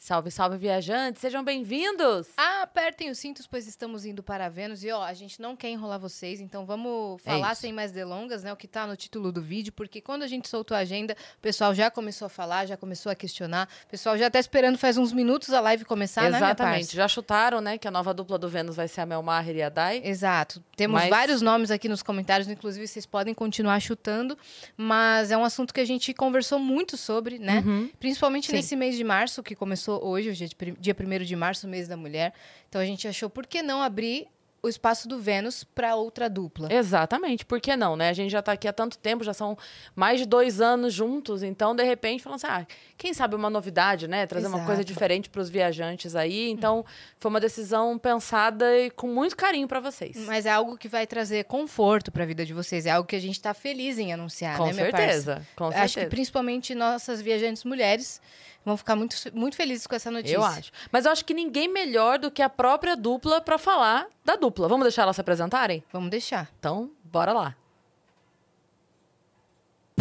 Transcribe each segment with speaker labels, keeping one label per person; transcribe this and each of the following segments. Speaker 1: Salve, salve, viajantes! Sejam bem-vindos!
Speaker 2: Ah, Apertem os cintos, pois estamos indo para Vênus. E ó, a gente não quer enrolar vocês, então vamos
Speaker 1: É
Speaker 2: falar
Speaker 1: isso.
Speaker 2: sem mais delongas, né? O que tá no título do vídeo, porque quando a gente soltou a agenda, o pessoal já começou a falar, já começou a questionar. O pessoal já tá esperando faz uns minutos a live começar, né, minha
Speaker 1: Exatamente.
Speaker 2: parça?
Speaker 1: Já chutaram, né, que a nova dupla do Vênus vai ser a Mel Maher e a Dai?
Speaker 2: Exato. Temos
Speaker 1: Mas-
Speaker 2: vários nomes aqui nos comentários, inclusive vocês podem continuar chutando, mas é um assunto que a gente conversou muito sobre, né?
Speaker 1: Uhum.
Speaker 2: Principalmente
Speaker 1: Sim.
Speaker 2: nesse mês de março, que começou hoje, hoje é de prim- dia 1 de março, mês da mulher. Então a gente achou por que não abrir o espaço do Vênus para outra dupla.
Speaker 1: Exatamente, por que não, né? A gente já tá aqui há tanto tempo, já são mais de dois anos juntos, então, de repente, falando assim, ah, quem sabe uma novidade, né? Trazer uma
Speaker 2: Exato.
Speaker 1: coisa diferente pros viajantes aí. Então, foi uma decisão pensada e com muito carinho pra vocês.
Speaker 2: Mas é algo que vai trazer conforto para a vida de vocês, é algo que a gente está feliz em anunciar,
Speaker 1: com,
Speaker 2: né, meu parça?
Speaker 1: certeza, com certeza.
Speaker 2: Acho que principalmente nossas viajantes mulheres vão ficar muito, muito felizes com essa notícia.
Speaker 1: Eu acho. Mas eu acho que ninguém melhor do que a própria dupla pra falar da dupla. Vamos deixar elas se apresentarem?
Speaker 2: Vamos deixar.
Speaker 1: Então, bora lá.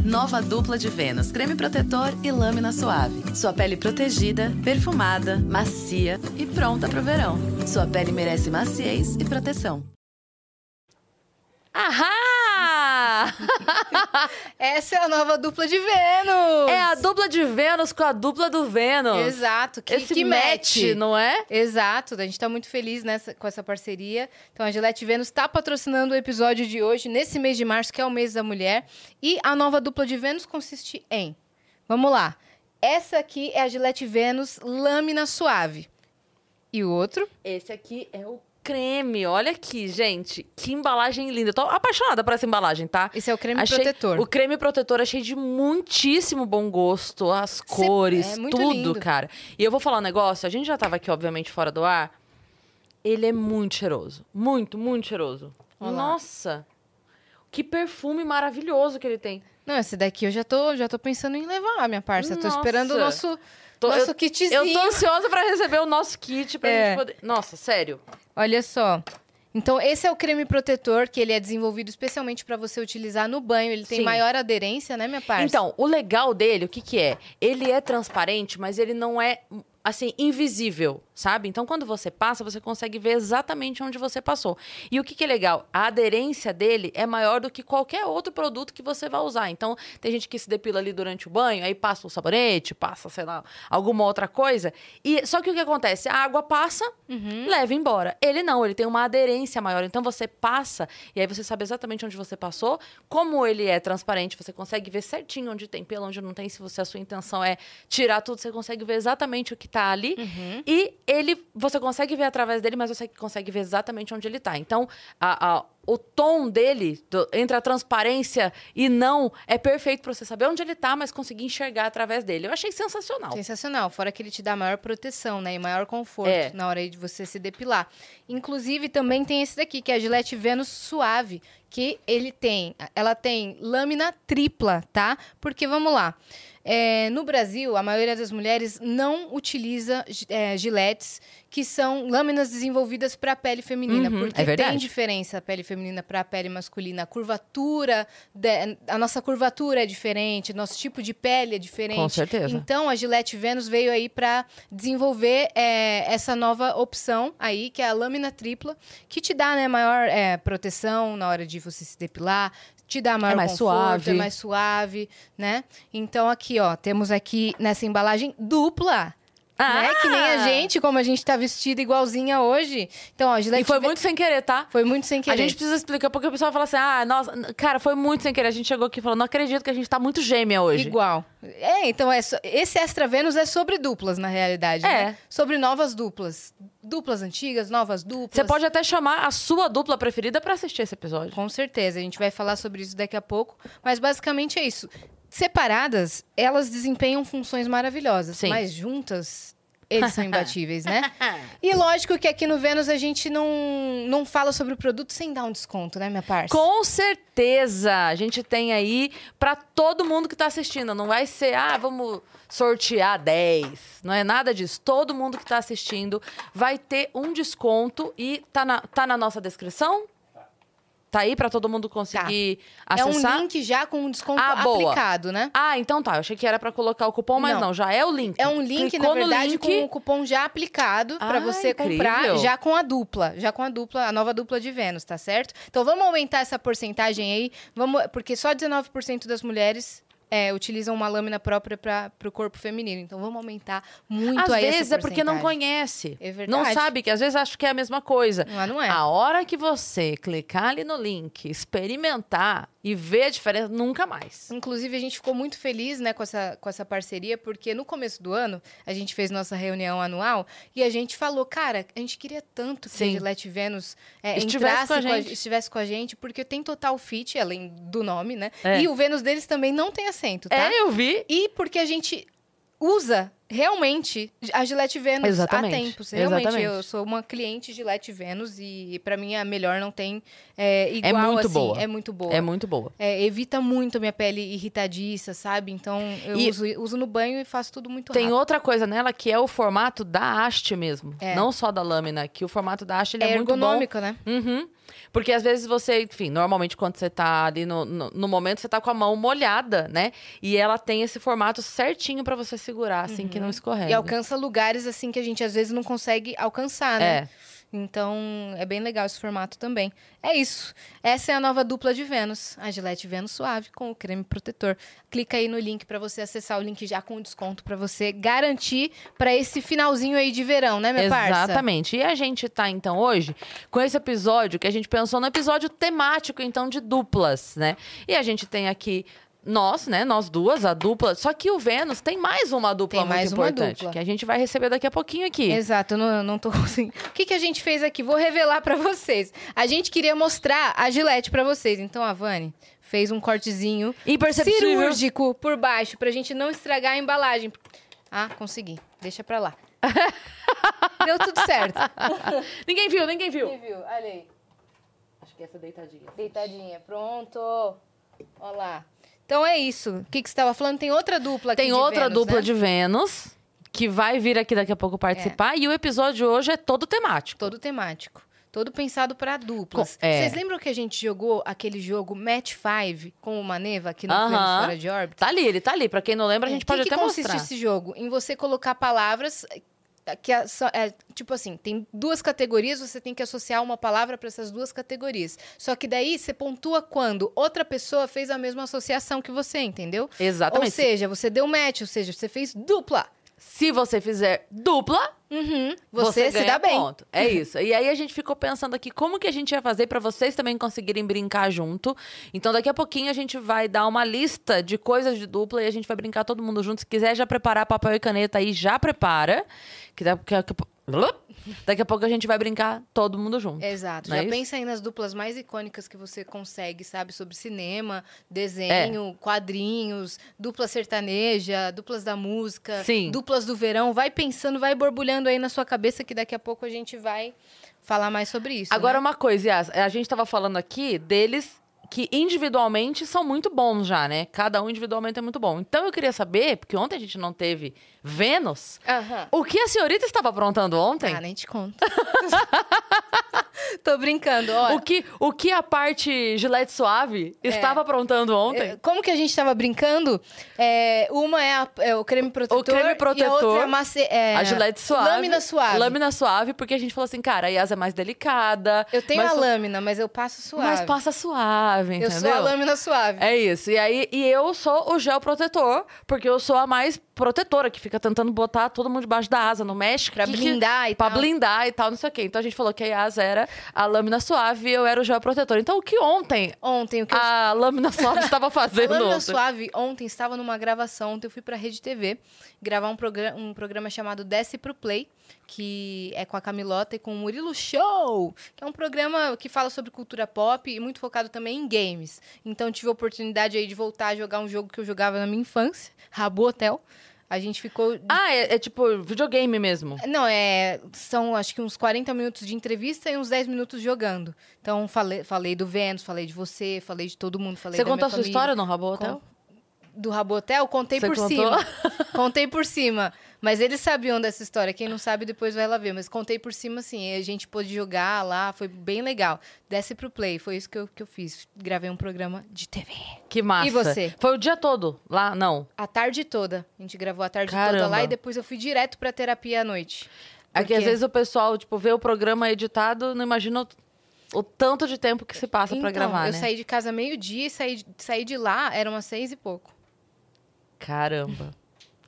Speaker 3: Nova dupla de Vênus, creme protetor e lâmina suave. Sua pele protegida, perfumada, macia e pronta pro verão. Sua pele merece maciez e proteção.
Speaker 1: Ahá!
Speaker 2: Essa é a nova dupla de Vênus!
Speaker 1: É a dupla de Vênus com a dupla do Vênus.
Speaker 2: Exato, que,
Speaker 1: Esse
Speaker 2: que
Speaker 1: match, não é?
Speaker 2: Exato, a gente tá muito feliz nessa, com essa parceria. Então a Gillette Vênus tá patrocinando o episódio de hoje, nesse mês de março, que é o mês da mulher. E a nova dupla de Vênus consiste em. Vamos lá. Essa aqui é a Gillette Vênus Lâmina Suave. E o outro?
Speaker 1: Esse aqui é o creme. Olha aqui, gente. Que embalagem linda. Eu tô apaixonada por essa embalagem, tá?
Speaker 2: Esse é o creme
Speaker 1: Achei-
Speaker 2: protetor.
Speaker 1: O creme protetor achei de muitíssimo bom gosto, as cores,
Speaker 2: é muito
Speaker 1: tudo,
Speaker 2: lindo.
Speaker 1: cara. E eu vou falar um negócio, a gente já tava aqui, obviamente, fora do ar. Ele é muito cheiroso. Muito, muito cheiroso.
Speaker 2: Olha lá.
Speaker 1: Nossa! Que perfume maravilhoso que ele tem.
Speaker 2: Não, esse daqui eu já tô, já tô pensando em levar, minha parça. Eu Tô
Speaker 1: Nossa.
Speaker 2: esperando o nosso,
Speaker 1: Tô-
Speaker 2: nosso
Speaker 1: eu-
Speaker 2: kitzinho.
Speaker 1: Eu tô ansiosa pra receber o nosso kit pra
Speaker 2: É.
Speaker 1: gente poder. Nossa, sério.
Speaker 2: Olha só. Então, esse é o creme protetor que ele é desenvolvido especialmente para você utilizar no banho. Ele tem
Speaker 1: Sim.
Speaker 2: maior aderência, né, minha parça?
Speaker 1: Então, o legal dele, o que que é? Ele é transparente, mas ele não é, assim, invisível, sabe? Então, quando você passa, você consegue ver exatamente onde você passou. E o que que é legal? A aderência dele é maior do que qualquer outro produto que você vai usar. Então, tem gente que se depila ali durante o banho, aí passa o sabonete, passa, sei lá, alguma outra coisa. E Só que o que acontece? A água passa, leva embora. Ele não, ele tem uma aderência maior. Então, você passa e aí você sabe exatamente onde você passou, como ele é transparente, você consegue ver certinho onde tem pelo, onde não tem. Se você a sua intenção é tirar tudo, você consegue ver exatamente o que tá ali. E ele, você consegue ver através dele, mas você consegue ver exatamente onde ele tá. Então, a- a- o tom dele, do- entre a transparência e não, é perfeito pra você saber onde ele tá, mas conseguir enxergar através dele. Eu achei sensacional.
Speaker 2: Sensacional. Fora que ele te dá maior proteção, né? E maior conforto
Speaker 1: É.
Speaker 2: na hora aí de você se depilar. Inclusive, também tem esse daqui, que é a Gillette Venus Suave. Que ele tem... Ela tem lâmina tripla, tá? Porque, vamos lá. é, no Brasil, a maioria das mulheres não utiliza é, giletes que são lâminas desenvolvidas para a pele feminina.
Speaker 1: Uhum,
Speaker 2: porque
Speaker 1: é verdade.
Speaker 2: tem diferença a pele feminina para a pele masculina. A curvatura, de- a nossa curvatura é diferente, nosso tipo de pele é diferente.
Speaker 1: Com certeza.
Speaker 2: Então a Gillette Venus veio aí para desenvolver é, essa nova opção aí, que é a lâmina tripla, que te dá né, maior é, proteção na hora de você se depilar, te dá maior
Speaker 1: mais
Speaker 2: conforto,
Speaker 1: suave.
Speaker 2: é mais suave, né? Então aqui, ó, temos aqui nessa embalagem dupla.
Speaker 1: Ah!
Speaker 2: Né? Que nem a gente, como a gente tá vestida igualzinha hoje. Então, ó, Gillette
Speaker 1: E foi
Speaker 2: Ve-
Speaker 1: muito sem querer, tá?
Speaker 2: foi muito sem querer.
Speaker 1: A gente precisa explicar, porque o pessoal fala assim: ah, nossa, n- cara, foi muito sem querer. A gente chegou aqui e falou: não acredito que a gente tá muito gêmea hoje.
Speaker 2: Igual. É, então é so- esse Extra Vênus é sobre duplas, na realidade.
Speaker 1: É.
Speaker 2: né? Sobre novas duplas. Duplas antigas, novas duplas.
Speaker 1: Você pode até chamar a sua dupla preferida pra assistir esse episódio.
Speaker 2: Com certeza, a gente vai falar sobre isso daqui a pouco. Mas basicamente é isso. Separadas, elas desempenham funções maravilhosas.
Speaker 1: Sim.
Speaker 2: Mas juntas, eles são imbatíveis, né? E lógico que aqui no Vênus a gente não, não fala sobre o produto sem dar um desconto, né, minha parça?
Speaker 1: Com certeza! A gente tem aí pra todo mundo que tá assistindo. Não vai ser, ah, vamos sortear 10. Não é nada disso. Todo mundo que tá assistindo vai ter um desconto e tá na, tá na nossa descrição? Tá aí pra todo mundo conseguir acessar?
Speaker 2: É um link já com um desconto
Speaker 1: Ah, boa.
Speaker 2: aplicado, né?
Speaker 1: Ah, então tá. Eu achei que era pra colocar o cupom, mas
Speaker 2: Não.
Speaker 1: não. Já é o link.
Speaker 2: É um link,
Speaker 1: Clicou
Speaker 2: na verdade,
Speaker 1: no
Speaker 2: com o
Speaker 1: link.
Speaker 2: cupom já aplicado pra
Speaker 1: Ah,
Speaker 2: você comprar
Speaker 1: incrível.
Speaker 2: já com a dupla, já com a dupla, a nova dupla de Vênus, tá certo? Então vamos aumentar essa porcentagem aí, vamos, porque só 19% das mulheres é, utilizam uma lâmina própria para o corpo feminino. Então vamos aumentar muito
Speaker 1: Às
Speaker 2: aí essa
Speaker 1: vezes é porque não
Speaker 2: porcentagem.
Speaker 1: conhece.
Speaker 2: É verdade.
Speaker 1: Não sabe que às vezes acho que é a mesma coisa.
Speaker 2: Mas não é.
Speaker 1: A hora que você clicar ali no link, experimentar e ver a diferença, nunca mais.
Speaker 2: Inclusive, a gente ficou muito feliz né, com, essa, com essa parceria, porque no começo do ano a gente fez nossa reunião anual e a gente falou, cara, a gente queria tanto que a
Speaker 1: Sim.
Speaker 2: Gillette Vênus é,
Speaker 1: Estivesse
Speaker 2: entrasse
Speaker 1: com a gente.
Speaker 2: estivesse com a gente, porque tem total fit, além do nome, né?
Speaker 1: É.
Speaker 2: E o Vênus deles também não tem acento, tá?
Speaker 1: É, eu vi.
Speaker 2: E porque a gente usa realmente a Gillette Vênus
Speaker 1: Exatamente,
Speaker 2: há tempos. Realmente,
Speaker 1: exatamente.
Speaker 2: eu sou uma cliente Gillette Vênus e pra mim a melhor não tem é, igual,
Speaker 1: muito
Speaker 2: assim,
Speaker 1: boa.
Speaker 2: É muito boa.
Speaker 1: É muito boa.
Speaker 2: É, evita muito a minha pele irritadiça, sabe? Então eu
Speaker 1: E-
Speaker 2: uso, uso no banho e faço tudo muito
Speaker 1: Tem
Speaker 2: rápido.
Speaker 1: outra coisa nela que é o formato da haste mesmo.
Speaker 2: É.
Speaker 1: Não só da lâmina, que o formato da haste ele é,
Speaker 2: é
Speaker 1: muito bom.
Speaker 2: ergonômico, né?
Speaker 1: Uhum. Porque às vezes você, enfim, normalmente quando você tá ali no, no, no momento, você tá com a mão molhada, né? E ela tem esse formato certinho pra você segurar, assim que não escorrega.
Speaker 2: Uhum. E alcança lugares assim que a gente às vezes não consegue alcançar, né?
Speaker 1: É.
Speaker 2: Então é bem legal esse formato também. É isso. Essa é a nova dupla de Vênus, a Gillette Vênus Suave com o creme protetor. Clica aí no link pra você acessar o link já com desconto pra você garantir pra esse finalzinho aí de verão, né, minha parça?
Speaker 1: É, Exatamente. E a gente tá, então, hoje com esse episódio que a gente pensou no episódio temático, então, de duplas, né? E a gente tem aqui nós, né? Nós duas, a dupla. Só que o Vênus tem mais uma dupla
Speaker 2: Tem
Speaker 1: muito
Speaker 2: mais uma
Speaker 1: importante,
Speaker 2: dupla.
Speaker 1: que a gente vai receber daqui a pouquinho aqui.
Speaker 2: Exato, eu não, eu não tô conseguindo. O que, que a gente fez aqui? Vou revelar pra vocês. A gente queria mostrar a Gillette pra vocês. Então a Vani fez um cortezinho
Speaker 1: Imperceptível.
Speaker 2: cirúrgico por baixo pra gente não estragar a embalagem. Ah, consegui. Deixa pra lá. Deu tudo certo.
Speaker 1: Ninguém viu, ninguém viu.
Speaker 2: viu? Olha aí.
Speaker 1: Acho que é essa deitadinha.
Speaker 2: Deitadinha. Pronto. Olha lá. Então é isso. O que, que você estava falando? Tem outra dupla aqui
Speaker 1: Tem
Speaker 2: de
Speaker 1: outra
Speaker 2: Vênus,
Speaker 1: dupla
Speaker 2: né?
Speaker 1: de Vênus que vai vir aqui daqui a pouco participar. E o episódio de hoje é todo temático.
Speaker 2: Todo temático. Todo pensado pra duplas.
Speaker 1: Com- é.
Speaker 2: Vocês lembram que a gente jogou aquele jogo Match 5 com o Maneva aqui no
Speaker 1: Aham.
Speaker 2: Vênus Fora de Órbita?
Speaker 1: Tá ali, ele tá ali. Pra quem não lembra, a gente
Speaker 2: É,
Speaker 1: pode
Speaker 2: que
Speaker 1: até
Speaker 2: que consiste
Speaker 1: mostrar.
Speaker 2: esse jogo? Em você colocar palavras eh, que a- só- é, tipo assim, tem duas categorias, você tem que associar uma palavra para essas duas categorias. Só que daí você pontua quando outra pessoa fez a mesma associação que você, entendeu?
Speaker 1: Exatamente.
Speaker 2: Ou seja, você deu match, ou seja, você fez dupla.
Speaker 1: Se você fizer dupla,
Speaker 2: Uhum,
Speaker 1: você,
Speaker 2: você, se
Speaker 1: ganha
Speaker 2: dá bem.
Speaker 1: ponto. É isso. E aí a gente ficou pensando aqui como que a gente ia fazer pra vocês também conseguirem brincar junto. Então daqui a pouquinho a gente vai dar uma lista de coisas de dupla e a gente vai brincar todo mundo junto. Se quiser já preparar papel e caneta aí, já prepara. Que daqui a, daqui a pouco a gente vai brincar todo mundo junto.
Speaker 2: Exato.
Speaker 1: Não
Speaker 2: Já
Speaker 1: é isso?
Speaker 2: pensa aí nas duplas mais icônicas que você consegue, sabe? Sobre cinema,
Speaker 1: É.
Speaker 2: desenho, quadrinhos, dupla sertaneja, duplas da música,
Speaker 1: Sim.
Speaker 2: duplas do verão. Vai pensando, vai borbulhando aí na sua cabeça que daqui a pouco a gente vai falar mais sobre isso.
Speaker 1: Agora,
Speaker 2: né?
Speaker 1: uma coisa, Yas, a gente tava falando aqui deles que individualmente são muito bons já, né? Cada um individualmente é muito bom. Então eu queria saber, porque ontem a gente não teve Vênus,
Speaker 2: né? Aham.
Speaker 1: o que a senhorita estava aprontando ontem?
Speaker 2: Ah, nem te conto. Tô brincando, olha.
Speaker 1: o, que, o que a parte Gillette Suave estava aprontando ontem?
Speaker 2: É, Como que a gente tava brincando? É, uma é, a- é o creme protetor.
Speaker 1: creme
Speaker 2: E a outra é
Speaker 1: protetor,
Speaker 2: a, mace, é,
Speaker 1: a Gillette Suave.
Speaker 2: Lâmina suave.
Speaker 1: Lâmina Suave, porque a gente falou assim, cara, a Yas é mais delicada.
Speaker 2: Eu tenho
Speaker 1: mas-
Speaker 2: a lâmina, mas eu passo suave.
Speaker 1: Mas passa suave, entendeu?
Speaker 2: Eu sou a lâmina suave.
Speaker 1: É isso. E aí, e eu sou o gel protetor, porque eu sou a mais protetora, que fica tentando botar todo mundo debaixo da asa, não mexe.
Speaker 2: Pra
Speaker 1: que- que-
Speaker 2: blindar e
Speaker 1: Pra
Speaker 2: tal.
Speaker 1: blindar e tal, não sei o quê. Então a gente falou que a asa era a lâmina suave e eu era o gel protetor. Então o que ontem
Speaker 2: Ontem, o que eu...
Speaker 1: a lâmina suave estava
Speaker 2: A
Speaker 1: fazendo
Speaker 2: Lâmina
Speaker 1: ontem?
Speaker 2: Suave, ontem estava numa gravação, ontem eu fui pra Rede TV gravar um, progra um programa chamado Desce pro Play, que é com a Camilota e com o Murilo Show, que é um programa que fala sobre cultura pop e muito focado também em games. Então tive a oportunidade aí de voltar a jogar um jogo que eu jogava na minha infância, Rabo Hotel. A gente ficou
Speaker 1: Ah, é, é tipo videogame mesmo.
Speaker 2: Não, é. São acho que uns 40 minutos de entrevista e uns 10 minutos jogando. Então, falei, falei do Vênus, falei de você, falei de todo mundo, falei
Speaker 1: Você
Speaker 2: da
Speaker 1: contou
Speaker 2: minha
Speaker 1: a sua
Speaker 2: família.
Speaker 1: história no Rabo Hotel?
Speaker 2: Do Rabotel, contei
Speaker 1: Você
Speaker 2: por
Speaker 1: contou?
Speaker 2: cima. contei por cima. Mas eles sabiam dessa história. Quem não sabe, depois vai lá ver. Mas contei por cima, assim. A gente pôde jogar lá, foi bem legal. Desce pro play. Foi isso que eu, que eu fiz. Gravei um programa de TV.
Speaker 1: Que massa.
Speaker 2: E você?
Speaker 1: Foi o dia todo lá? Não.
Speaker 2: A tarde toda. A gente gravou a tarde
Speaker 1: Caramba.
Speaker 2: toda lá e depois eu fui direto pra terapia à noite.
Speaker 1: É que às
Speaker 2: Porque-
Speaker 1: vezes o pessoal, tipo, vê o programa editado, não imagina o, o tanto de tempo que se passa pra
Speaker 2: Então,
Speaker 1: gravar,
Speaker 2: eu
Speaker 1: né?
Speaker 2: saí de casa meio-dia e saí, saí de lá, eram umas seis e pouco.
Speaker 1: Caramba.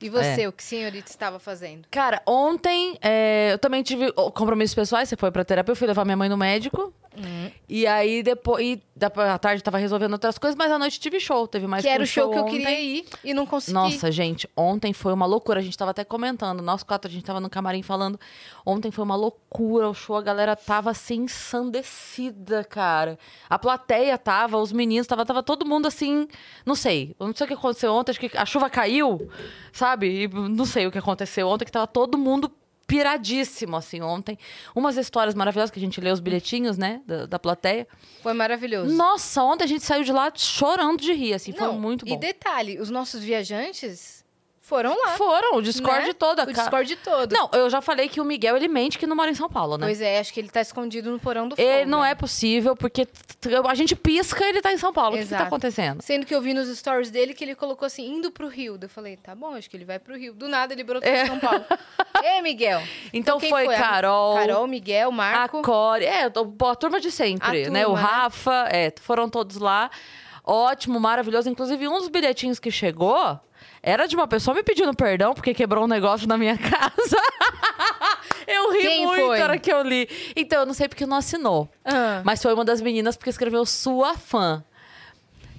Speaker 2: E
Speaker 1: É.
Speaker 2: você, o que senhorita estava fazendo?
Speaker 1: Cara, ontem é, eu também tive oh, compromissos pessoais. Você foi pra terapia, eu fui levar minha mãe no médico.
Speaker 2: Uhum.
Speaker 1: E aí depois. E da, à tarde eu tava resolvendo outras coisas, mas à noite tive show. Teve mais
Speaker 2: que
Speaker 1: um
Speaker 2: era o show que eu
Speaker 1: ontem.
Speaker 2: queria ir e não consegui.
Speaker 1: Nossa, gente, ontem foi uma loucura. A gente tava até comentando, nós quatro, a gente tava no camarim falando. Ontem foi uma loucura o show, a galera tava assim, ensandecida, cara. A plateia tava, os meninos tava, tava todo mundo assim, não sei. Eu não sei o que aconteceu ontem, acho que a chuva caiu, sabe? E não sei o que aconteceu ontem, que tava todo mundo piradíssimo, assim, ontem. Umas histórias maravilhosas que a gente lê os bilhetinhos, né, da, da plateia.
Speaker 2: Foi maravilhoso.
Speaker 1: Nossa, ontem a gente saiu de lá chorando de rir, assim, foi
Speaker 2: Não,
Speaker 1: muito bom.
Speaker 2: E detalhe, os nossos viajantes foram lá.
Speaker 1: Foram, o Discord
Speaker 2: né?
Speaker 1: todo. a
Speaker 2: O
Speaker 1: ca-
Speaker 2: Discord todo.
Speaker 1: Não, eu já falei que o Miguel, ele mente que não mora em São Paulo, né?
Speaker 2: Pois é, acho que ele tá escondido no porão do fogo.
Speaker 1: Ele não
Speaker 2: né?
Speaker 1: é possível, porque t- t- a gente pisca e ele tá em São Paulo. O que, que tá
Speaker 2: Exato.
Speaker 1: acontecendo?
Speaker 2: Sendo que eu vi nos stories dele que ele colocou assim, indo pro Rio. Daí Eu falei, tá bom, acho que ele vai pro Rio. Do nada ele brotou em São Paulo. Ei, Miguel.
Speaker 1: É. Então
Speaker 2: quem
Speaker 1: foi
Speaker 2: A-
Speaker 1: Carol,
Speaker 2: Carol, Miguel,
Speaker 1: A
Speaker 2: Marco.
Speaker 1: Core, é, eu tô- a turma de sempre,
Speaker 2: A
Speaker 1: né? o
Speaker 2: turma, né?
Speaker 1: Rafa, é, foram todos lá. Ótimo, maravilhoso. Inclusive, um dos bilhetinhos que chegou era de uma pessoa me pedindo perdão porque quebrou um negócio na minha casa. eu ri
Speaker 2: Quem
Speaker 1: muito
Speaker 2: foi?
Speaker 1: na hora que eu li. Então, eu não sei porque não assinou.
Speaker 2: Ah.
Speaker 1: Mas foi uma das meninas porque escreveu sua fã.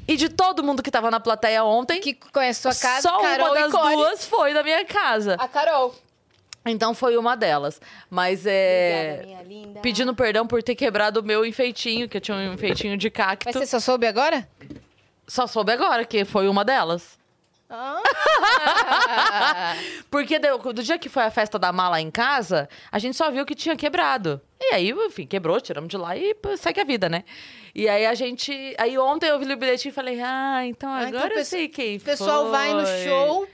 Speaker 1: E de todo mundo que tava na plateia ontem,
Speaker 2: Que conhece sua casa,
Speaker 1: só
Speaker 2: Carol
Speaker 1: uma
Speaker 2: e
Speaker 1: das
Speaker 2: Core.
Speaker 1: duas foi da minha casa.
Speaker 2: A Carol.
Speaker 1: Então foi uma delas. Mas é.
Speaker 2: Obrigada, minha linda.
Speaker 1: Pedindo perdão por ter quebrado o meu enfeitinho, que eu tinha um enfeitinho de cacto.
Speaker 2: Mas você só soube agora?
Speaker 1: Só soube agora que foi uma delas.
Speaker 2: Ah!
Speaker 1: Porque do, do dia que foi a festa da mala em casa, a gente só viu que tinha quebrado. E aí, enfim, quebrou, tiramos de lá e pô, segue a vida, né? E aí a gente. Aí ontem eu vi o bilhetinho e falei, ah, então
Speaker 2: Ah,
Speaker 1: agora
Speaker 2: então
Speaker 1: eu
Speaker 2: pesso-
Speaker 1: sei quem
Speaker 2: O pessoal
Speaker 1: foi.
Speaker 2: vai no show.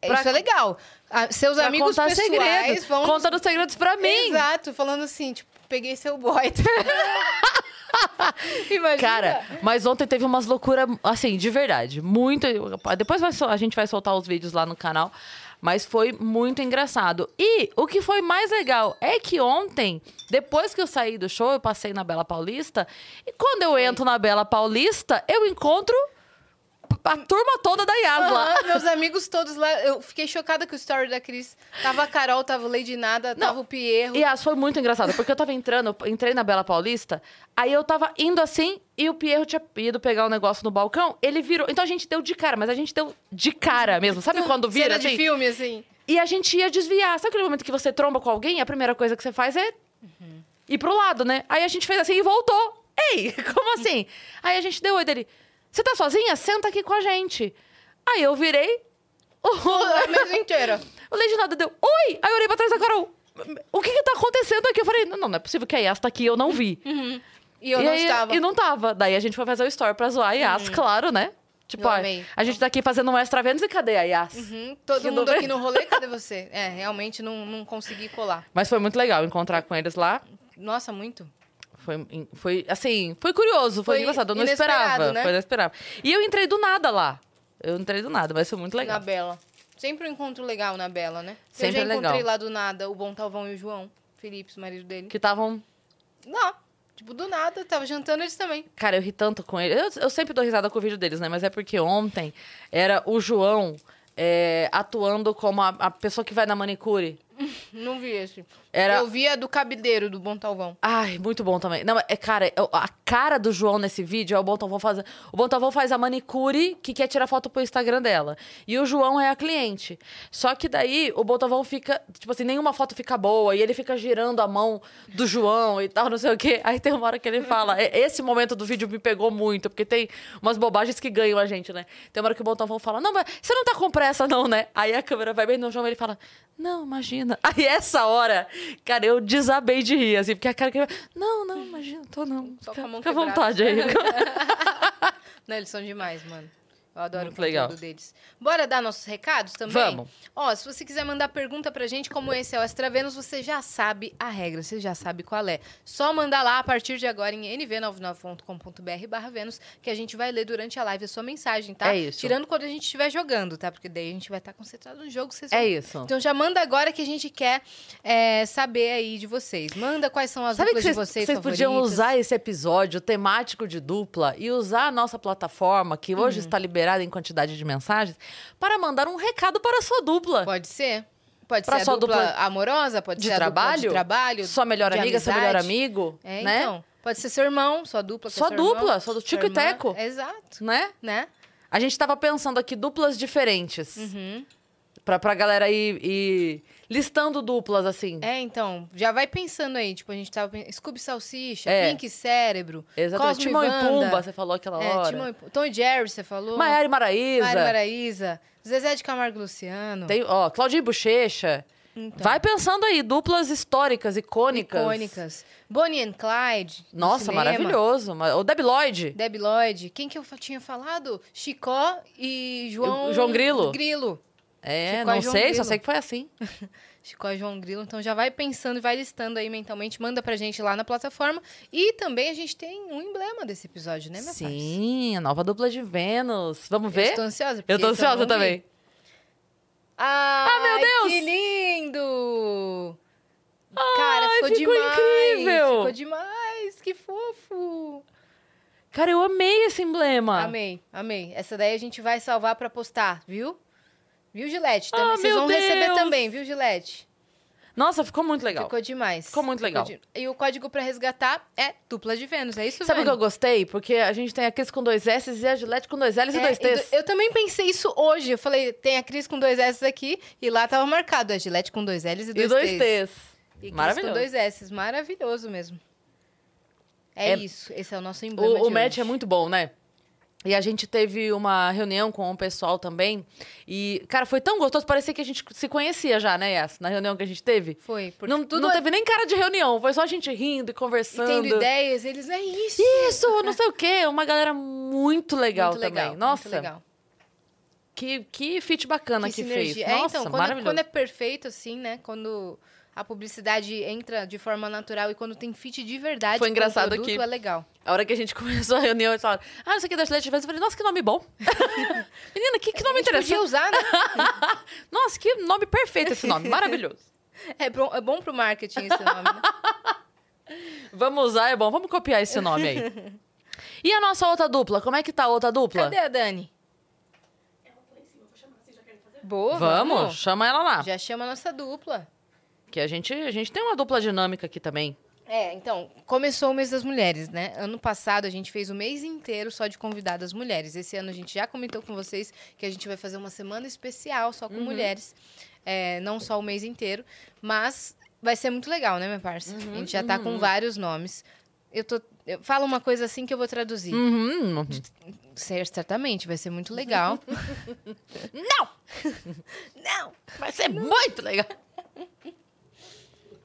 Speaker 1: Pra-
Speaker 2: Isso é legal. Ah, Seus
Speaker 1: Pra
Speaker 2: amigos
Speaker 1: contar
Speaker 2: pessoais
Speaker 1: segredos.
Speaker 2: vão...
Speaker 1: Contando segredos pra mim.
Speaker 2: Exato, falando assim, tipo, peguei seu boy. Imagina.
Speaker 1: Cara, mas ontem teve umas loucuras, assim, de verdade. Muito. Depois vai sol- a gente vai soltar os vídeos lá no canal. Mas foi muito engraçado. E o que foi mais legal é que ontem, depois que eu saí do show, eu passei na Bela Paulista. E quando eu entro na Bela Paulista, eu encontro a turma toda da Yas lá.
Speaker 2: Aham, meus amigos todos lá, eu fiquei chocada com o story da Cris. Tava a Carol, tava o Lady Nada,
Speaker 1: Não.
Speaker 2: tava o Pierro.
Speaker 1: E as foi muito engraçado, porque eu tava entrando, eu entrei na Bela Paulista, aí eu tava indo assim e o Pierro tinha ido pegar um negócio no balcão, ele virou. Então a gente deu de cara, mas a gente deu de cara mesmo. Sabe quando vira
Speaker 2: Cena de
Speaker 1: assim?
Speaker 2: filme, assim.
Speaker 1: E a gente ia desviar. Sabe aquele momento que você tromba com alguém, a primeira coisa que você faz é
Speaker 2: Uhum.
Speaker 1: ir pro lado, né? Aí a gente fez assim e voltou. Ei, como assim? Aí a gente deu oi dele. Você tá sozinha? Senta aqui com a gente. Aí eu virei.
Speaker 2: A mesa inteira.
Speaker 1: O Lady Nada deu, oi! Aí eu olhei pra trás da Carol. O que que tá acontecendo aqui? Eu falei, não, não é possível que a Yas tá aqui, eu não vi.
Speaker 2: E eu
Speaker 1: e
Speaker 2: não
Speaker 1: aí-
Speaker 2: estava. Uhum.
Speaker 1: E não tava. Daí a gente foi fazer o story pra zoar a Yas, claro, né? Tipo,
Speaker 2: Eu
Speaker 1: ó,
Speaker 2: amei.
Speaker 1: a gente tá aqui fazendo um extra vendas e cadê a Yas?
Speaker 2: Uhum, todo
Speaker 1: Que
Speaker 2: mundo
Speaker 1: doido.
Speaker 2: aqui no rolê, cadê você? É, realmente não, não consegui colar.
Speaker 1: Mas foi muito legal encontrar com eles lá.
Speaker 2: Nossa, muito.
Speaker 1: Foi, foi assim, foi curioso, foi,
Speaker 2: Foi
Speaker 1: engraçado. Eu não
Speaker 2: inesperado,
Speaker 1: esperava.
Speaker 2: né?
Speaker 1: Foi inesperado. E eu entrei do nada lá. Eu entrei do nada, mas foi muito legal.
Speaker 2: Na Bela. Sempre um encontro legal na Bela, né?
Speaker 1: Sempre
Speaker 2: eu já
Speaker 1: é
Speaker 2: encontrei
Speaker 1: legal.
Speaker 2: lá do nada o Bom Talvão e o João. Felipe, o marido dele.
Speaker 1: Que estavam
Speaker 2: Não. Tipo, do nada, tava jantando eles também.
Speaker 1: Cara, eu ri tanto com ele. Eu, eu sempre dou risada com o vídeo deles, né? Mas é porque ontem era o João é, atuando como a, a pessoa que vai na manicure.
Speaker 2: Não vi esse.
Speaker 1: Era-
Speaker 2: Eu vi a do cabideiro do Bom Talvão.
Speaker 1: Ai, muito bom também. Não, é cara, eu- a cara do João nesse vídeo é o Bontavão fazer. O Bontavão faz a manicure que quer tirar foto pro Instagram dela. E o João é a cliente. Só que daí o Bontavão fica, tipo assim, nenhuma foto fica boa e ele fica girando a mão do João e tal, não sei o quê. Aí tem uma hora que ele fala, "É- esse momento do vídeo me pegou muito, porque tem umas bobagens que ganham a gente, né? Tem uma hora que o Bontavão fala: "Não, mas você não tá com pressa não, né?" Aí a câmera vai bem no João e ele fala: "Não, imagina". Aí essa hora, cara, eu desabei de rir assim, porque a cara que ele- "Não, não, imagina, tô não".
Speaker 2: Só
Speaker 1: fica
Speaker 2: com a mão
Speaker 1: fica à
Speaker 2: quebrada."
Speaker 1: vontade aí.
Speaker 2: Não, eles são demais, mano. Eu Eu adoro
Speaker 1: Muito
Speaker 2: o conteúdo
Speaker 1: legal.
Speaker 2: deles. Bora dar nossos recados também?
Speaker 1: Vamos.
Speaker 2: Ó, se você quiser mandar pergunta pra gente, como esse é o Extra Vênus, você já sabe a regra, você já sabe qual é. Só mandar lá a partir de agora em nv99.com.br barra Vênus, que a gente vai ler durante a live a sua mensagem, tá?
Speaker 1: É isso.
Speaker 2: Tirando quando a gente estiver jogando, tá? Porque daí a gente vai estar concentrado no jogo, vocês
Speaker 1: É
Speaker 2: vão-
Speaker 1: isso.
Speaker 2: Então já manda agora que a gente quer é, saber aí de vocês. Manda quais são as
Speaker 1: Sabe que
Speaker 2: duplas
Speaker 1: vocês,
Speaker 2: de vocês
Speaker 1: vocês podiam
Speaker 2: favoritas.
Speaker 1: usar esse episódio temático de dupla e usar a nossa plataforma, que hoje está liberada em quantidade de mensagens, para mandar um recado para a sua dupla.
Speaker 2: Pode ser? Pode
Speaker 1: Pra
Speaker 2: ser a
Speaker 1: sua
Speaker 2: dupla,
Speaker 1: dupla
Speaker 2: amorosa, pode
Speaker 1: de
Speaker 2: ser a dupla
Speaker 1: trabalho?
Speaker 2: de trabalho,
Speaker 1: sua melhor
Speaker 2: de
Speaker 1: amiga, seu melhor
Speaker 2: amizade.
Speaker 1: amigo,
Speaker 2: É,
Speaker 1: né?
Speaker 2: então. Pode ser seu irmão, sua dupla. que é
Speaker 1: Sua
Speaker 2: seu irmão,
Speaker 1: dupla, sua do
Speaker 2: sua
Speaker 1: Tico e
Speaker 2: irmã.
Speaker 1: Teco.
Speaker 2: Exato,
Speaker 1: Né?
Speaker 2: né?
Speaker 1: A gente estava pensando aqui duplas diferentes.
Speaker 2: Uhum.
Speaker 1: Pra, pra galera ir, ir listando duplas, assim.
Speaker 2: É, então, já vai pensando aí. Tipo, a gente tava pensando... Scooby Salsicha,
Speaker 1: É.
Speaker 2: Pink Cérebro,
Speaker 1: Exatamente.
Speaker 2: Cosmo
Speaker 1: Timão
Speaker 2: e
Speaker 1: e
Speaker 2: Wanda.
Speaker 1: Pumba, você falou aquela
Speaker 2: é,
Speaker 1: hora.
Speaker 2: Timão e... Tom e Jerry, você falou.
Speaker 1: Maiara e Maraísa.
Speaker 2: Mari Maraísa, Zezé de Camargo e Luciano.
Speaker 1: Tem, ó, Claudinha e Bochecha.
Speaker 2: Então.
Speaker 1: Vai pensando aí, duplas históricas, icônicas.
Speaker 2: Icônicas. Bonnie and Clyde. no
Speaker 1: Nossa,
Speaker 2: cinema.
Speaker 1: maravilhoso. Ma- O Debi Lloyd.
Speaker 2: Deb Lloyd. Quem que eu fa- tinha falado? Chicó e João...
Speaker 1: E o João Grilo.
Speaker 2: Grilo.
Speaker 1: É,
Speaker 2: Chico e
Speaker 1: não
Speaker 2: João
Speaker 1: sei, só
Speaker 2: Grilo.
Speaker 1: sei que foi assim.
Speaker 2: Chicó e João Grilo. Então já vai pensando e vai listando aí mentalmente, manda pra gente lá na plataforma. E também a gente tem um emblema desse episódio, né, minha parça?
Speaker 1: Sim, a nova dupla de Vênus. Vamos
Speaker 2: Eu
Speaker 1: ver?
Speaker 2: estou ansiosa. porque
Speaker 1: Eu tô
Speaker 2: esse é eu não
Speaker 1: ansiosa
Speaker 2: vi.
Speaker 1: também.
Speaker 2: Ai, ah, meu Deus! Que lindo! Cara, ficou,
Speaker 1: ficou
Speaker 2: demais!
Speaker 1: incrível!
Speaker 2: Ficou demais! Que fofo!
Speaker 1: Cara, eu amei esse emblema.
Speaker 2: Amei, amei. Essa daí a gente vai salvar pra postar, viu? Viu, Gilete? Também,
Speaker 1: Ah,
Speaker 2: vocês
Speaker 1: meu
Speaker 2: vão receber
Speaker 1: Deus!
Speaker 2: também, viu, Gilete?
Speaker 1: Nossa, ficou muito legal.
Speaker 2: Ficou demais.
Speaker 1: Ficou muito legal.
Speaker 2: de- E o código pra resgatar é dupla de Vênus, é isso,
Speaker 1: Sabe o que
Speaker 2: Vani?
Speaker 1: eu gostei? Porque a gente tem a Cris com dois S e a Gillette com dois L's e
Speaker 2: É,
Speaker 1: dois
Speaker 2: e do-
Speaker 1: T's.
Speaker 2: Eu também pensei isso hoje. Eu falei, tem a Cris com dois S aqui e lá tava marcado a Gillette com dois L's e dois,
Speaker 1: E dois
Speaker 2: T's.
Speaker 1: T's.
Speaker 2: E Cris
Speaker 1: Maravilhoso.
Speaker 2: com dois S's. Maravilhoso mesmo. É,
Speaker 1: É-
Speaker 2: isso. Esse é o nosso emblema
Speaker 1: O, o
Speaker 2: de
Speaker 1: match
Speaker 2: hoje.
Speaker 1: é muito bom, né? E a gente teve uma reunião com o pessoal também. E, cara, foi tão gostoso. Parecia que a gente se conhecia já, né, Yas? Na reunião que a gente teve.
Speaker 2: Foi. Porque
Speaker 1: Não,
Speaker 2: tudo
Speaker 1: não teve nem cara de reunião. Foi só a gente rindo e
Speaker 2: e
Speaker 1: conversando.
Speaker 2: tendo ideias, eles... É isso.
Speaker 1: Isso, não sei o quê. Uma galera muito legal
Speaker 2: muito
Speaker 1: também.
Speaker 2: legal,
Speaker 1: Nossa,
Speaker 2: Muito legal.
Speaker 1: Que, que fit bacana que, fez.
Speaker 2: sinergia.
Speaker 1: Nossa,
Speaker 2: é, então, quando,
Speaker 1: maravilhoso.
Speaker 2: quando é perfeito, assim, né? Quando a publicidade entra de forma natural e quando tem fit de verdade
Speaker 1: Foi
Speaker 2: com o
Speaker 1: engraçado
Speaker 2: produto,
Speaker 1: que-
Speaker 2: é legal.
Speaker 1: A hora que a gente começou a reunião, eles falaram, ah, isso aqui é da Gillette Vênus. Eu falei, nossa, que nome bom. Menina, que, que nome
Speaker 2: A gente
Speaker 1: interessante.
Speaker 2: podia usar, né?
Speaker 1: Nossa, que nome perfeito esse nome. Maravilhoso.
Speaker 2: É bom, é bom pro marketing esse nome, né?
Speaker 1: Vamos usar, é bom. Vamos copiar esse nome aí. E a nossa outra dupla? Como é que tá a outra dupla?
Speaker 2: Cadê a Dani? Boa,
Speaker 1: Vamos, chama ela lá.
Speaker 2: Já chama a nossa dupla.
Speaker 1: Que a gente, a gente tem uma dupla dinâmica aqui também.
Speaker 2: É, então, começou o mês das mulheres, né? Ano passado a gente fez o mês inteiro só de convidadas mulheres. Esse ano a gente já comentou com vocês que a gente vai fazer uma semana especial só com
Speaker 1: Uhum.
Speaker 2: mulheres. É, não só o mês inteiro, mas vai ser muito legal, né, minha parça?
Speaker 1: Uhum,
Speaker 2: a gente já tá com vários nomes. Eu tô. eu- fala uma coisa assim que eu vou traduzir.
Speaker 1: Uhum.
Speaker 2: Hum. Cer- Certamente, vai ser muito legal.
Speaker 1: Não!
Speaker 2: não!
Speaker 1: Vai ser muito legal.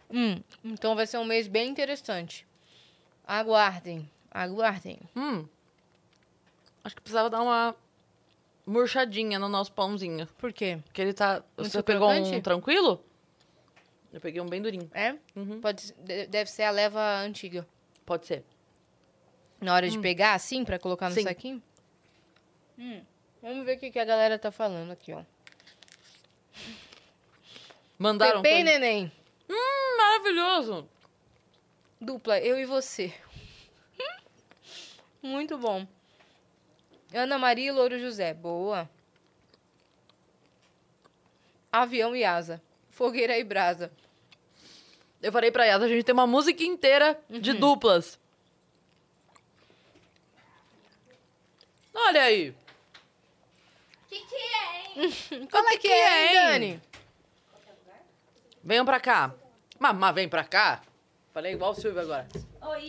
Speaker 2: Hum, então vai ser um mês bem interessante. Aguardem, aguardem.
Speaker 1: Hum. Acho que precisava dar uma murchadinha no nosso pãozinho.
Speaker 2: Por quê?
Speaker 1: Porque ele tá...
Speaker 2: Muito
Speaker 1: Você pegou
Speaker 2: crocante?
Speaker 1: um tranquilo? Eu peguei um bem durinho.
Speaker 2: É?
Speaker 1: Uhum.
Speaker 2: Pode, de- deve ser a leva antiga.
Speaker 1: Pode ser.
Speaker 2: Na hora de pegar, assim, pra colocar no
Speaker 1: Sim.
Speaker 2: saquinho? Hum, Vamos ver o que, que a galera tá falando aqui, ó.
Speaker 1: Mandaram...
Speaker 2: Pepe né?
Speaker 1: coisa-
Speaker 2: e Neném.
Speaker 1: Hum, maravilhoso.
Speaker 2: Dupla, eu e você. Muito bom. Ana Maria e Louro José. Boa. Avião e asa. Fogueira e brasa.
Speaker 1: Eu falei pra Yas, a gente tem uma música inteira de
Speaker 4: Uhum.
Speaker 1: duplas. Olha aí.
Speaker 2: Qual é que é, hein,
Speaker 1: hein?
Speaker 2: Dani?
Speaker 1: Venham pra cá. Mamá, vem pra cá. Falei igual o Silvio agora.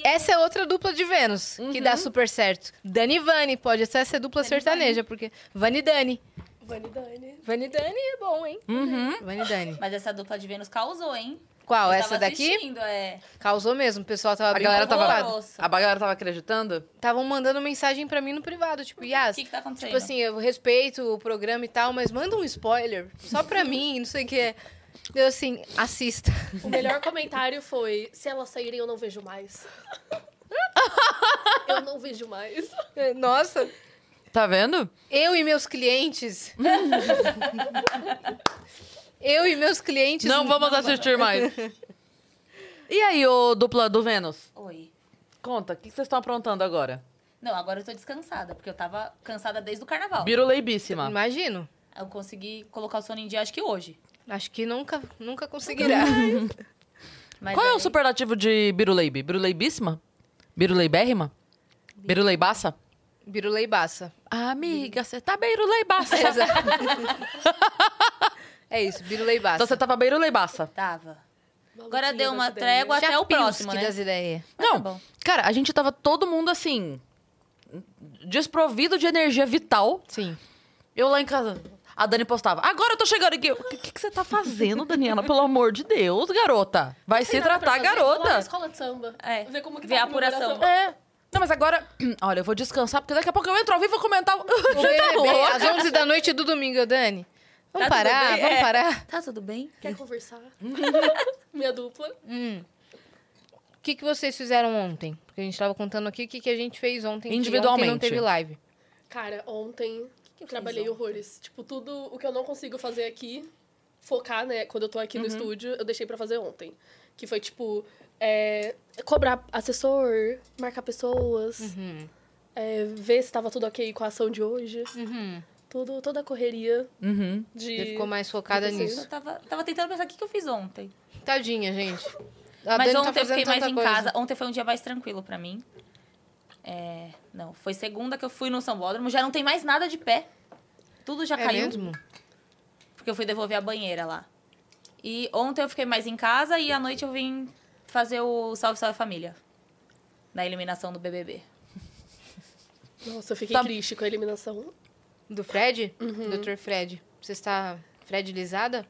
Speaker 2: Essa é outra dupla de Vênus, que dá super certo. Dani e Vani, pode até ser dupla sertaneja, porque Vani e Dani.
Speaker 1: Hum?
Speaker 4: Uhum.
Speaker 2: Vani e Dani. Vani e Dani é bom, hein? Vani e Dani.
Speaker 4: Mas essa dupla de Vênus causou, hein?
Speaker 2: Qual?
Speaker 4: Eu
Speaker 2: Essa
Speaker 4: tava
Speaker 2: daqui?
Speaker 4: assistindo, é.
Speaker 2: Causou mesmo. O pessoal tava
Speaker 1: A
Speaker 2: bem
Speaker 1: galera tava,
Speaker 2: preocupado.
Speaker 4: Nossa.
Speaker 1: a galera tava acreditando?
Speaker 2: Estavam mandando mensagem pra mim no privado, tipo,
Speaker 4: O
Speaker 2: Yas,
Speaker 4: que que tá acontecendo?
Speaker 2: tipo assim, eu respeito o programa e tal, mas manda um spoiler só pra mim, não sei o que é. Eu assim, assista.
Speaker 5: O melhor comentário foi: se elas saírem, eu não vejo mais. eu não vejo mais.
Speaker 2: Nossa,
Speaker 1: Tá vendo?
Speaker 2: eu e meus clientes. eu e meus clientes.
Speaker 1: Não vamos assistir mais. E aí, ô dupla do Vênus?
Speaker 4: Oi.
Speaker 1: Conta, o que que vocês estão aprontando agora?
Speaker 4: Não, agora eu tô descansada, porque eu tava cansada desde o carnaval.
Speaker 1: Biruleibíssima.
Speaker 2: Imagino.
Speaker 4: Eu consegui colocar o sono em dia, acho que hoje.
Speaker 2: Acho que nunca, nunca conseguirá.
Speaker 4: Mas
Speaker 1: Qual é o
Speaker 4: aí-
Speaker 1: superlativo de biruleibe? Biruleibíssima? Biruleibérrima? Biruleibaça?
Speaker 2: Birulaibaça.
Speaker 1: Ah, Amiga, você tá biruleibaça.
Speaker 2: É isso, Birulaibaça.
Speaker 4: tá
Speaker 1: então você tava biruleibaça.
Speaker 4: Tava. Agora
Speaker 5: Maluquinha
Speaker 4: deu uma
Speaker 5: das ideias.
Speaker 4: trégua até o próximo, né?
Speaker 2: das ideias.
Speaker 4: Mas
Speaker 1: Não,
Speaker 4: tá bom.
Speaker 1: cara, a gente tava todo mundo assim, desprovido de energia vital.
Speaker 2: Sim.
Speaker 1: Eu lá em casa, a Dani postava, agora eu tô chegando aqui. Eu, O que, que você tá fazendo, Daniela? Pelo amor de Deus, garota. Vai se
Speaker 5: Tem nada pra
Speaker 1: tratar,
Speaker 5: fazer? Vou lá na
Speaker 1: garota.
Speaker 5: escola de samba.
Speaker 4: É.
Speaker 5: Ver como que
Speaker 4: Ver
Speaker 5: tá
Speaker 4: a
Speaker 5: comemoração.
Speaker 4: apuração.
Speaker 1: É. Não, mas agora, olha, eu vou descansar, porque daqui a pouco eu entro ao vivo e comentar. o-
Speaker 2: O
Speaker 1: Você tá
Speaker 2: BBB, às
Speaker 1: louca?
Speaker 2: 11 da noite do domingo, Dani. Vamos
Speaker 4: Tá tudo
Speaker 2: parar,
Speaker 4: bem,
Speaker 2: vamos
Speaker 4: é.
Speaker 2: parar.
Speaker 4: Tá tudo bem?
Speaker 5: Quer conversar? Minha dupla.
Speaker 2: O que, que vocês fizeram ontem? Porque a gente tava contando aqui o que, que a gente fez ontem. que
Speaker 1: Individualmente.
Speaker 2: Ontem não teve live.
Speaker 5: Cara, ontem eu trabalhei horrores. Tipo, tudo o que eu não consigo fazer aqui, focar, né? Quando eu tô aqui no estúdio, eu deixei pra fazer ontem. Que foi, tipo, é, cobrar assessor, marcar pessoas, é, ver se tava tudo ok com a ação de hoje. Tudo, toda a correria
Speaker 1: Uhum.
Speaker 5: de...
Speaker 2: Você ficou mais focada
Speaker 5: Aconteceu.
Speaker 2: nisso.
Speaker 4: Eu tava, tava tentando pensar o que, que eu fiz ontem.
Speaker 2: Tadinha, gente. A
Speaker 4: Mas
Speaker 2: Dani tá
Speaker 4: ontem eu
Speaker 2: fazendo
Speaker 4: fiquei mais
Speaker 2: tanta
Speaker 4: em
Speaker 2: coisa.
Speaker 4: casa. Ontem foi um dia mais tranquilo pra mim. É, não, foi segunda que eu fui no Sambódromo. Já não tem mais nada de pé. Tudo já
Speaker 2: É
Speaker 4: caiu.
Speaker 2: mesmo?
Speaker 4: Porque eu fui devolver a banheira lá. E ontem eu fiquei mais em casa e à noite eu vim fazer o Salve Salve Família. Na eliminação do BBB.
Speaker 5: Nossa, eu fiquei
Speaker 1: Tá-
Speaker 5: triste com a eliminação.
Speaker 2: Do Fred?
Speaker 4: Uhum.
Speaker 2: Dr. Fred. Você está fredilizada?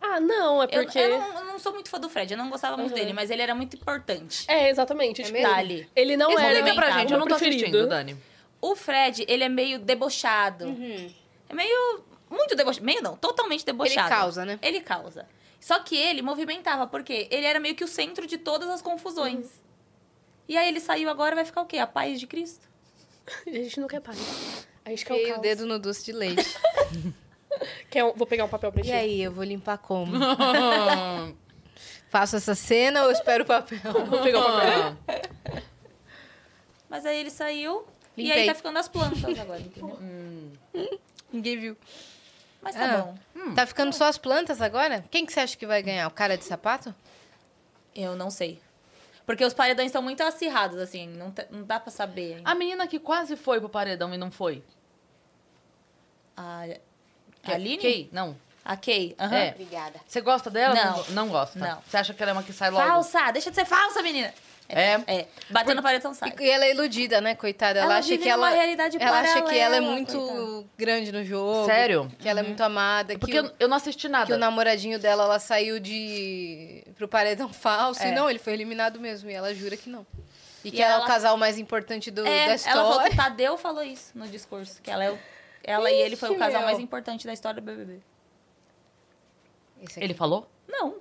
Speaker 5: Ah, não, é
Speaker 4: Eu-
Speaker 5: porque...
Speaker 4: Eu, não, eu não sou muito fã do Fred, eu não gostava muito
Speaker 5: Uhum.
Speaker 4: dele, mas ele era muito importante.
Speaker 5: É, exatamente.
Speaker 2: É
Speaker 5: tipo,
Speaker 2: mesmo?
Speaker 4: Tá ali.
Speaker 5: Ele não
Speaker 4: Explica
Speaker 5: era
Speaker 1: Explica pra
Speaker 4: Tá,
Speaker 1: gente,
Speaker 5: o
Speaker 1: eu não tô
Speaker 5: preferido.
Speaker 1: assistindo, Dani.
Speaker 4: O Fred, ele é meio debochado. É meio. Muito debochado. Meio não, totalmente debochado.
Speaker 2: causa, né?
Speaker 4: Ele causa. Só que ele movimentava, porque ele era meio que o centro de todas as confusões. E aí ele saiu agora, vai ficar o quê? A paz de Cristo?
Speaker 5: A gente não quer paz. A gente quer o
Speaker 2: Fiquei o
Speaker 5: caos.
Speaker 2: dedo no doce de leite.
Speaker 5: Quer um- Vou pegar um papel pra
Speaker 2: e
Speaker 5: gente.
Speaker 2: aí, eu vou limpar como? Faço essa cena ou espero o papel?
Speaker 5: Vou pegar
Speaker 1: Ah.
Speaker 5: um papel.
Speaker 4: Mas aí ele saiu e
Speaker 2: Limpei.
Speaker 4: aí tá ficando as plantas agora, entendeu? Hum.
Speaker 2: Ninguém viu.
Speaker 4: Mas tá
Speaker 2: Ah.
Speaker 4: bom.
Speaker 2: Tá ficando só as plantas agora? Quem que você acha que vai ganhar? O cara de sapato?
Speaker 4: Eu não sei. Porque os paredões estão muito acirrados, assim, não, tá- não dá pra saber ainda.
Speaker 1: A menina que quase foi pro paredão e não foi.
Speaker 4: A, a
Speaker 1: Que-
Speaker 4: Ah,
Speaker 1: é
Speaker 4: Aline?
Speaker 1: Kay? Não.
Speaker 4: A Kay, aham.
Speaker 1: É.
Speaker 2: Obrigada.
Speaker 1: Você gosta dela?
Speaker 4: Não.
Speaker 1: Não gosta.
Speaker 4: Não.
Speaker 1: Você acha que ela é uma que sai logo?
Speaker 4: Falsa! Deixa de ser falsa, menina!
Speaker 1: É.
Speaker 4: É. Bateu no paredão, sai.
Speaker 2: E ela é iludida, né, coitada? Ela,
Speaker 4: Ela
Speaker 2: acha
Speaker 4: vive
Speaker 2: que ela.
Speaker 4: numa realidade
Speaker 2: ela acha que ela é
Speaker 4: paralela,
Speaker 2: muito
Speaker 4: coitada.
Speaker 2: grande no jogo.
Speaker 1: Sério?
Speaker 2: Que ela é muito amada.
Speaker 1: Porque
Speaker 2: que,
Speaker 1: eu,
Speaker 2: o,
Speaker 1: eu não assisti nada.
Speaker 2: que o namoradinho dela ela saiu de. pro paredão falso. E
Speaker 4: É.
Speaker 2: não, ele foi eliminado mesmo. E ela jura que não. E,
Speaker 4: E
Speaker 2: que ela, é o
Speaker 4: ela-
Speaker 2: casal mais importante do,
Speaker 4: É,
Speaker 2: da
Speaker 4: ela falou que
Speaker 2: história.
Speaker 4: o Tadeu falou isso no discurso, que ela, é o- ela e ele foi o
Speaker 2: Ixi,
Speaker 4: casal
Speaker 2: meu.
Speaker 4: mais importante da história do BBB.
Speaker 2: Esse aqui-
Speaker 1: Ele falou?
Speaker 4: Não.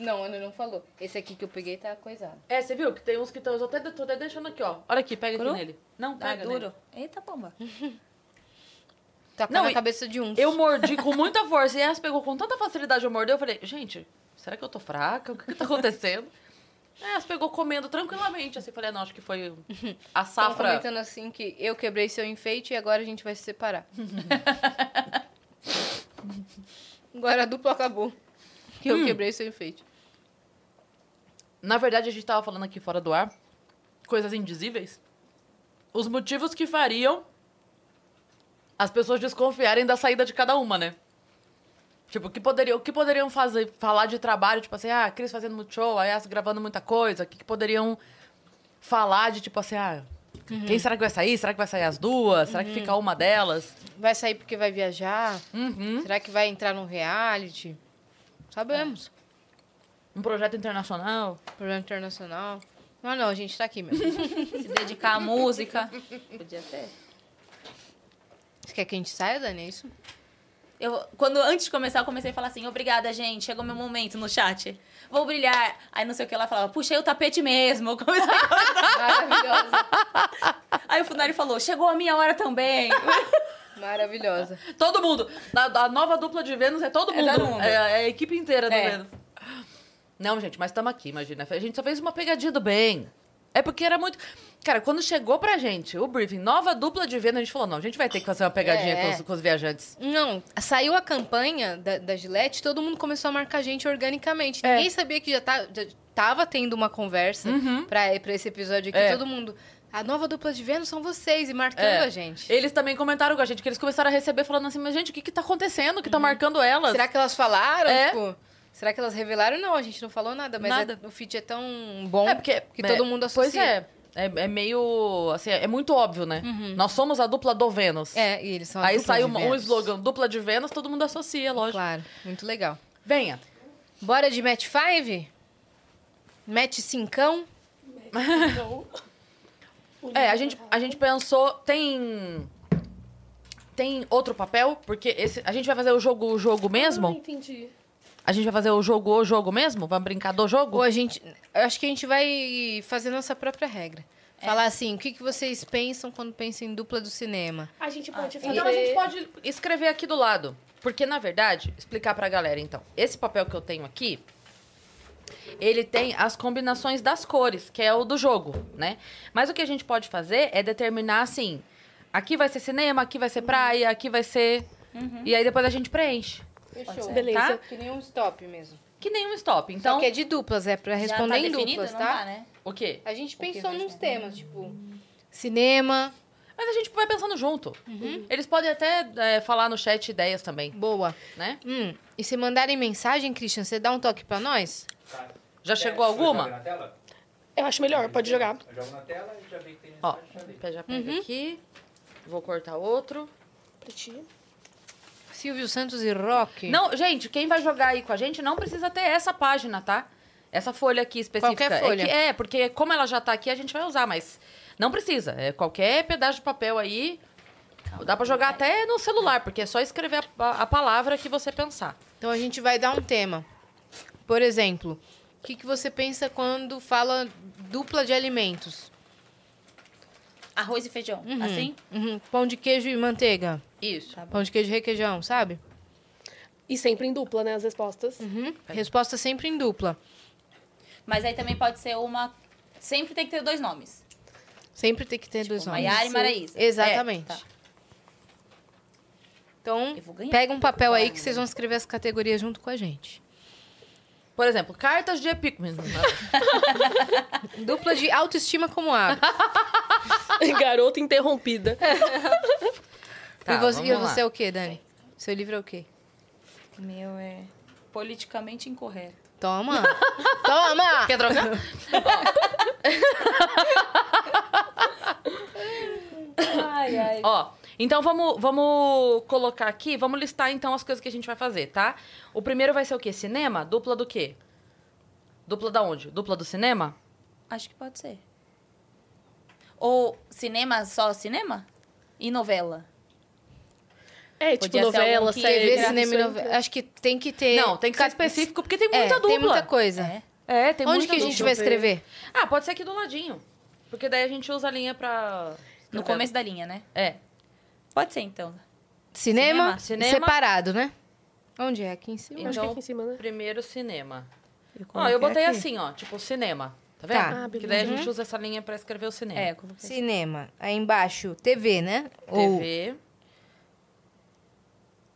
Speaker 2: Não, ele não falou. Esse aqui que eu peguei tá coisado.
Speaker 1: É, você viu que tem uns que estão. Eu tô até, tô até deixando aqui, ó. Olha aqui, pega
Speaker 4: Cru?
Speaker 1: aqui nele. Não,
Speaker 4: Tá
Speaker 1: pega nele.
Speaker 4: duro. Eita, pomba.
Speaker 2: Tá
Speaker 1: Não,
Speaker 2: na
Speaker 1: e-
Speaker 2: cabeça de um.
Speaker 1: Eu mordi com muita força e essa pegou com tanta facilidade. Eu mordi, eu falei, gente, será que eu tô fraca? O que que tá acontecendo? É, as pegou comendo tranquilamente. Assim, falei, não, acho que foi a
Speaker 2: Tão
Speaker 1: safra.
Speaker 2: comentando assim que eu quebrei seu enfeite e agora a gente vai se separar. agora a dupla acabou. Que eu quebrei seu enfeite.
Speaker 1: Na verdade, a gente tava falando aqui fora do ar coisas indizíveis. Os motivos que fariam as pessoas desconfiarem da saída de cada uma, né? Tipo, o que poderiam, o que poderiam fazer, falar de trabalho, tipo assim, ah, a Cris fazendo muito show, a Yas gravando muita coisa, o que, que poderiam falar de, tipo assim, ah, quem será que vai sair? Será que vai sair as duas? Será que fica uma delas?
Speaker 2: Vai sair porque vai viajar?
Speaker 1: Uhum.
Speaker 2: Será que vai entrar num reality? Sabemos.
Speaker 1: Um projeto internacional?
Speaker 2: Programa internacional. Não, não, a gente tá aqui mesmo.
Speaker 4: Se dedicar à música. Podia ser.
Speaker 2: Você quer que a gente saia, Dani? É isso?
Speaker 4: Eu, quando, antes de começar, eu comecei a falar assim, obrigada, gente, chegou meu momento no chat. Vou brilhar. Aí não sei o que, ela falava, puxei o tapete mesmo. Eu comecei a contar.
Speaker 2: Maravilhosa.
Speaker 4: Aí o Funari falou, chegou a minha hora também. tá
Speaker 2: Maravilhosa.
Speaker 1: Todo mundo! A, a nova dupla de Vênus é todo
Speaker 4: É
Speaker 1: mundo.
Speaker 4: todo mundo.
Speaker 1: É, é a equipe inteira do
Speaker 4: É.
Speaker 1: Vênus. Não, gente, mas estamos aqui, imagina. A gente só fez uma pegadinha do bem. É porque era muito. Cara, quando chegou pra gente o briefing, nova dupla de Vênus, a gente falou: não, a gente vai ter que fazer uma pegadinha
Speaker 2: É.
Speaker 1: com, os, com os viajantes.
Speaker 2: Não, saiu a campanha da, da Gillette, todo mundo começou a marcar a gente organicamente.
Speaker 1: É.
Speaker 2: Ninguém sabia que já, tá, já tava tendo uma conversa pra, pra esse episódio aqui.
Speaker 1: Uhum. É.
Speaker 2: Todo mundo, a nova dupla de Vênus são vocês, e marcando
Speaker 1: É.
Speaker 2: a gente.
Speaker 1: Eles também comentaram com a gente que eles começaram a receber falando assim: mas gente, o que que tá acontecendo que tá marcando elas?
Speaker 2: Uhum. Será que elas falaram?
Speaker 1: É.
Speaker 2: Tipo, será que elas revelaram? Não, a gente não falou nada, mas
Speaker 1: Nada.
Speaker 2: é- o feed é tão bom
Speaker 1: É porque
Speaker 2: que
Speaker 1: é,
Speaker 2: todo mundo associa.
Speaker 1: Pois é. É, é meio. Assim, é muito óbvio, né? Nós somos a dupla do Vênus.
Speaker 2: Uhum. É, e eles são a
Speaker 1: Aí
Speaker 2: dupla
Speaker 1: sai
Speaker 2: de
Speaker 1: uma- um
Speaker 2: Vênus.
Speaker 1: slogan, dupla de Vênus, todo mundo associa, lógico.
Speaker 2: Claro, muito legal.
Speaker 1: Venha.
Speaker 2: Bora de match 5? Match 5?
Speaker 5: Então,
Speaker 1: É, a gente, a gente pensou, tem tem outro papel, porque esse, a gente vai fazer o jogo o jogo
Speaker 5: Ah,
Speaker 1: mesmo?
Speaker 5: entendi.
Speaker 1: A gente vai fazer o jogo o jogo mesmo? Vamos brincar do jogo?
Speaker 2: Ou a gente. Eu acho que a gente vai fazer nossa própria regra.
Speaker 4: É.
Speaker 2: Falar assim, o que, que vocês pensam quando pensam em dupla do cinema?
Speaker 5: A gente pode fazer...
Speaker 1: Então a gente pode escrever aqui do lado. Porque, na verdade, explicar pra galera, então. Esse papel que eu tenho aqui, ele tem as combinações das cores, que é o do jogo, né? Mas o que a gente pode fazer é determinar, assim, aqui vai ser cinema, aqui vai ser praia, aqui vai ser... E aí depois a gente preenche.
Speaker 2: Fechou.
Speaker 5: Beleza.
Speaker 1: Tá?
Speaker 2: Que nem um stop mesmo.
Speaker 1: Que nem um stop.
Speaker 2: Então,
Speaker 1: Então,
Speaker 2: que é de duplas, é pra
Speaker 4: Já
Speaker 2: responder em
Speaker 4: definido?
Speaker 2: duplas,
Speaker 4: Não
Speaker 2: tá?
Speaker 4: né?
Speaker 1: o quê?
Speaker 2: A gente
Speaker 4: que
Speaker 2: pensou
Speaker 4: vai
Speaker 2: nos
Speaker 4: ser?
Speaker 2: temas, tipo. Cinema,
Speaker 1: Mas a gente vai pensando junto.
Speaker 2: Uhum.
Speaker 1: Eles podem até é, falar no chat ideias também,
Speaker 2: boa.
Speaker 1: né?
Speaker 2: Hum, e se mandarem mensagem, Christian, você dá um toque pra nós?
Speaker 1: Já chegou
Speaker 6: É, joga
Speaker 1: alguma? Tá.
Speaker 6: na tela?
Speaker 5: Eu acho melhor, pode jogar.
Speaker 6: Eu jogo na tela e já vi que tem
Speaker 1: Ó,
Speaker 6: mensagem, já li.
Speaker 1: já pega
Speaker 2: Uhum.
Speaker 1: aqui. Vou cortar outro.
Speaker 5: Pra ti.
Speaker 2: Silvio Santos e Rock?
Speaker 1: Não, gente, quem vai jogar aí com a gente não precisa ter essa página, tá? Essa folha aqui específica.
Speaker 2: Qualquer
Speaker 1: É
Speaker 2: folha.
Speaker 1: que- É, porque como ela já tá aqui, a gente vai usar, mas não precisa. É qualquer pedaço de papel aí. Dá pra jogar até no celular, porque é só escrever a, a palavra que você pensar.
Speaker 2: Então a gente vai dar um tema. Por exemplo, o que, que você pensa quando fala dupla de alimentos?
Speaker 4: Arroz e feijão, assim? Tá
Speaker 2: Uhum, Pão de queijo e manteiga.
Speaker 1: Isso.
Speaker 2: Pão de queijo e requeijão, sabe?
Speaker 5: E sempre em dupla, né, as respostas.
Speaker 2: Uhum. Resposta sempre em dupla.
Speaker 4: Mas aí também pode ser uma... Sempre tem que ter dois nomes.
Speaker 2: Sempre tem que ter dois nomes.
Speaker 4: Tipo, Maiara e Maraísa.
Speaker 2: Exatamente.
Speaker 4: É, tá.
Speaker 2: Então,
Speaker 4: Eu vou ganhar. né?
Speaker 2: pega um papel aí que vocês vão escrever as categorias junto com a gente.
Speaker 1: Por exemplo, cartas de Epicmen.
Speaker 2: Dupla de autoestima como água.
Speaker 5: Garota interrompida.
Speaker 1: Tá,
Speaker 2: e você, e
Speaker 1: vamos lá.
Speaker 2: você é o quê, Dani? Seu livro é o quê?
Speaker 4: Meu, é... Politicamente incorreto.
Speaker 2: Toma! Toma!
Speaker 1: Quer trocar?
Speaker 4: Ai, ai.
Speaker 1: Ó, então vamos, vamos colocar aqui, vamos listar então as coisas que a gente vai fazer, tá? O primeiro vai ser o quê? Cinema? Dupla do quê? Dupla da onde? Dupla do cinema?
Speaker 4: Acho que pode ser. Ou cinema, só cinema? E novela?
Speaker 5: É, tipo
Speaker 4: Podia ser
Speaker 5: novela,
Speaker 4: algum que-
Speaker 5: série.
Speaker 2: TV,
Speaker 4: Graça
Speaker 2: cinema e
Speaker 5: isso aí.
Speaker 2: novela. Acho que tem que ter.
Speaker 1: Não, tem que ser
Speaker 2: Cat-
Speaker 1: específico porque tem
Speaker 2: É,
Speaker 1: muita dupla.
Speaker 2: Tem muita coisa.
Speaker 4: É.
Speaker 1: É, tem
Speaker 2: Onde
Speaker 1: muita
Speaker 2: que a
Speaker 1: dupla.
Speaker 2: gente vai escrever?
Speaker 1: Ah, pode ser aqui do ladinho. Porque daí a gente usa a linha pra.
Speaker 4: No começo da linha, né?
Speaker 1: É.
Speaker 4: Pode ser, então.
Speaker 2: Cinema,
Speaker 4: Cinema.
Speaker 1: Cinema.
Speaker 2: separado, né? Onde é? Aqui em cima?
Speaker 5: Acho que é
Speaker 1: Então-
Speaker 5: aqui em cima, né?
Speaker 1: Primeiro cinema. Ó,
Speaker 2: coloquei
Speaker 1: eu botei
Speaker 2: é aqui.
Speaker 1: assim, ó, tipo cinema. Tá
Speaker 2: Tá.
Speaker 1: vendo?
Speaker 5: Ah,
Speaker 1: que daí a gente usa essa linha pra escrever o cinema.
Speaker 4: É, eu coloquei.
Speaker 2: Cinema. Aí embaixo, TV, né?
Speaker 1: TV.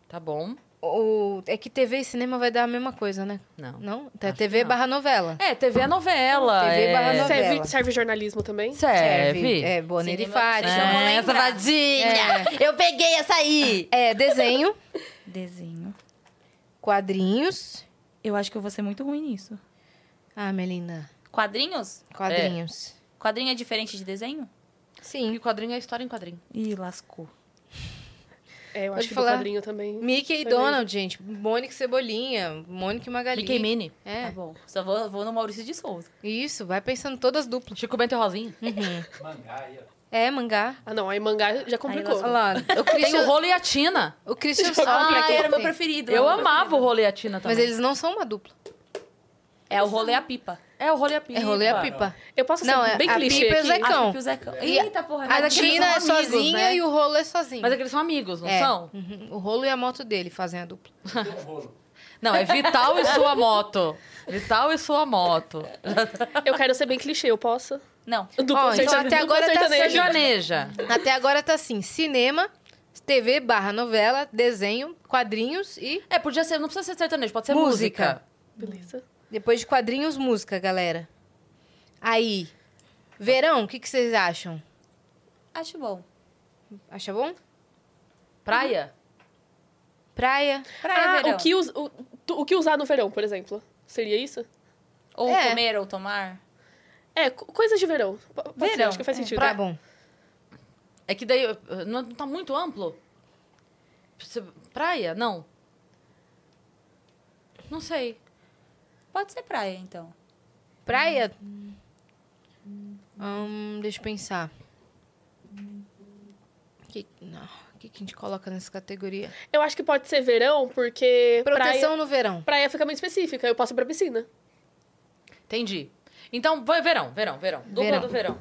Speaker 1: Tá bom.
Speaker 2: Ou, ou- é que TV e cinema vai dar a mesma coisa, né?
Speaker 1: Não.
Speaker 2: Não? Tá
Speaker 1: Acho
Speaker 2: TV
Speaker 1: que não.
Speaker 2: barra novela.
Speaker 1: É, TV é novela.
Speaker 2: TV
Speaker 1: é...
Speaker 2: barra novela.
Speaker 5: Serve, serve jornalismo também?
Speaker 1: Serve.
Speaker 2: É, Bonner e
Speaker 4: Cinema,
Speaker 2: Fares.
Speaker 4: vocês vão
Speaker 1: É,
Speaker 4: lembrar.
Speaker 1: safadinha. Eu peguei essa aí.
Speaker 2: É, desenho,
Speaker 4: Desenho.
Speaker 2: quadrinhos.
Speaker 4: Eu acho que eu vou ser muito ruim nisso.
Speaker 2: Ah, Melina,
Speaker 4: Quadrinhos?
Speaker 2: quadrinhos.
Speaker 4: Quadrinho é diferente de desenho?
Speaker 1: E
Speaker 2: Sim.
Speaker 1: é quadrinho é história em quadrinho.
Speaker 4: Ih, lascou.
Speaker 5: É, eu
Speaker 2: Pode
Speaker 5: acho que
Speaker 2: falar.
Speaker 5: do quadrinho também.
Speaker 2: Mickey e
Speaker 5: Foi
Speaker 2: Donald, gente. Mônica e Cebolinha. Mônica e Magali.
Speaker 1: Mickey Mini.
Speaker 4: Tá
Speaker 2: É.
Speaker 4: bom. Só vou, vou no Maurício de Souza.
Speaker 2: Isso, vai pensando todas duplas.
Speaker 1: Chico Bento e Rosinha.
Speaker 6: Mangá aí, ó.
Speaker 2: É, mangá.
Speaker 5: Ah, não, aí mangá já complicou.
Speaker 2: Olha lá. O
Speaker 1: Tem o
Speaker 2: Christian,
Speaker 1: Rolo e a Tina.
Speaker 2: o Christian Sopra
Speaker 4: Ah,
Speaker 2: que
Speaker 4: era o meu
Speaker 2: tem.
Speaker 4: preferido.
Speaker 1: Eu
Speaker 4: era o meu
Speaker 1: amava o Rolo e a Tina também.
Speaker 2: Mas eles não são uma dupla.
Speaker 4: preferido. É o rolê a pipa.
Speaker 1: É o Rolo e a Pipa.
Speaker 2: É rolê a pipa.
Speaker 5: Eu posso ser
Speaker 2: Não, é-
Speaker 5: bem
Speaker 2: a
Speaker 5: clichê
Speaker 2: Pipa é o
Speaker 5: aqui.
Speaker 2: Zé Ca- Então,
Speaker 4: a pipa e o Zecão.
Speaker 2: e a-
Speaker 4: Eita, porra.
Speaker 2: A
Speaker 4: mas eles
Speaker 2: Tina
Speaker 4: são
Speaker 2: é
Speaker 4: amigos,
Speaker 2: sozinha
Speaker 4: né?
Speaker 2: e o rolo é sozinho.
Speaker 1: Mas é que eles são amigos, não
Speaker 2: É.
Speaker 1: são?
Speaker 2: Uhum. O rolo e a moto dele fazem a dupla.
Speaker 6: O um rolo.
Speaker 1: Não, é Vital e sua moto. Vital e sua moto.
Speaker 5: Eu quero ser bem clichê, eu posso?
Speaker 4: Não.
Speaker 5: Duplo
Speaker 2: Ó, então
Speaker 5: sertane-
Speaker 2: até
Speaker 5: duplo
Speaker 2: agora tá
Speaker 5: sertanejo.
Speaker 1: Sertaneja.
Speaker 2: Até agora tá assim: cinema, TV barra novela, desenho, quadrinhos e.
Speaker 1: É, podia ser, não precisa ser sertanejo, pode ser
Speaker 2: Música.
Speaker 1: música.
Speaker 5: Beleza.
Speaker 2: Depois de quadrinhos, música, galera. Aí. Verão, o que, que vocês acham?
Speaker 4: Acho bom.
Speaker 2: Acha bom?
Speaker 1: Praia?
Speaker 2: Praia.
Speaker 4: Praia,
Speaker 5: Ah,
Speaker 4: verão.
Speaker 5: o que, us- o, tu- o que usar no verão, por exemplo? Seria isso?
Speaker 4: Ou
Speaker 2: É.
Speaker 4: comer ou tomar.
Speaker 5: É, co- coisas de verão. P- pode ser,
Speaker 4: Verão,
Speaker 5: acho que faz sentido. É.
Speaker 2: Tá bom.
Speaker 1: É que daí. eh, Não não tá muito amplo? Precisa- Praia? Não. Não sei.
Speaker 4: Pode ser praia, então.
Speaker 2: Praia? Hum, deixa eu pensar. Que, não, o que, que a gente coloca nessa categoria?
Speaker 5: Eu acho que pode ser verão, porque
Speaker 2: Proteção no verão.
Speaker 5: praia, praia fica muito específica. Eu posso ir pra piscina.
Speaker 1: Entendi. Então, vai- verão, verão, verão. Dupla
Speaker 2: Verão.
Speaker 1: do verão.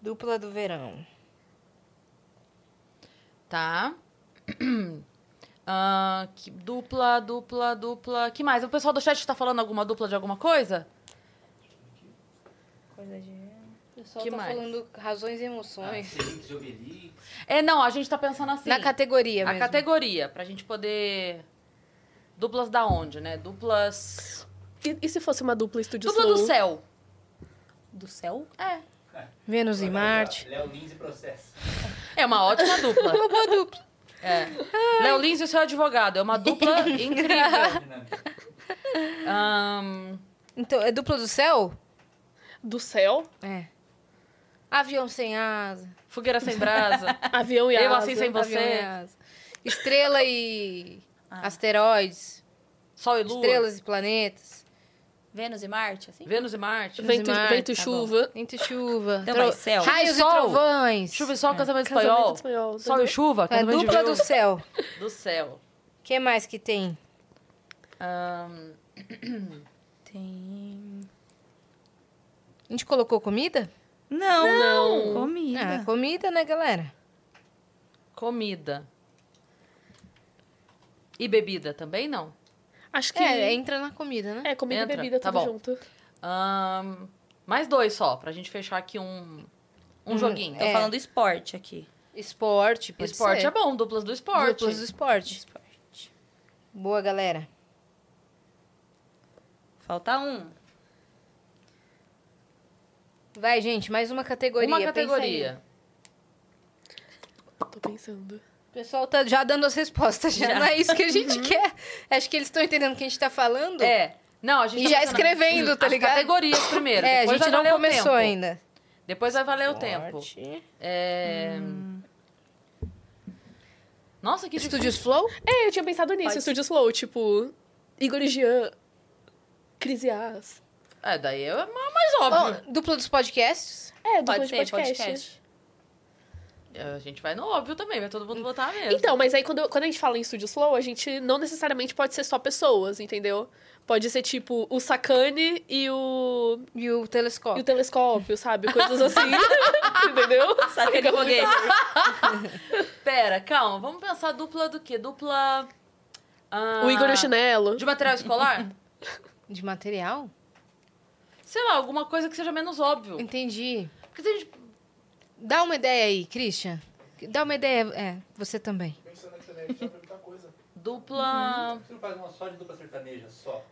Speaker 2: Dupla do verão.
Speaker 1: Tá. Ah, que- dupla, dupla, dupla. que mais? O pessoal do chat tá falando alguma dupla de alguma coisa?
Speaker 2: Eu só
Speaker 1: Que mais?
Speaker 2: falando razões e emoções.
Speaker 6: Asterix e Obelix.
Speaker 1: É, não, a gente tá pensando assim.
Speaker 2: Ah. Na categoria
Speaker 1: A
Speaker 2: mesmo.
Speaker 1: categoria, pra gente poder. Duplas da onde, né? Duplas.
Speaker 5: E, e se fosse uma dupla estúdio
Speaker 1: Dupla
Speaker 5: slow?
Speaker 1: do céu.
Speaker 4: Do céu?
Speaker 1: É.
Speaker 2: Vênus e Marte.
Speaker 6: Léo Lins e Processo.
Speaker 1: É uma ótima dupla. Uma boa dupla. É. Léo Lins e o seu advogado. É uma dupla incrível.
Speaker 6: Dinâmica.
Speaker 1: Ahn,
Speaker 2: Então, é dupla do céu?
Speaker 5: Do céu?
Speaker 2: É. Avião sem asa.
Speaker 1: fogueira sem brasa.
Speaker 5: Avião e
Speaker 1: Eu
Speaker 5: asa.
Speaker 1: assim sem
Speaker 2: avião sem
Speaker 1: você.
Speaker 2: asa. Estrela e asteroides.
Speaker 1: Sol e lua.
Speaker 2: Estrelas e planetas.
Speaker 4: Vênus e Marte, assim?
Speaker 1: Vênus e Marte.
Speaker 5: Vênus Vento e-
Speaker 2: Mar-
Speaker 5: vento e
Speaker 2: tá
Speaker 5: chuva.
Speaker 2: bom. Vento e chuva.
Speaker 4: Então vai, céu.
Speaker 2: Raios
Speaker 1: Chuva e
Speaker 2: e
Speaker 1: sol.
Speaker 2: trovões.
Speaker 1: Chuva e sol, É, casamento
Speaker 5: Casamento
Speaker 1: espanhol.
Speaker 5: espanhol.
Speaker 1: Sol e chuva,
Speaker 2: É
Speaker 1: casamento
Speaker 2: dupla do
Speaker 1: Tá de
Speaker 2: céu.
Speaker 1: do... do céu.
Speaker 2: O que mais que tem?
Speaker 1: Ahn,
Speaker 4: Tem.
Speaker 2: A gente colocou comida?
Speaker 4: Não, não. Comida.
Speaker 2: Ah, comida, né, galera?
Speaker 1: comida. E bebida também não.
Speaker 5: Acho que...
Speaker 2: É,
Speaker 5: É,
Speaker 2: entra na comida, né?
Speaker 5: comida
Speaker 1: Entra,
Speaker 5: e bebida,
Speaker 1: tá
Speaker 5: tudo
Speaker 1: bom.
Speaker 5: junto.
Speaker 1: Ahn, mais dois só, pra gente fechar aqui um, um joguinho.
Speaker 4: Tô
Speaker 2: É.
Speaker 4: falando esporte aqui.
Speaker 2: Esporte, pode
Speaker 1: Esporte
Speaker 2: ser.
Speaker 1: é bom, duplas do esporte.
Speaker 2: Duplas do esporte. Boa, galera.
Speaker 4: Falta um.
Speaker 2: Vai, gente, mais uma categoria.
Speaker 1: Uma
Speaker 2: pensa aí.
Speaker 1: categoria.
Speaker 5: Tô pensando.
Speaker 2: O pessoal tá já dando as respostas, já.
Speaker 1: Já. Uhum.
Speaker 2: Não é isso que a gente quer. Acho que eles estão entendendo o que a gente tá falando.
Speaker 1: É. Não, a gente
Speaker 2: E
Speaker 1: tá
Speaker 2: já
Speaker 1: pensando-
Speaker 2: escrevendo, tá
Speaker 1: As
Speaker 2: ligado?
Speaker 1: categorias primeiro.
Speaker 2: É, a
Speaker 1: depois vai
Speaker 2: gente não
Speaker 1: valer o
Speaker 2: começou
Speaker 1: tempo.
Speaker 2: ainda.
Speaker 1: Depois vai valer o tempo. É...
Speaker 2: Hum.
Speaker 1: Nossa, que
Speaker 2: Estúdios
Speaker 1: difícil.
Speaker 2: Flow?
Speaker 5: É, eu tinha pensado nisso. Estúdio slow, tipo... Igor e Jean. Cris e As.
Speaker 1: É, daí é ma- mais óbvio.
Speaker 2: Ó, dupla dos podcasts?
Speaker 5: É, dupla
Speaker 4: Pode
Speaker 5: de
Speaker 4: ser,
Speaker 5: podcast.
Speaker 4: podcast.
Speaker 1: É, A gente vai no óbvio também, vai todo mundo votar mesmo.
Speaker 5: Então, mas aí quando, quando a gente fala em estúdio slow, a gente não necessariamente pode ser só pessoas, entendeu? Pode ser tipo o Sakane e o,
Speaker 2: E o telescópio.
Speaker 5: e o telescópio, sabe? Coisas assim. entendeu?
Speaker 4: Saca de foguete.
Speaker 1: Pera, calma, vamos pensar dupla do quê? Dupla. ah,
Speaker 5: é O Igor e o Chinelo.
Speaker 1: De material escolar?
Speaker 2: De material?
Speaker 1: Sei lá, alguma coisa que seja menos óbvio.
Speaker 2: Entendi.
Speaker 1: Porque se a gente.
Speaker 2: Dá uma ideia aí, Christian. Dá uma ideia. É, você também.
Speaker 6: Pensando aqui também, a gente já foi muita coisa.
Speaker 1: Dupla.
Speaker 5: Uhum.
Speaker 6: Você não faz uma só de dupla sertaneja, só.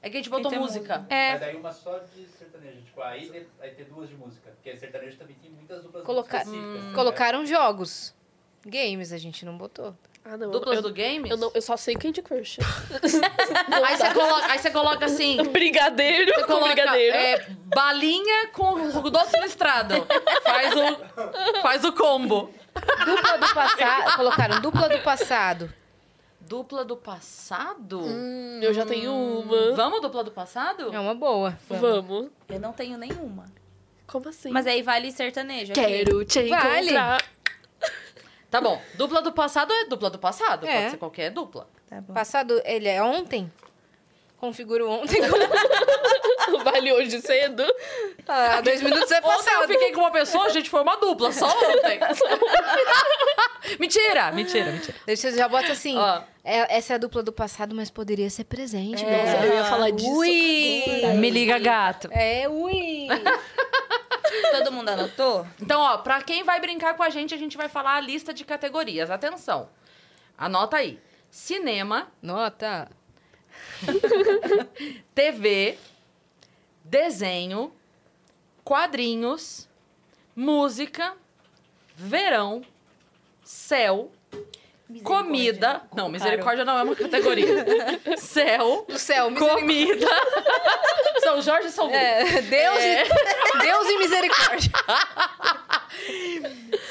Speaker 1: É que a gente botou
Speaker 4: Tem que ter
Speaker 1: música.
Speaker 2: É,
Speaker 6: Mas aí uma só de sertaneja. Tipo, aí, de- aí tem duas de música. Porque sertanejo também tem muitas duplas
Speaker 1: Hum,
Speaker 2: Colocar-
Speaker 6: específicas. né?
Speaker 2: Colocaram jogos. Games a gente não botou.
Speaker 5: Ah, não. eu-
Speaker 1: Duplas
Speaker 5: eu,
Speaker 1: do games?
Speaker 5: eu, não, eu só sei Candy Crush.
Speaker 1: Aí você coloca, aí você coloca assim.
Speaker 5: brigadeiro
Speaker 1: Você
Speaker 5: com
Speaker 1: coloca
Speaker 5: brigadeiro.
Speaker 1: é, balinha com doce listrado. Faz o, faz o combo.
Speaker 2: Dupla do passado. Colocaram dupla do passado.
Speaker 1: Dupla do passado?
Speaker 5: Hum, eu já tenho uma.
Speaker 1: Vamos dupla do passado?
Speaker 2: É uma boa.
Speaker 5: Vamos.
Speaker 4: Eu não tenho nenhuma.
Speaker 5: Como assim?
Speaker 1: é
Speaker 4: Mas aí vale sertanejo. aqui.
Speaker 5: te
Speaker 2: Vale.
Speaker 1: Tá bom. Dupla do passado é dupla do passado.
Speaker 2: É.
Speaker 1: Pode ser qualquer dupla.
Speaker 4: Tá bom.
Speaker 2: Passado, ele é ontem? Configuro ontem.
Speaker 5: vale hoje cedo.
Speaker 2: ah, dois minutos é
Speaker 1: Ontem eu
Speaker 2: passado.
Speaker 1: fiquei com uma pessoa, a gente foi uma dupla, só ontem. mentira, mentira, mentira.
Speaker 2: Deixa eu já bota assim.
Speaker 1: Ó.
Speaker 2: é- essa é a dupla do passado, mas poderia ser presente.
Speaker 5: Nossa,
Speaker 2: É,
Speaker 5: eu ia falar disso.
Speaker 1: Ui! Me liga, gato.
Speaker 2: é ui.
Speaker 4: Todo mundo anotou?
Speaker 1: Então, ó, pra quem vai brincar com a gente, a gente vai falar a lista de categorias. Atenção. Anota aí. Cinema,
Speaker 2: Nota.
Speaker 1: TV, desenho, quadrinhos, música, verão, céu, comida. Não, misericórdia não é uma categoria. céu,
Speaker 2: O céu, misericórdia.
Speaker 1: comida. São Jorge e São Luís.
Speaker 2: É, Deus, E, Deus e misericórdia.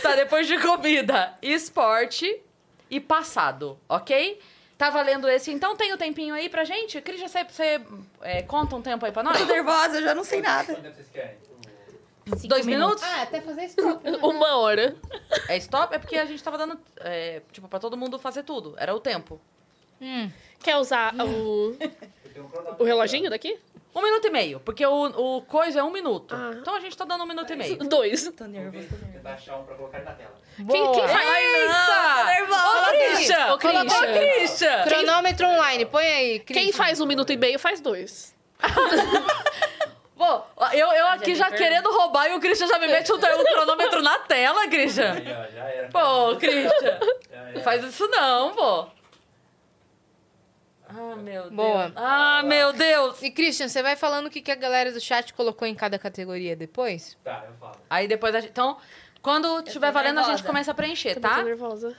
Speaker 1: Tá, depois de comida, esporte e passado, ok? Tá valendo esse. Então tem o tempinho aí pra gente? Cris, já sei, você é, conta um tempo aí pra nós?
Speaker 4: Tô nervosa, eu já não sei nada.
Speaker 6: Quanto tempo é vocês querem?
Speaker 1: Dois minutos?
Speaker 2: Ah, até fazer stop.
Speaker 5: Uma hora.
Speaker 1: É stop? É porque a gente tava dando, é, tipo, pra todo mundo fazer tudo. Era o tempo.
Speaker 5: Quer usar o,
Speaker 6: Eu tenho um cronômetro.
Speaker 5: o reloginho daqui?
Speaker 1: Um minuto e meio, porque o, o coisa é um minuto.
Speaker 5: Ah.
Speaker 1: Então a gente tá dando um minuto e meio.
Speaker 5: Dois.
Speaker 4: Tô
Speaker 6: Vou ver,
Speaker 4: nervosa.
Speaker 6: vou tentar achar um pra colocar na tela.
Speaker 5: Quem, quem faz?
Speaker 1: Eita! Ô, Christian!
Speaker 5: Ô, Christian.
Speaker 1: Ô, Christian!
Speaker 2: Cronômetro online, põe aí.
Speaker 5: Quem faz um minuto e meio faz dois.
Speaker 1: Pô, eu, eu aqui já querendo roubar e o Christian já me mete um, um cronômetro na tela, Christian!
Speaker 6: Aí, ó, já era.
Speaker 1: Pô, Christian!
Speaker 6: Já
Speaker 1: Não
Speaker 6: era.
Speaker 1: faz isso não, pô. Ah, meu Deus.
Speaker 2: Boa.
Speaker 1: Ah, meu Deus.
Speaker 2: E Christian, você vai falando o que, que a galera do chat colocou em cada categoria depois?
Speaker 6: Tá, eu falo.
Speaker 1: Aí depois a gente... Então, quando tiver valendo, a gente
Speaker 4: nervosa.
Speaker 1: começa a preencher,
Speaker 5: Também
Speaker 1: tá?
Speaker 5: tô nervosa.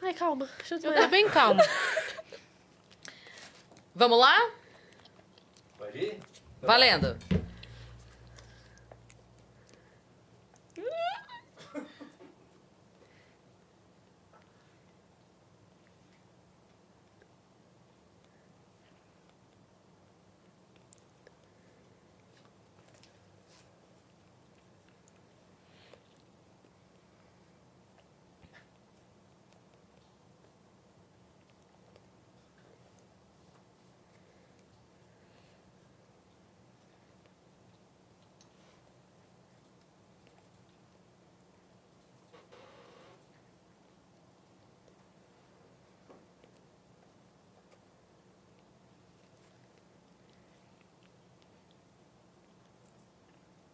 Speaker 5: Ai, calma. Deixa eu
Speaker 2: Eu tô
Speaker 5: desmaiar.
Speaker 2: bem calma.
Speaker 1: Vamos lá?
Speaker 6: Pode ir? Então,
Speaker 1: Valendo.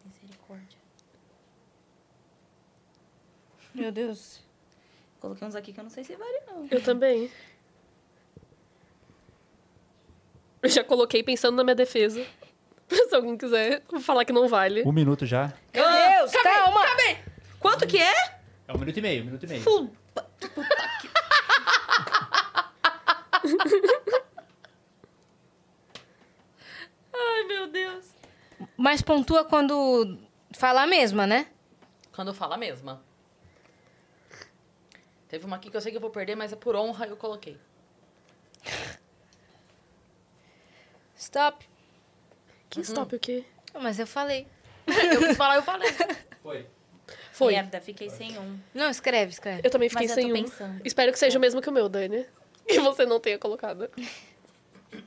Speaker 4: Misericórdia.
Speaker 2: Meu Deus.
Speaker 4: Coloquei uns aqui que eu não sei se vale, não.
Speaker 5: Eu também. Eu já coloquei pensando na minha defesa. Se alguém quiser falar que não vale.
Speaker 6: Um minuto já.
Speaker 4: Meu Deus, calma! Quanto que é?
Speaker 6: É um minuto e meio, um minuto e meio.
Speaker 4: Fu-
Speaker 1: Ai, meu Deus.
Speaker 2: Mas pontua quando falar a mesma, né?
Speaker 1: Quando fala a mesma. Teve uma aqui que eu sei que eu vou perder, mas é por honra eu coloquei.
Speaker 2: Stop.
Speaker 5: Que stop o quê?
Speaker 2: Mas eu falei.
Speaker 1: Eu quis falar, eu falei.
Speaker 6: Foi.
Speaker 5: Foi.
Speaker 4: Merda, fiquei sem um.
Speaker 2: Não, escreve, escreve.
Speaker 5: Eu também fiquei
Speaker 4: Mas eu
Speaker 5: sem
Speaker 4: tô
Speaker 5: um.
Speaker 4: pensando.
Speaker 5: Espero que seja o mesmo que o meu, Dani. Que você não tenha colocado.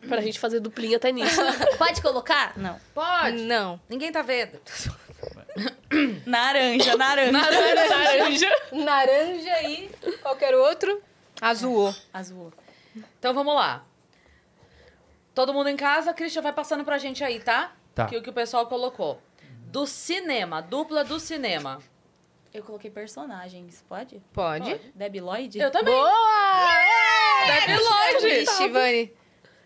Speaker 5: Pra gente fazer duplinha até nisso.
Speaker 4: Pode colocar? Não.
Speaker 1: Pode.
Speaker 2: Não.
Speaker 1: Ninguém tá vendo.
Speaker 4: Naranja, naranja.
Speaker 5: é Laranja.
Speaker 2: Naranja e qualquer outro. Azul.
Speaker 4: Azul.
Speaker 1: Então vamos lá. Todo mundo em casa, Christian vai passando pra gente aí, tá?
Speaker 6: Tá.
Speaker 1: Que o que o pessoal colocou. Do cinema, dupla do cinema.
Speaker 4: Eu coloquei personagens, pode?
Speaker 2: Pode.
Speaker 4: Debi Lloyd?
Speaker 1: Eu também. é
Speaker 2: Boa!
Speaker 1: Deve longe. então.
Speaker 2: Vixe, Vani.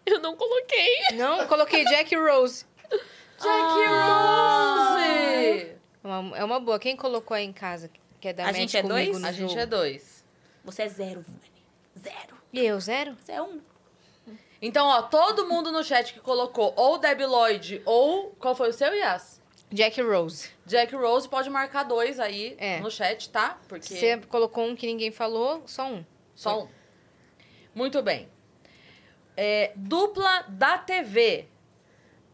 Speaker 5: Eu não coloquei.
Speaker 2: Não, coloquei Jack Rose.
Speaker 1: Jack Rose.
Speaker 2: É uma- é uma boa. Quem colocou aí em casa? Que é da
Speaker 4: A
Speaker 2: Match
Speaker 4: gente é
Speaker 2: comigo
Speaker 4: dois?
Speaker 2: no
Speaker 1: A gente
Speaker 2: jogo?
Speaker 1: é dois.
Speaker 4: Você é zero, Vani. Zero.
Speaker 2: E eu, zero?
Speaker 4: Você é um.
Speaker 1: Então, ó, todo mundo no chat que colocou ou Debbie Lloyd ou. Qual foi o seu, Yas?
Speaker 2: Jack Rose.
Speaker 1: Jack Rose pode marcar dois aí
Speaker 2: É.
Speaker 1: no chat, tá? Porque.
Speaker 2: Você colocou um que ninguém falou, só um.
Speaker 1: Só um. Muito bem. É, dupla da TV.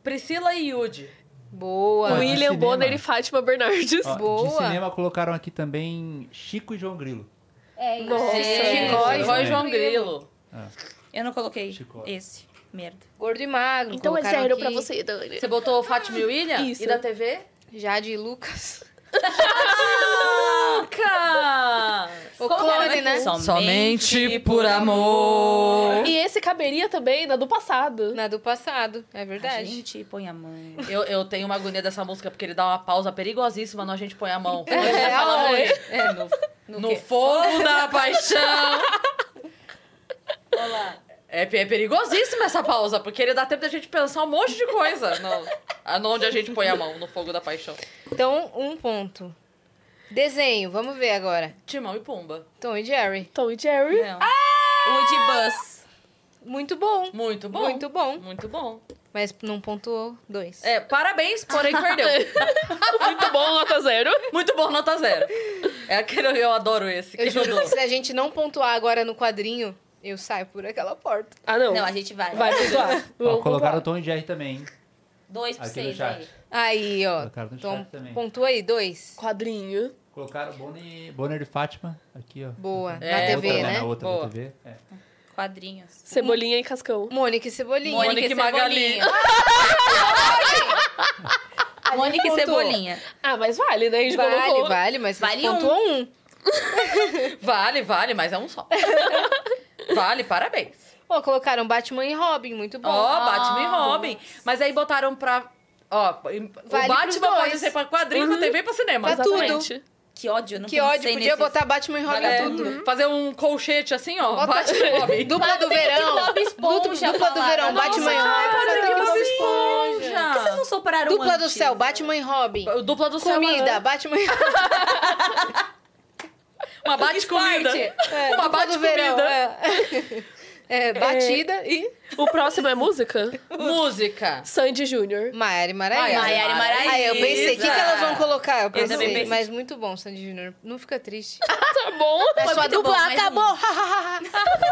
Speaker 1: Priscila e Yudi.
Speaker 2: Boa. Boa.
Speaker 5: William
Speaker 7: Oi. é cinema.
Speaker 5: Bonner e Fátima Bernardes.
Speaker 7: Ó,
Speaker 2: Boa.
Speaker 7: De cinema colocaram aqui também Chico e João Grilo.
Speaker 4: É
Speaker 5: isso. Nossa,
Speaker 1: Sim,
Speaker 2: Chicó e
Speaker 1: Chicó e João
Speaker 2: João Grilo.
Speaker 1: Grilo.
Speaker 4: Eu não coloquei
Speaker 7: Chicó.
Speaker 4: esse. Merda.
Speaker 2: Gordo e magro.
Speaker 5: Então é
Speaker 2: colocaram
Speaker 5: zero
Speaker 2: aqui.
Speaker 5: pra você, Dani.
Speaker 1: Você botou o Fátima e o William?
Speaker 5: Isso.
Speaker 1: E da TV?
Speaker 2: Jade e Lucas.
Speaker 1: Nunca!
Speaker 2: O
Speaker 4: Como era,
Speaker 2: clone, né?
Speaker 1: Somente por
Speaker 7: É.
Speaker 1: amor.
Speaker 5: E esse caberia também na do passado.
Speaker 2: Na do passado,
Speaker 5: Ah,
Speaker 2: é
Speaker 4: A
Speaker 2: verdade.
Speaker 4: gente põe a mão.
Speaker 1: Eu, eu tenho uma agonia dessa música porque ele dá uma pausa perigosíssima no A gente põe a mão.
Speaker 2: É,
Speaker 1: Ele tá falando
Speaker 2: aonde?
Speaker 1: hoje.
Speaker 2: É, no, no
Speaker 1: No
Speaker 2: quê?
Speaker 1: fogo da paixão. É, é perigosíssima essa pausa, porque ele dá tempo da gente pensar um monte de coisa no, a- no onde a gente põe a mão, no fogo da paixão.
Speaker 2: Então, um ponto. Desenho, vamos ver agora.
Speaker 1: Timão e Pumba.
Speaker 2: Tom e Jerry.
Speaker 5: Tom e Jerry.
Speaker 4: Não. O de bus.
Speaker 2: Muito bom.
Speaker 1: Muito bom.
Speaker 2: Muito bom.
Speaker 1: Muito bom.
Speaker 2: Mas não pontuou dois.
Speaker 1: É, parabéns, porém perdeu.
Speaker 5: Muito bom, nota zero.
Speaker 1: Muito bom, nota zero. É aquele, eu adoro esse. que
Speaker 2: eu juro
Speaker 1: dou.
Speaker 2: que se a gente não pontuar agora no quadrinho, eu saio por aquela porta.
Speaker 5: Ah, não.
Speaker 4: Não, a gente vai.
Speaker 5: Vai pontuar.
Speaker 7: Ó,
Speaker 5: Vamos
Speaker 7: colocaram o
Speaker 5: pontuar.
Speaker 7: Tom e Jerry também. hein?
Speaker 2: Tipo
Speaker 4: Dois por
Speaker 7: Aqui no
Speaker 4: seis
Speaker 7: chat.
Speaker 4: aí.
Speaker 2: Aí, ó.
Speaker 7: Colocaram no
Speaker 2: Tom,
Speaker 7: chat também.
Speaker 2: pontua aí, dois.
Speaker 5: Quadrinho.
Speaker 7: Colocaram Bonner, Bonner e Fátima aqui, ó.
Speaker 2: Boa.
Speaker 1: É,
Speaker 2: Na
Speaker 1: outra,
Speaker 2: TV, né?
Speaker 7: Na outra
Speaker 1: Boa.
Speaker 7: da TV. É.
Speaker 4: Quadrinhos.
Speaker 5: Cebolinha e Cascão.
Speaker 2: Mônica e Cebolinha.
Speaker 1: Mônica e Magali.
Speaker 4: Cebolinha. Mônica e
Speaker 2: pontuou.
Speaker 4: Cebolinha.
Speaker 5: Ah, mas vale, né? A gente
Speaker 2: Vale,
Speaker 5: colocou.
Speaker 2: vale, mas
Speaker 4: Vale
Speaker 2: vocês pontuam um.
Speaker 1: Vale, vale, mas é um só. Vale, parabéns.
Speaker 2: Ó, colocaram Batman e Robin, muito bom.
Speaker 1: Ó, Batman e Robin. Mas aí botaram pra. Ó, em- o
Speaker 2: Vale pros
Speaker 1: Batman
Speaker 2: dois. Uhum.
Speaker 1: pode ser pra quadrinho, pra TV e pra cinema.
Speaker 2: Pra tudo.
Speaker 5: Exatamente.
Speaker 4: Que ódio, eu não
Speaker 2: que ódio,
Speaker 4: pensei
Speaker 2: podia
Speaker 4: nesses.
Speaker 2: botar Batman e Robin
Speaker 1: É,
Speaker 2: tudo.
Speaker 1: Fazer um colchete assim, ó.
Speaker 2: Bota-
Speaker 1: Batman e Robin.
Speaker 2: Dupla do verão.
Speaker 4: Bob Esponja
Speaker 2: Dupla, dupla do
Speaker 4: falaram.
Speaker 2: verão,
Speaker 4: Nossa,
Speaker 2: Batman e
Speaker 1: Ai,
Speaker 2: Robin.
Speaker 1: Patrick,
Speaker 2: Dupla do
Speaker 1: Bob
Speaker 2: céu.
Speaker 4: Por que vocês não sopraram um
Speaker 2: Dupla do
Speaker 4: antes?
Speaker 2: céu, Batman e Robin.
Speaker 1: Dupla do céu.
Speaker 2: Comida,
Speaker 1: né?
Speaker 2: Batman e
Speaker 1: Uma bate-comida.
Speaker 2: É,
Speaker 1: Uma
Speaker 2: dupla do verão.
Speaker 1: bate-comida.
Speaker 2: É, É, batida e
Speaker 5: O próximo é música?
Speaker 1: Música.
Speaker 5: Sandy Júnior.
Speaker 2: Maiara e Maraíza.
Speaker 1: Maiara
Speaker 4: Maiara e
Speaker 1: Maraíza.
Speaker 4: Maraíza.
Speaker 2: Aí eu pensei, o que, que elas vão colocar? Eu
Speaker 4: também
Speaker 2: pensei,
Speaker 4: pensei.
Speaker 2: mas muito bom, Sandy Júnior. Não fica triste.
Speaker 5: Tá bom.
Speaker 2: É sua
Speaker 4: muito bom,
Speaker 2: dupla
Speaker 4: mas
Speaker 2: acabou.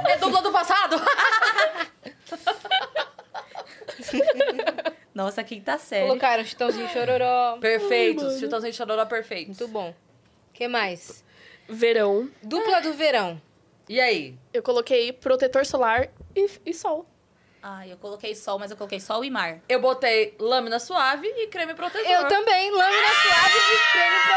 Speaker 1: É dupla do passado.
Speaker 4: Nossa, tá quinta série.
Speaker 2: Colocaram Chitãozinho e Chororó.
Speaker 1: Perfeito. Chitãozinho e Chororó, perfeito.
Speaker 2: Muito bom. O que mais?
Speaker 5: Verão.
Speaker 2: Dupla do verão.
Speaker 1: E aí?
Speaker 5: Eu coloquei protetor solar e, e sol.
Speaker 4: Ah, eu coloquei sol, mas eu coloquei sol e mar.
Speaker 1: Eu botei lâmina suave e creme protetor.
Speaker 2: Eu também, lâmina suave e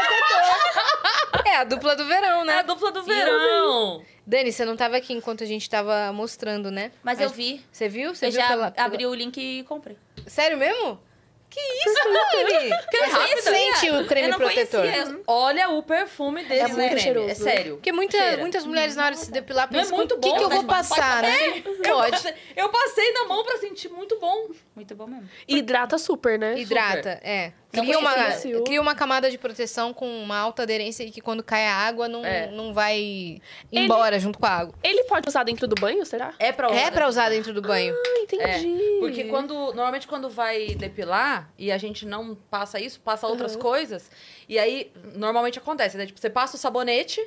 Speaker 2: creme protetor. É a dupla do verão,
Speaker 1: É a
Speaker 2: né?
Speaker 1: dupla do verão.
Speaker 2: Dani, você não tava aqui enquanto a gente tava mostrando, né?
Speaker 4: Mas eu vi.
Speaker 2: Você viu? Você
Speaker 4: Eu
Speaker 2: viu
Speaker 4: já
Speaker 2: pela- pela-
Speaker 4: abri o link e comprei.
Speaker 2: Sério mesmo? Que isso, Dani?
Speaker 1: Que
Speaker 2: Mas
Speaker 1: rápido.
Speaker 2: Sente o creme
Speaker 4: Eu não
Speaker 2: protetor.
Speaker 4: conhecia.
Speaker 1: Olha o perfume desse
Speaker 5: Uhum. É muito
Speaker 1: creme.
Speaker 5: cheiroso.
Speaker 1: É sério.
Speaker 2: Porque muita-
Speaker 1: Cheira.
Speaker 2: muitas mulheres na hora de se depilar
Speaker 1: Não é
Speaker 2: pensam,
Speaker 1: muito
Speaker 2: o que,
Speaker 1: bom,
Speaker 2: que eu vou
Speaker 1: mas
Speaker 2: passar, né?
Speaker 1: Eu
Speaker 2: Pode.
Speaker 1: passei, eu passei na mão pra sentir muito bom.
Speaker 4: Muito bom mesmo.
Speaker 5: Hidrata super, né?
Speaker 2: Hidrata, é.
Speaker 4: Não
Speaker 2: Cria uma,
Speaker 5: conhecia.
Speaker 2: cria uma camada de proteção com uma alta aderência e que quando cai a água não,
Speaker 1: É.
Speaker 2: não vai embora junto com a água.
Speaker 5: Ele pode usar dentro do banho, será?
Speaker 1: É pra
Speaker 2: É pra usar dentro do banho.
Speaker 5: Ah, entendi.
Speaker 1: É, Porque quando. Normalmente quando vai depilar e a gente não passa isso, passa outras coisas. E aí, normalmente acontece, né? Tipo, você passa o sabonete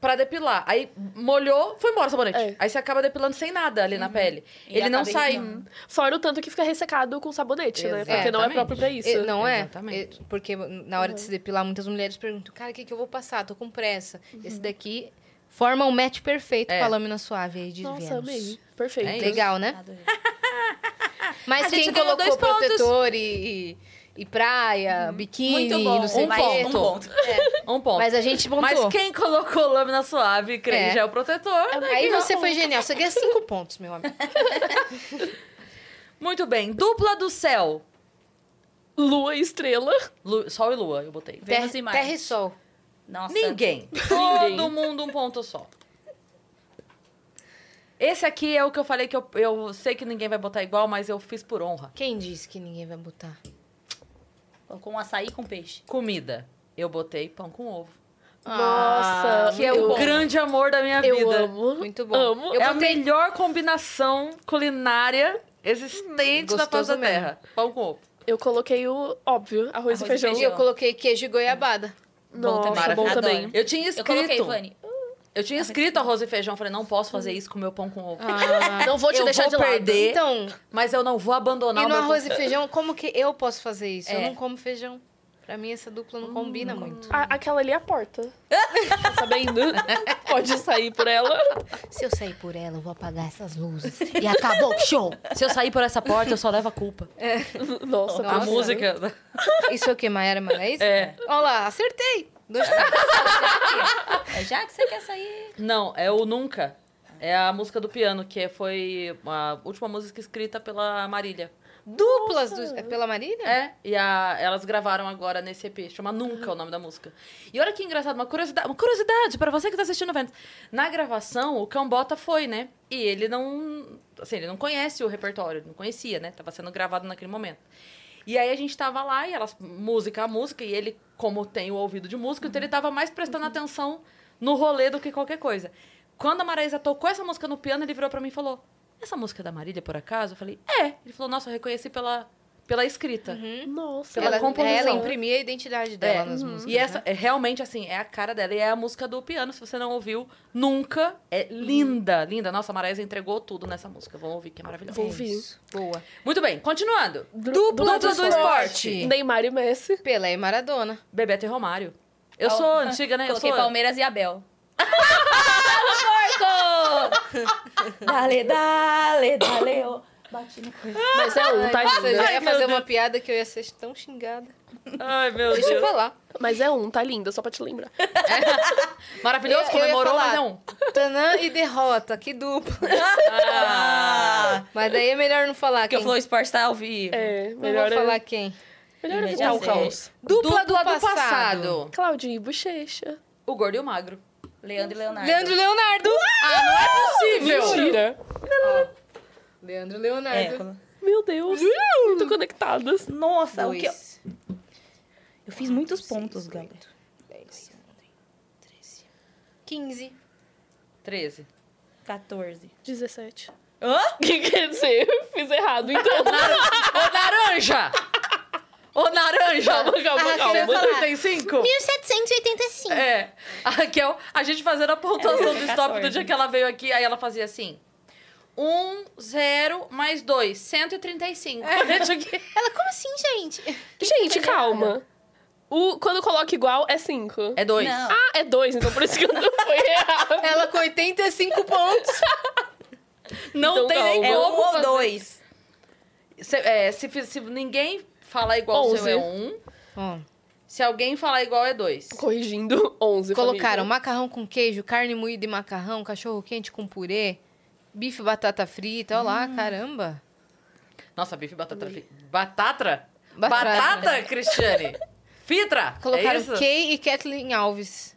Speaker 1: pra depilar. Aí molhou, foi embora o sabonete.
Speaker 5: É. Uhum.
Speaker 1: Aí você acaba depilando sem nada ali na pele.
Speaker 4: E
Speaker 1: Ele não
Speaker 4: acaba
Speaker 1: sai.
Speaker 4: irritando.
Speaker 5: Fora o tanto que fica ressecado com sabonete, né? Porque não é
Speaker 1: Exatamente.
Speaker 5: próprio pra isso.
Speaker 2: E- não é?
Speaker 1: Exatamente.
Speaker 2: E- Porque na hora de
Speaker 1: Uhum.
Speaker 2: se depilar, muitas mulheres perguntam, cara, o que, que eu vou passar? Tô com pressa. Esse daqui forma um match perfeito
Speaker 1: Uhum. É.
Speaker 2: com a lâmina suave aí de
Speaker 5: Nossa,
Speaker 2: Vênus.
Speaker 5: amei. Perfeito.
Speaker 1: É isso.
Speaker 2: Legal, né?
Speaker 4: Adorei.
Speaker 2: Mas
Speaker 1: A gente
Speaker 2: quem
Speaker 1: ganhou dois
Speaker 2: colocou
Speaker 1: pontos. Uhum.
Speaker 2: protetor e, e, e praia, biquíni,
Speaker 4: Muito bom.
Speaker 2: não sei é.
Speaker 1: Um
Speaker 2: o
Speaker 4: Mais
Speaker 2: quê.
Speaker 1: ponto.
Speaker 4: um ponto.
Speaker 1: Um ponto.
Speaker 2: Mas a gente pontuou.
Speaker 1: Mas quem colocou lâmina suave, creme
Speaker 2: É.
Speaker 1: gel protetor, né?
Speaker 2: Aí você foi genial. Você ganha cinco pontos, meu amigo.
Speaker 1: Muito bem. Dupla do céu.
Speaker 5: Lua e estrela.
Speaker 1: Lu- Sol e lua, eu botei.
Speaker 4: Vênus
Speaker 2: Terra,
Speaker 4: e Marte.
Speaker 2: terra e sol.
Speaker 4: Nossa.
Speaker 1: Ninguém. Todo mundo um ponto só. Esse aqui é o que eu falei que eu, eu sei que ninguém vai botar igual, mas eu fiz por honra.
Speaker 2: Quem disse que ninguém vai botar?
Speaker 4: Colocou um açaí com peixe.
Speaker 1: Comida. Eu botei pão com ovo.
Speaker 2: Ah,
Speaker 5: Nossa,
Speaker 1: Que é o
Speaker 5: muito bom.
Speaker 1: grande amor da minha
Speaker 5: Eu
Speaker 1: vida.
Speaker 5: amo.
Speaker 2: Muito bom.
Speaker 5: Amo.
Speaker 2: Eu
Speaker 1: é a
Speaker 2: botei-
Speaker 1: melhor combinação culinária existente da face
Speaker 2: gostoso
Speaker 1: da
Speaker 2: mesmo.
Speaker 1: terra. Pão com ovo.
Speaker 5: Eu coloquei o óbvio,
Speaker 4: Arroz
Speaker 5: arroz, e
Speaker 4: e
Speaker 5: feijão.
Speaker 2: E eu coloquei queijo e goiabada.
Speaker 5: Nossa, bom
Speaker 1: Maravilha.
Speaker 5: também.
Speaker 1: Eu tinha
Speaker 4: Eu
Speaker 1: escrito.
Speaker 4: coloquei, Vani.
Speaker 1: Eu tinha escrito arroz e feijão. Falei, não posso fazer isso com meu pão com ovo.
Speaker 2: Ah.
Speaker 5: Não vou te
Speaker 1: eu
Speaker 5: deixar
Speaker 1: Ah, vou
Speaker 5: de lado.
Speaker 1: perder,
Speaker 2: Então,
Speaker 1: mas eu não vou abandonar
Speaker 2: e
Speaker 1: o
Speaker 2: no
Speaker 1: meu
Speaker 2: arroz
Speaker 1: pão-
Speaker 2: e feijão, como que eu posso fazer isso? Eu
Speaker 4: É.
Speaker 2: não como feijão. Pra mim, essa dupla não
Speaker 1: Hum,
Speaker 2: combina muito.
Speaker 5: A- aquela ali é a porta. tá sabendo?
Speaker 1: né?
Speaker 5: Pode sair por ela.
Speaker 2: Se eu sair por ela, eu vou apagar essas luzes. E acabou o show.
Speaker 1: Se eu sair por essa porta, eu só levo a culpa.
Speaker 5: Nossa,
Speaker 1: A
Speaker 5: tá
Speaker 1: música.
Speaker 2: Isso é o que, Mayara Maraíza?
Speaker 1: É. Ah,
Speaker 2: Olha lá, acertei. Dois
Speaker 4: É já que você quer sair.
Speaker 1: Não, é o Nunca. É a música do piano, que foi a última música escrita pela Marília.
Speaker 2: duplas do- é pela Marília?
Speaker 1: É, e a- elas gravaram agora nesse EP, chama Nunca o nome da música. E olha que engraçado, uma curiosidade, uma curiosidade para você que tá assistindo o Vênus. Na gravação, o Cão Bota foi, né? E ele não, assim, ele não conhece o repertório, não conhecia, né? Tava sendo gravado naquele momento. E aí a gente tava lá e elas música a música e ele como tem o ouvido de música, então ele tava mais prestando atenção no rolê do que qualquer coisa. Quando a Maraísa tocou essa música no piano, ele virou para mim e falou: "Essa música é da Marília por acaso?" Eu falei: "É". Ele falou: "Nossa, eu reconheci pela pela escrita".
Speaker 5: Uhum. Nossa. é
Speaker 1: Pela
Speaker 2: Ela,
Speaker 1: composição.
Speaker 2: ela imprimia a identidade dela
Speaker 1: É.
Speaker 2: nas músicas.
Speaker 1: E essa
Speaker 2: né?
Speaker 1: é realmente assim, é a cara dela. E é a música do piano, se você não ouviu nunca. É linda, linda. Nossa, a Maraísa entregou tudo nessa música. Vão ouvir que é maravilhosa.
Speaker 5: Vou ouvir.
Speaker 2: Boa.
Speaker 1: Muito bem, continuando.
Speaker 5: Dupla
Speaker 1: do esporte.
Speaker 5: Neymar e Messi.
Speaker 2: Pelé e Maradona.
Speaker 1: Bebeto e Romário. Eu sou antiga, né? Eu
Speaker 4: Coloquei
Speaker 1: sou...
Speaker 4: Palmeiras e Abel.
Speaker 1: Dale, dale, dale. ó.
Speaker 5: Mas é um, tá
Speaker 2: Ai, nossa, eu
Speaker 5: linda.
Speaker 2: já ia fazer uma piada que eu ia ser tão xingada.
Speaker 1: Ai, meu
Speaker 2: Deixa eu
Speaker 1: Deus.
Speaker 2: falar.
Speaker 5: Mas é um, tá linda, só pra te lembrar.
Speaker 1: Maravilhoso,
Speaker 2: Eu- eu ia
Speaker 1: comemorou,
Speaker 2: falar.
Speaker 1: mas é um.
Speaker 2: Tanã e derrota, que dupla.
Speaker 1: Ah.
Speaker 2: Mas daí é melhor não falar
Speaker 4: Porque
Speaker 2: quem.
Speaker 4: o Flow Sport tá ao vivo.
Speaker 5: É,
Speaker 2: não vou
Speaker 5: melhor,
Speaker 2: falar quem.
Speaker 5: melhor
Speaker 4: Já
Speaker 5: evitar o
Speaker 4: sei.
Speaker 5: caos.
Speaker 1: Dupla, do,
Speaker 2: do
Speaker 1: passado.
Speaker 2: passado.
Speaker 5: Claudinho e Bochecha.
Speaker 1: O gordo e o magro.
Speaker 4: Leandro e Leonardo.
Speaker 2: Leandro e Leonardo. Ah, não é possível.
Speaker 5: Mentira.
Speaker 2: Leandro e
Speaker 4: É,
Speaker 2: Leonardo.
Speaker 4: colo-
Speaker 5: Meu Deus. Muito conectadas.
Speaker 4: Nossa, o que eu...
Speaker 2: Dois.
Speaker 4: eu fiz muitos pontos, galera.
Speaker 2: 15.
Speaker 1: 13.
Speaker 4: 14.
Speaker 5: 17.
Speaker 4: Hã?
Speaker 5: O que quer dizer? Fiz errado, então.
Speaker 1: Ô, naranja! Ô, naranja!
Speaker 5: Calma,
Speaker 2: Ah,
Speaker 5: calma,
Speaker 2: você
Speaker 5: calma.
Speaker 2: ia falar.
Speaker 1: 35?
Speaker 2: 1785.
Speaker 1: É. A Raquel, a gente fazendo a pontuação do stop do
Speaker 4: 14.
Speaker 1: dia que ela veio aqui, aí ela fazia assim: 1, 0 mais 2, 135. Deixa aqui.
Speaker 2: Ela, como assim, gente?
Speaker 5: Gente, calma. O, quando coloca igual é 5.
Speaker 1: É 2.
Speaker 4: Não.
Speaker 5: Ah, é 2, então por isso que eu não foi errado.
Speaker 2: Ela com 85 pontos.
Speaker 1: Não
Speaker 5: Então
Speaker 1: tem nem
Speaker 4: É um
Speaker 1: como.
Speaker 4: ou dois.
Speaker 1: Se, é, se, fiz- se ninguém falar igual o seu é
Speaker 5: 11.
Speaker 1: 1. Hum. Se alguém falar igual é 2.
Speaker 5: Corrigindo, 11.
Speaker 2: Colocaram
Speaker 5: família.
Speaker 2: macarrão com queijo, carne moída e macarrão, cachorro quente com purê, bife e batata frita. Olha lá,
Speaker 5: Hum.
Speaker 2: caramba.
Speaker 1: Nossa, bife batata. fri- Batatra?
Speaker 2: Batata.
Speaker 1: Batata, Cristiane? Fitra? é
Speaker 2: Colocaram
Speaker 1: isso?
Speaker 2: Kay e Kathleen Alves.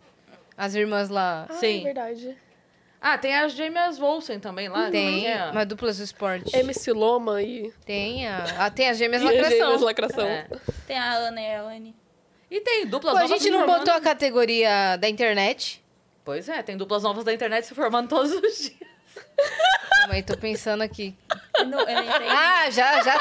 Speaker 2: As irmãs lá.
Speaker 5: Ah,
Speaker 1: Sim.
Speaker 5: é verdade.
Speaker 1: Ah, tem as gêmeas Wilson também lá.
Speaker 2: Tem,
Speaker 1: como é que é?
Speaker 2: mas duplas do esporte.
Speaker 5: MC Loma e...
Speaker 2: Tem a, ah, tem as gêmeas
Speaker 5: e as
Speaker 2: lacração.
Speaker 5: gêmeas lacração.
Speaker 1: É.
Speaker 4: Tem a Ana e a Anne.
Speaker 1: E tem duplas
Speaker 2: Pô, a
Speaker 1: novas
Speaker 2: gente
Speaker 1: se
Speaker 2: não
Speaker 1: formando.
Speaker 2: botou a categoria da internet.
Speaker 1: Pois é, tem duplas novas da internet se formando todos os dias.
Speaker 2: Calma aí, tô pensando aqui.
Speaker 4: Eu não, eu não entendi.
Speaker 2: Ah, já, já.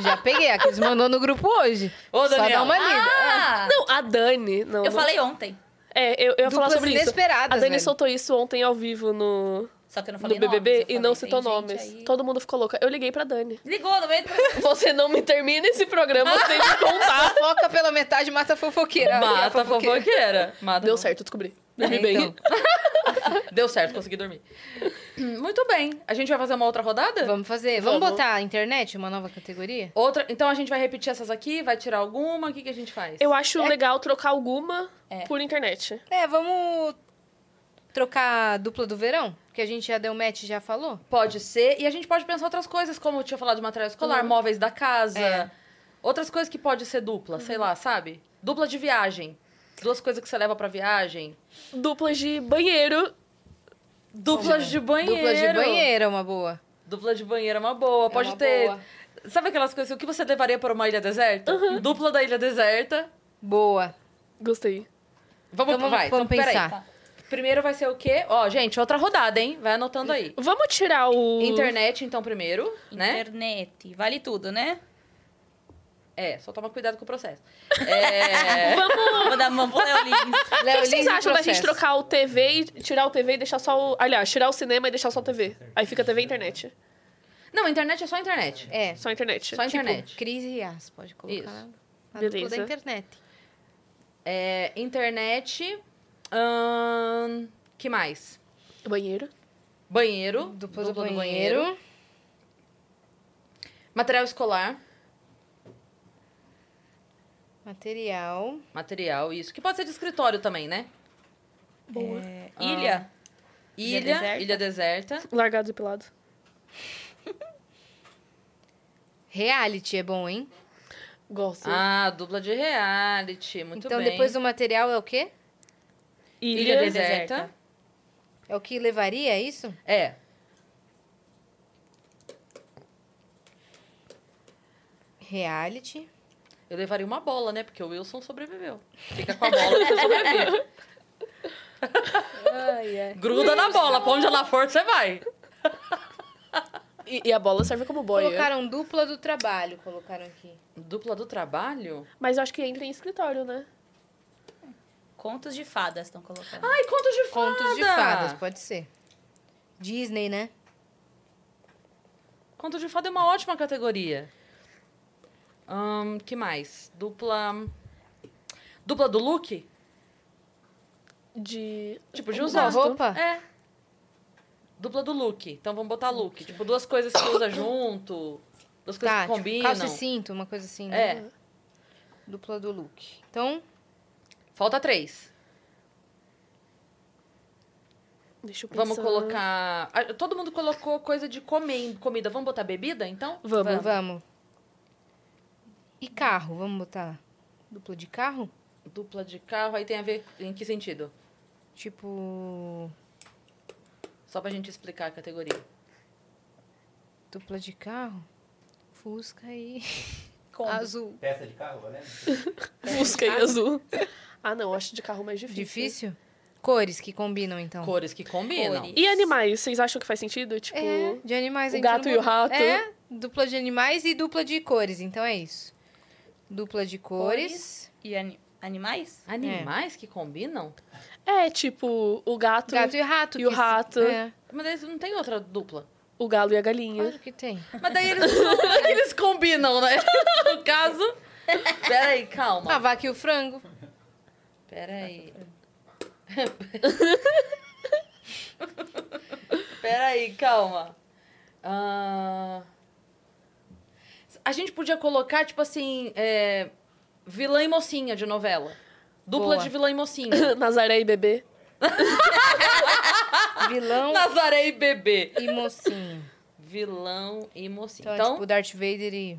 Speaker 2: já peguei. A Cris mandou no grupo hoje.
Speaker 1: Ô,
Speaker 2: Só
Speaker 1: Daniel.
Speaker 2: dá uma lida.
Speaker 4: Ah,
Speaker 5: Não, a Dani... Não,
Speaker 4: eu
Speaker 5: não-
Speaker 4: falei ontem.
Speaker 5: É, eu, eu ia falar
Speaker 2: Duplas
Speaker 5: sobre isso. A
Speaker 2: inesperadas,
Speaker 5: Dani
Speaker 2: velho.
Speaker 5: soltou isso ontem ao vivo no,
Speaker 4: Só que eu não
Speaker 5: no
Speaker 4: falei
Speaker 5: BBB
Speaker 4: nomes, eu
Speaker 5: e
Speaker 4: falei,
Speaker 5: não
Speaker 4: tem
Speaker 5: citou
Speaker 4: gente
Speaker 5: nomes.
Speaker 4: aí.
Speaker 5: Todo mundo ficou louca. Eu liguei pra Dani.
Speaker 4: Ligou no meio do...
Speaker 5: Você não me termina esse programa sem me contar.
Speaker 2: Fofoca pela metade, mata a fofoqueira. E a
Speaker 1: Mata a
Speaker 2: fofoqueira.
Speaker 1: fofoqueira. Mata
Speaker 5: Deu
Speaker 1: a fofo-
Speaker 5: certo, eu descobri.
Speaker 2: É,
Speaker 5: Dormi bem.
Speaker 2: então.
Speaker 1: Deu certo, consegui dormir. Muito bem. A gente vai fazer uma outra rodada?
Speaker 2: Vamos fazer. Vamos,
Speaker 5: Vamos.
Speaker 2: botar a internet, uma nova categoria?
Speaker 1: Outra. Então a gente vai repetir essas aqui, vai tirar alguma. O que, que a gente faz?
Speaker 5: Eu acho legal trocar alguma
Speaker 4: É.
Speaker 5: por internet.
Speaker 2: É, vamos trocar a dupla do verão? Que a gente já deu match e já falou?
Speaker 1: Pode ser. E a gente pode pensar outras coisas, como eu tinha falado de material escolar, móveis da casa.
Speaker 2: É.
Speaker 1: Outras coisas que pode ser dupla, sei lá, sabe? Dupla de viagem. Duas coisas que você leva pra viagem.
Speaker 5: Duplas de banheiro.
Speaker 1: Duplas de banheiro.
Speaker 2: Dupla de banheiro é uma boa.
Speaker 1: Dupla de banheiro é uma boa. Pode
Speaker 2: uma
Speaker 1: ter.
Speaker 2: boa.
Speaker 1: Sabe aquelas coisas? O que você levaria para uma ilha deserta? Dupla da ilha deserta.
Speaker 2: Boa.
Speaker 5: Gostei.
Speaker 1: Vamos,
Speaker 2: Então vamos-
Speaker 1: vai, então,
Speaker 2: vamos
Speaker 1: peraí.
Speaker 2: pensar.
Speaker 1: Primeiro vai ser o quê? Ó, gente, outra rodada, hein? Vai anotando aí.
Speaker 5: Vamos tirar o.
Speaker 1: Internet, então, primeiro, né?
Speaker 4: Internet. Vale tudo, né?
Speaker 1: É, só toma cuidado com o processo. É...
Speaker 4: Vou dar mão pro Léo Lins.
Speaker 5: O
Speaker 1: um
Speaker 5: que, que vocês
Speaker 2: Lins e
Speaker 5: acham da
Speaker 2: processo.
Speaker 5: gente trocar o TV e tirar o TV e deixar só o. Aliás, tirar o cinema e deixar só o TV. Aí fica TV e internet.
Speaker 1: Não, internet é só internet.
Speaker 2: É,
Speaker 5: Só a internet.
Speaker 1: Só a internet.
Speaker 2: tipo, Cris e As, pode colocar.
Speaker 1: Isso.
Speaker 2: na dupla
Speaker 5: Beleza.
Speaker 2: da internet.
Speaker 1: É, internet. ahn, que mais?
Speaker 5: Banheiro.
Speaker 1: Banheiro.
Speaker 2: Dupla do banheiro.
Speaker 1: Material escolar.
Speaker 2: Material.
Speaker 1: Material, isso. Que pode ser de escritório também, né?
Speaker 5: Boa.
Speaker 1: É.
Speaker 4: Ilha. Ilha
Speaker 1: Ilha,
Speaker 4: deserta.
Speaker 1: ilha deserta.
Speaker 5: Largado e pelado.
Speaker 2: Reality é bom, hein?
Speaker 5: Gosto.
Speaker 1: Ah, dupla de reality. Muito
Speaker 2: então,
Speaker 1: bem.
Speaker 2: depois do material é o quê?
Speaker 1: Ilha,
Speaker 4: Ilha
Speaker 1: deserta.
Speaker 4: deserta.
Speaker 2: É o que levaria, é isso?
Speaker 1: É.
Speaker 2: Reality.
Speaker 1: Eu levaria uma bola, né? Porque o Wilson sobreviveu. Fica com a bola que você sobrevive. Gruda na bola. Pra onde ela for, você vai.
Speaker 5: E, e a bola serve como boia.
Speaker 2: Colocaram dupla do trabalho, colocaram aqui.
Speaker 1: Dupla do trabalho?
Speaker 5: Mas eu acho que entra em escritório, né?
Speaker 4: Contos de fadas estão colocando.
Speaker 1: Ai, contos de fadas.
Speaker 2: Contos de fadas, pode ser. Disney, né?
Speaker 1: Conto de fada é uma ótima categoria. Ahn, que mais? Dupla. Dupla do look?
Speaker 5: De.
Speaker 1: Tipo, de
Speaker 5: Uma
Speaker 1: usar.
Speaker 2: roupa?
Speaker 1: É. Dupla do look. Então vamos botar look. Tipo, duas coisas que usa junto. Duas coisas
Speaker 2: Tá,
Speaker 1: que
Speaker 2: tipo,
Speaker 1: combinam.
Speaker 2: calça e cinto, uma coisa assim, né?
Speaker 1: é.
Speaker 2: Dupla do look. Então,
Speaker 1: Falta três.
Speaker 5: Deixa eu pensar.
Speaker 1: Vamos colocar. Ah, Todo mundo colocou coisa de comer, comida. Vamos botar bebida, então?
Speaker 5: Vamos.
Speaker 2: vamos. E carro, vamos botar dupla de carro?
Speaker 1: Dupla de carro. Aí tem a ver. Em que sentido?
Speaker 2: Tipo,
Speaker 1: Só pra gente explicar a categoria.
Speaker 2: dupla de carro, Fusca e
Speaker 4: Combo.
Speaker 2: azul.
Speaker 7: Peça de carro, né? valendo?
Speaker 5: Busca aí azul. Ah, não. Acho de carro mais difícil.
Speaker 2: Difícil? Cores que combinam, então.
Speaker 1: Cores que combinam.
Speaker 4: Cores.
Speaker 5: E animais? Vocês acham que faz sentido? Tipo.
Speaker 2: É, de animais. a
Speaker 5: o
Speaker 2: gente não
Speaker 5: gato e o
Speaker 2: botou.
Speaker 5: rato.
Speaker 2: É, dupla de animais e dupla de cores, então é isso. Dupla de cores,
Speaker 4: E ani- animais?
Speaker 1: Animais que combinam?
Speaker 5: É, tipo, o gato,
Speaker 2: gato e rato.
Speaker 5: E o
Speaker 2: que-
Speaker 5: rato.
Speaker 2: É,
Speaker 1: Mas eles não tem outra dupla.
Speaker 5: o galo e a galinha.
Speaker 2: claro que tem.
Speaker 1: Mas daí eles, não são- é que eles combinam, né? No caso. Peraí,
Speaker 2: A
Speaker 1: calma.
Speaker 2: vaca e o frango.
Speaker 1: Peraí. Peraí, calma. Ah, A gente podia colocar, tipo assim, é, vilã e mocinha de novela. Dupla
Speaker 2: Boa.
Speaker 1: de vilã e mocinha.
Speaker 5: Nazaré e bebê. É
Speaker 2: Vilão
Speaker 1: Nazaré e bebê.
Speaker 2: e mocinho.
Speaker 1: Vilão e mocinha.
Speaker 2: Então,
Speaker 1: Então,
Speaker 2: é tipo Darth Vader e...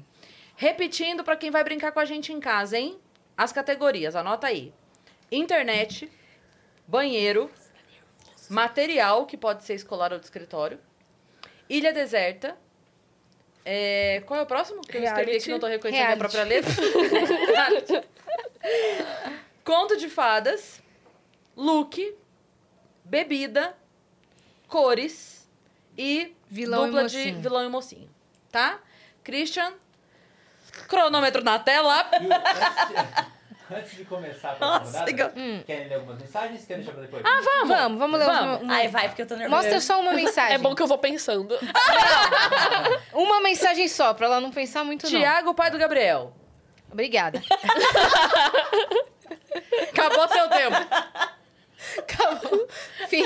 Speaker 1: Repetindo pra quem vai brincar com a gente em casa, hein? As categorias, anota aí. Internet, banheiro, material, que pode ser escolar ou de escritório, ilha deserta. é, Qual é o próximo? Que eu escrevi aqui
Speaker 5: Reality.
Speaker 1: não tô reconhecendo a
Speaker 2: Reality.
Speaker 1: própria letra. Conto de fadas, look, bebida, cores e
Speaker 2: Vilão e
Speaker 1: dupla de
Speaker 2: mocinho.
Speaker 1: vilão e mocinho, tá? Christian, cronômetro na tela.
Speaker 7: E o- antes, de- antes de começar a próxima rodada,
Speaker 2: hum.
Speaker 7: querem ler algumas mensagens? Querem deixar pra depois? Ah,
Speaker 2: Vamos, vamos, ler os-
Speaker 1: Vamos.
Speaker 2: um-
Speaker 4: Ai, vai, porque eu tô nervosa.
Speaker 2: Mostra só uma mensagem.
Speaker 5: É bom que eu vou pensando.
Speaker 2: Uma mensagem só, pra ela não pensar muito, não.
Speaker 1: Tiago, pai do Gabriel.
Speaker 2: Obrigada.
Speaker 1: Acabou seu tempo.
Speaker 2: Acabou. Fim.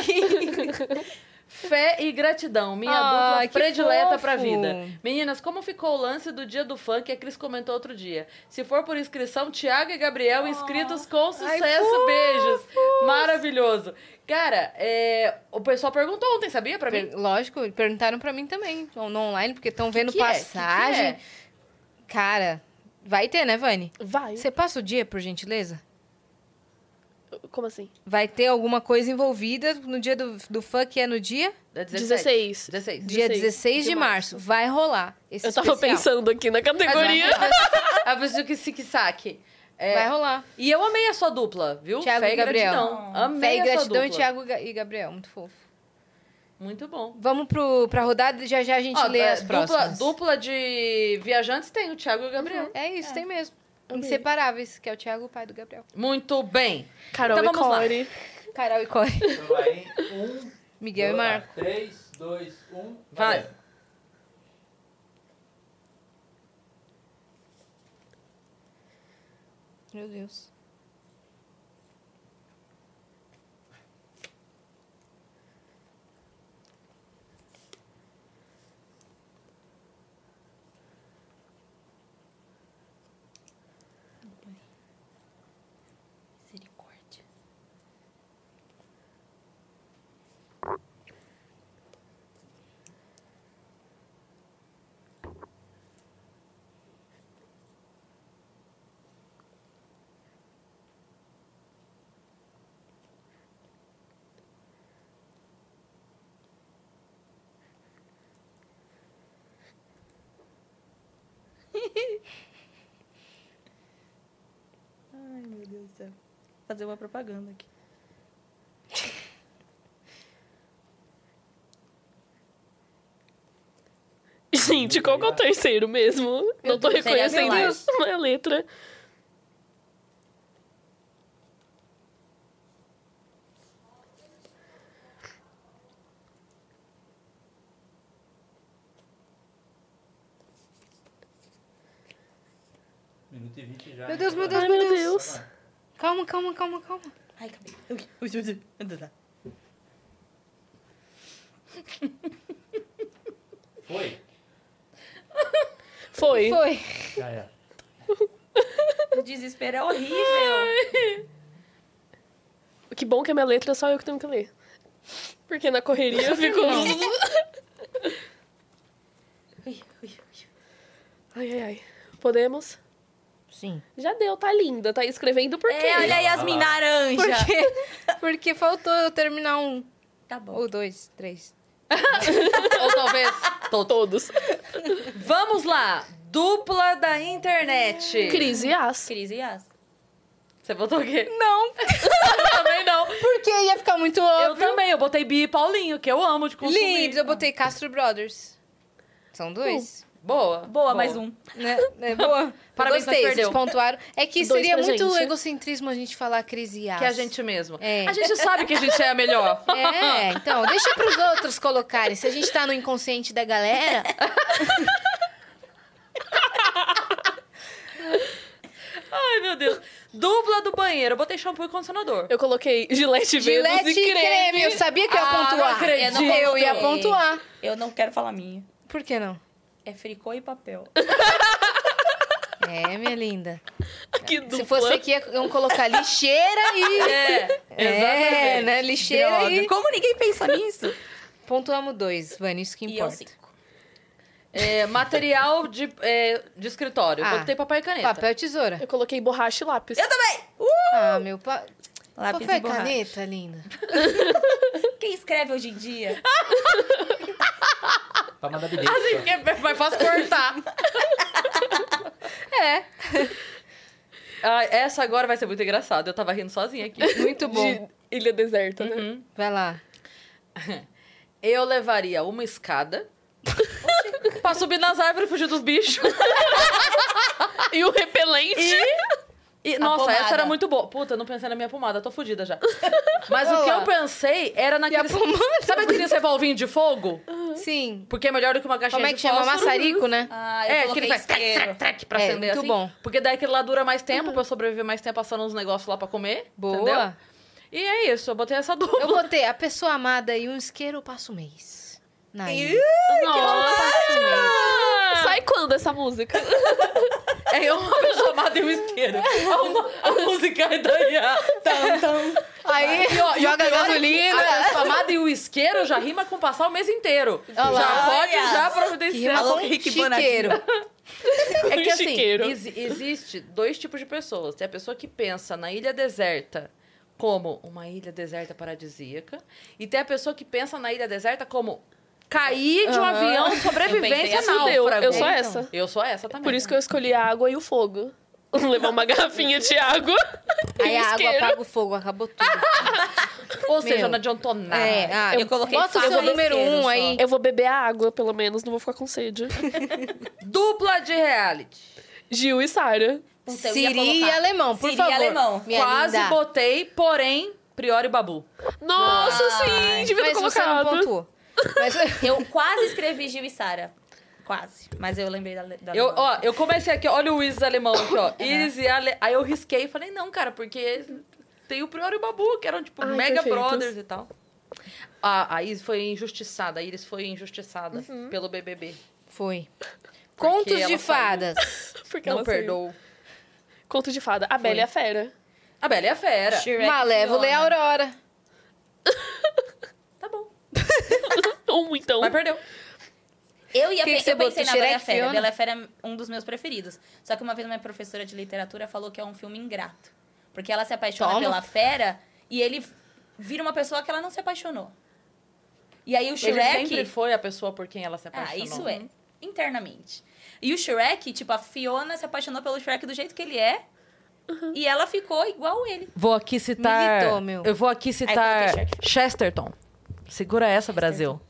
Speaker 1: Fé e gratidão, minha
Speaker 2: Ah,
Speaker 1: dupla
Speaker 2: que
Speaker 1: predileta
Speaker 2: fofo.
Speaker 1: pra vida. Meninas, como ficou o lance do dia do fã que a Cris comentou outro dia? Se for por inscrição, Tiago e Gabriel inscritos
Speaker 2: Ah.
Speaker 1: com sucesso, beijos. Maravilhoso. Cara, é, o pessoal perguntou ontem, sabia pra mim?
Speaker 2: Per- Lógico, perguntaram pra mim também, no no online, porque estão vendo
Speaker 1: que é?
Speaker 2: passagem.
Speaker 1: Que
Speaker 2: Cara, vai ter, né, Vani?
Speaker 5: Vai.
Speaker 2: Você passa o dia, por gentileza?
Speaker 5: Como assim?
Speaker 2: Vai ter alguma coisa envolvida no dia do, do fã, que é no dia?
Speaker 1: É 17.
Speaker 5: 16.
Speaker 1: 16.
Speaker 2: Dia
Speaker 5: 16
Speaker 2: 16 de,
Speaker 5: de
Speaker 2: março. Vai rolar esse
Speaker 5: Eu tava
Speaker 2: especial.
Speaker 5: pensando aqui na categoria.
Speaker 1: A que se que saque. É,
Speaker 2: Vai rolar.
Speaker 1: E eu amei a sua dupla, viu?
Speaker 2: Thiago
Speaker 1: Fé
Speaker 2: e Gabriel.
Speaker 1: gratidão. Amei
Speaker 2: Fé e
Speaker 1: a sua
Speaker 2: gratidão
Speaker 1: dupla.
Speaker 2: e Thiago Ga- e Gabriel, muito fofo.
Speaker 1: Muito bom.
Speaker 2: Vamos pro, pra rodada e já já a gente
Speaker 1: Ó,
Speaker 2: lê
Speaker 1: da-
Speaker 2: as
Speaker 1: dupla,
Speaker 2: próximas.
Speaker 1: dupla de viajantes tem o Thiago e o Gabriel.
Speaker 2: É isso, tem mesmo.
Speaker 5: Amei.
Speaker 2: Inseparáveis, que é o Thiago, o pai do Gabriel.
Speaker 1: Muito bem.
Speaker 5: Carol
Speaker 1: Então
Speaker 5: e
Speaker 1: vamos lá.
Speaker 5: Corey.
Speaker 2: Carol e Corey.
Speaker 7: Então vai em um,
Speaker 2: Miguel e
Speaker 7: dois, um,
Speaker 2: Marco.
Speaker 7: 3, 2, 1.
Speaker 1: Vai.
Speaker 2: Meu Deus.
Speaker 4: Misericórdia. Ai, meu Deus do céu. Fazer uma propaganda aqui.
Speaker 5: Gente, qual que é o terceiro mesmo? Não tô
Speaker 4: Deus,
Speaker 5: reconhecendo
Speaker 4: seria
Speaker 5: a letra.
Speaker 7: Minuto e 20 já.
Speaker 2: Meu Deus,
Speaker 7: hein?
Speaker 2: meu Deus,
Speaker 5: Ai,
Speaker 2: meu
Speaker 5: meu
Speaker 2: Deus.
Speaker 5: Deus.
Speaker 2: Calma, calma, calma, calma.
Speaker 4: Ai, acabei. Ui, ui, ui, ui. Tá.
Speaker 7: Foi?
Speaker 5: Foi.
Speaker 2: Foi.
Speaker 7: Já era.
Speaker 4: O desespero é horrível.
Speaker 5: Que bom que a minha letra é só eu que tenho que ler. Porque na correria eu fico.
Speaker 4: Ui, ui, ui.
Speaker 5: Ai, ai, ai. Podemos?
Speaker 2: Sim.
Speaker 5: Já deu, tá linda. Tá escrevendo por quê?
Speaker 4: É, olha aí, Yasmin Naranja.
Speaker 2: Porque, porque faltou eu terminar um.
Speaker 4: Tá bom.
Speaker 2: Ou dois, três.
Speaker 1: Ou talvez. Todos.
Speaker 5: Todos.
Speaker 1: Vamos lá. Dupla da
Speaker 2: Hum.
Speaker 1: internet.
Speaker 5: Cris e As.
Speaker 4: Cris e Yas.
Speaker 1: Você botou o quê?
Speaker 2: Não,
Speaker 1: também não.
Speaker 2: porque ia ficar muito
Speaker 1: Eu
Speaker 2: óbvio.
Speaker 1: também. Eu botei Bi e Paulinho, que eu amo de consumir.
Speaker 2: Lips, eu botei Castro Brothers. São dois.
Speaker 1: Boa.
Speaker 4: Boa, mais um.
Speaker 2: Né? É boa.
Speaker 1: Uh. Parabéns,
Speaker 2: Eu gostei,
Speaker 1: mas perdeu.
Speaker 2: vocês pontuaram. É que
Speaker 5: Dois
Speaker 2: seria
Speaker 5: pra
Speaker 2: muito
Speaker 5: gente.
Speaker 2: egocentrismo a gente falar Cris e Yas.
Speaker 1: Que é a gente mesmo.
Speaker 2: É.
Speaker 1: A gente sabe que a gente é a melhor.
Speaker 2: É, então, deixa pros outros colocarem. Se a gente tá no inconsciente da galera...
Speaker 1: Ai, meu Deus. Dupla do banheiro. Eu botei shampoo e condicionador.
Speaker 5: Eu coloquei Gillette, Venus
Speaker 2: Gillette e creme. Eu sabia que eu ia
Speaker 1: Ah,
Speaker 2: pontuar.
Speaker 1: não acredito.
Speaker 2: Eu, ia
Speaker 4: pontuei.
Speaker 2: pontuar.
Speaker 4: Eu não quero falar minha.
Speaker 2: Por que não?
Speaker 4: É fricô e papel.
Speaker 2: É, minha linda.
Speaker 5: Que dupla.
Speaker 2: Se fosse aqui, iam colocar lixeira e...
Speaker 1: É.
Speaker 2: É,
Speaker 1: Exatamente.
Speaker 2: né? Lixeira
Speaker 4: Droga,
Speaker 2: e...
Speaker 4: Como ninguém pensa nisso?
Speaker 2: Pontuamos dois, Vani, isso que
Speaker 4: E eu
Speaker 2: importa.
Speaker 4: cinco.
Speaker 1: É, material de, é, de escritório.
Speaker 2: Ah.
Speaker 1: Botei papel e caneta.
Speaker 2: Papel e tesoura.
Speaker 5: Eu coloquei borracha e lápis. Eu
Speaker 2: Ah, meu pa...
Speaker 4: Lápis
Speaker 2: papel
Speaker 4: e
Speaker 2: e
Speaker 4: borracha.
Speaker 2: caneta, linda.
Speaker 4: Quem escreve hoje em dia?
Speaker 7: Toma da
Speaker 2: Ah,
Speaker 7: bilhete. só.
Speaker 1: É, Mas fácil cortar.
Speaker 2: É,
Speaker 1: Ah, essa agora vai ser muito engraçada. Eu tava rindo sozinha aqui.
Speaker 2: muito bom. Uhum.
Speaker 5: De ilha deserta, né?
Speaker 2: Vai lá.
Speaker 1: Eu levaria uma escada pra subir nas árvores e fugir dos bichos.
Speaker 5: E o repelente.
Speaker 1: E, nossa,
Speaker 4: pomada.
Speaker 1: essa era muito boa. Puta, eu não pensei na minha pomada, eu tô fudida já. Mas o que eu
Speaker 2: Olá.
Speaker 1: pensei era naquele. Sabe aqueles revolvinhos de fogo?
Speaker 2: Sim.
Speaker 1: Porque é melhor do que uma caixinha
Speaker 2: Como é
Speaker 1: de
Speaker 2: que chama?
Speaker 1: fósforo.
Speaker 2: Maçarico, né?
Speaker 4: Ah, eu
Speaker 1: É, que
Speaker 4: coloquei
Speaker 1: ele faz trac, trac,
Speaker 4: isqueiro.
Speaker 1: trac pra
Speaker 2: É,
Speaker 1: acender
Speaker 2: muito
Speaker 1: assim.
Speaker 2: bom. Uhum.
Speaker 1: Porque daí aquilo lá dura mais tempo pra eu sobreviver mais tempo passando uns negócios lá pra comer.
Speaker 2: Boa.
Speaker 1: Entendeu? E é isso, eu botei essa dupla.
Speaker 2: Eu botei a pessoa amada e um isqueiro eu passo o mês. Na ilha.
Speaker 1: Nossa!
Speaker 2: Passo o mês.
Speaker 5: Sai quando essa música?
Speaker 1: É eu, uma pessoa amada e um isqueiro. A, mu- a música é da Iá.
Speaker 2: Aí
Speaker 1: E, ó, e o
Speaker 2: joga
Speaker 1: pior é que
Speaker 2: gasolina.
Speaker 1: A pessoa amada e o isqueiro já rima com passar o mês inteiro.
Speaker 2: Olha lá.
Speaker 1: Já pode
Speaker 4: Olha.
Speaker 1: já
Speaker 2: Que
Speaker 1: providenciar.
Speaker 2: rima
Speaker 4: Alô,
Speaker 2: com
Speaker 4: Rick
Speaker 2: chiqueiro.
Speaker 1: É que assim,
Speaker 5: chiqueiro.
Speaker 1: exi- existe dois tipos de pessoas. Tem a pessoa que pensa na ilha deserta como uma ilha deserta paradisíaca. E tem a pessoa que pensa na ilha deserta como cair de um avião,
Speaker 4: Eu pensei
Speaker 2: É
Speaker 1: sobrevivência
Speaker 4: assim.
Speaker 1: náufrago.
Speaker 2: então.
Speaker 5: Fudeu, eu sou
Speaker 1: É,
Speaker 5: essa.
Speaker 1: Eu sou essa também.
Speaker 5: Por isso que eu escolhi a água e o fogo. Levar uma garrafinha de água.
Speaker 2: Aí a água tá
Speaker 5: Isqueiro.
Speaker 2: apaga o fogo, acabou tudo.
Speaker 1: Ou seja,
Speaker 2: Meu.
Speaker 1: não adiantou nada.
Speaker 2: É, ah,
Speaker 4: eu coloquei
Speaker 2: Bota o
Speaker 4: faca
Speaker 2: seu
Speaker 4: no
Speaker 2: número
Speaker 4: isqueiro
Speaker 2: um
Speaker 4: só.
Speaker 2: aí.
Speaker 5: Eu vou beber a água, pelo menos, não vou ficar com sede.
Speaker 1: Dupla de reality.
Speaker 5: Gil e Sara.
Speaker 4: Puta, eu ia
Speaker 2: Siri e
Speaker 4: colocar.
Speaker 2: alemão, por
Speaker 4: Siri e
Speaker 2: favor.
Speaker 4: alemão.
Speaker 2: Minha
Speaker 1: Quase
Speaker 2: linda.
Speaker 1: botei, porém, Priori e Babu.
Speaker 5: Nossa,
Speaker 2: Ai,
Speaker 5: sim! Devia ter
Speaker 2: mas você não
Speaker 5: colocado.
Speaker 2: pontuou. Mas-
Speaker 4: Eu quase escrevi Gil e Sara. Quase. Mas eu lembrei da, da
Speaker 1: Eu,
Speaker 4: alemã.
Speaker 1: ó, eu comecei aqui, olha o Isis alemão aqui, ó. Isis e ale... Aí eu risquei e falei, não, cara, porque tem o Priori e o Babu, que eram, tipo,
Speaker 5: Ai,
Speaker 1: mega
Speaker 5: perfeitos.
Speaker 1: brothers e tal. A, a Isis foi injustiçada, a Iris foi injustiçada pelo BBB.
Speaker 2: Foi. Contos
Speaker 1: ela
Speaker 2: de
Speaker 1: saiu.
Speaker 2: fadas.
Speaker 5: Porque
Speaker 1: Não
Speaker 5: ela saiu.
Speaker 1: perdoou.
Speaker 5: Conto de fada. A Bela e a Fera.
Speaker 1: A Bela e a Fera.
Speaker 4: Shrek
Speaker 2: Malévola e
Speaker 4: Fiona.
Speaker 2: Aurora.
Speaker 1: Tá bom.
Speaker 5: Um, então.
Speaker 1: Mas perdeu.
Speaker 4: Eu ia
Speaker 2: Que
Speaker 4: pe-
Speaker 2: que você
Speaker 4: eu pensei
Speaker 2: botou?
Speaker 4: na
Speaker 2: Shrek,
Speaker 4: Bela e a Fera.
Speaker 2: Fiona?
Speaker 4: Bela e a Fera é um dos meus preferidos. Só que uma vez minha professora de literatura falou que é um filme ingrato. Porque ela se apaixona
Speaker 2: Toma.
Speaker 4: pela fera e ele vira uma pessoa que ela não se apaixonou. E aí o
Speaker 1: Ele
Speaker 4: Shrek.
Speaker 1: sempre foi a pessoa por quem ela se apaixonou.
Speaker 4: Ah, isso é. Internamente. E o Shrek, tipo, a Fiona se apaixonou pelo Shrek do jeito que ele é. E ela ficou igual ele.
Speaker 1: Vou aqui citar.
Speaker 2: irritou, meu.
Speaker 1: Eu vou aqui
Speaker 4: Aí
Speaker 1: citar
Speaker 4: coloquei Shrek.
Speaker 1: Chesterton. Segura essa, Brasil.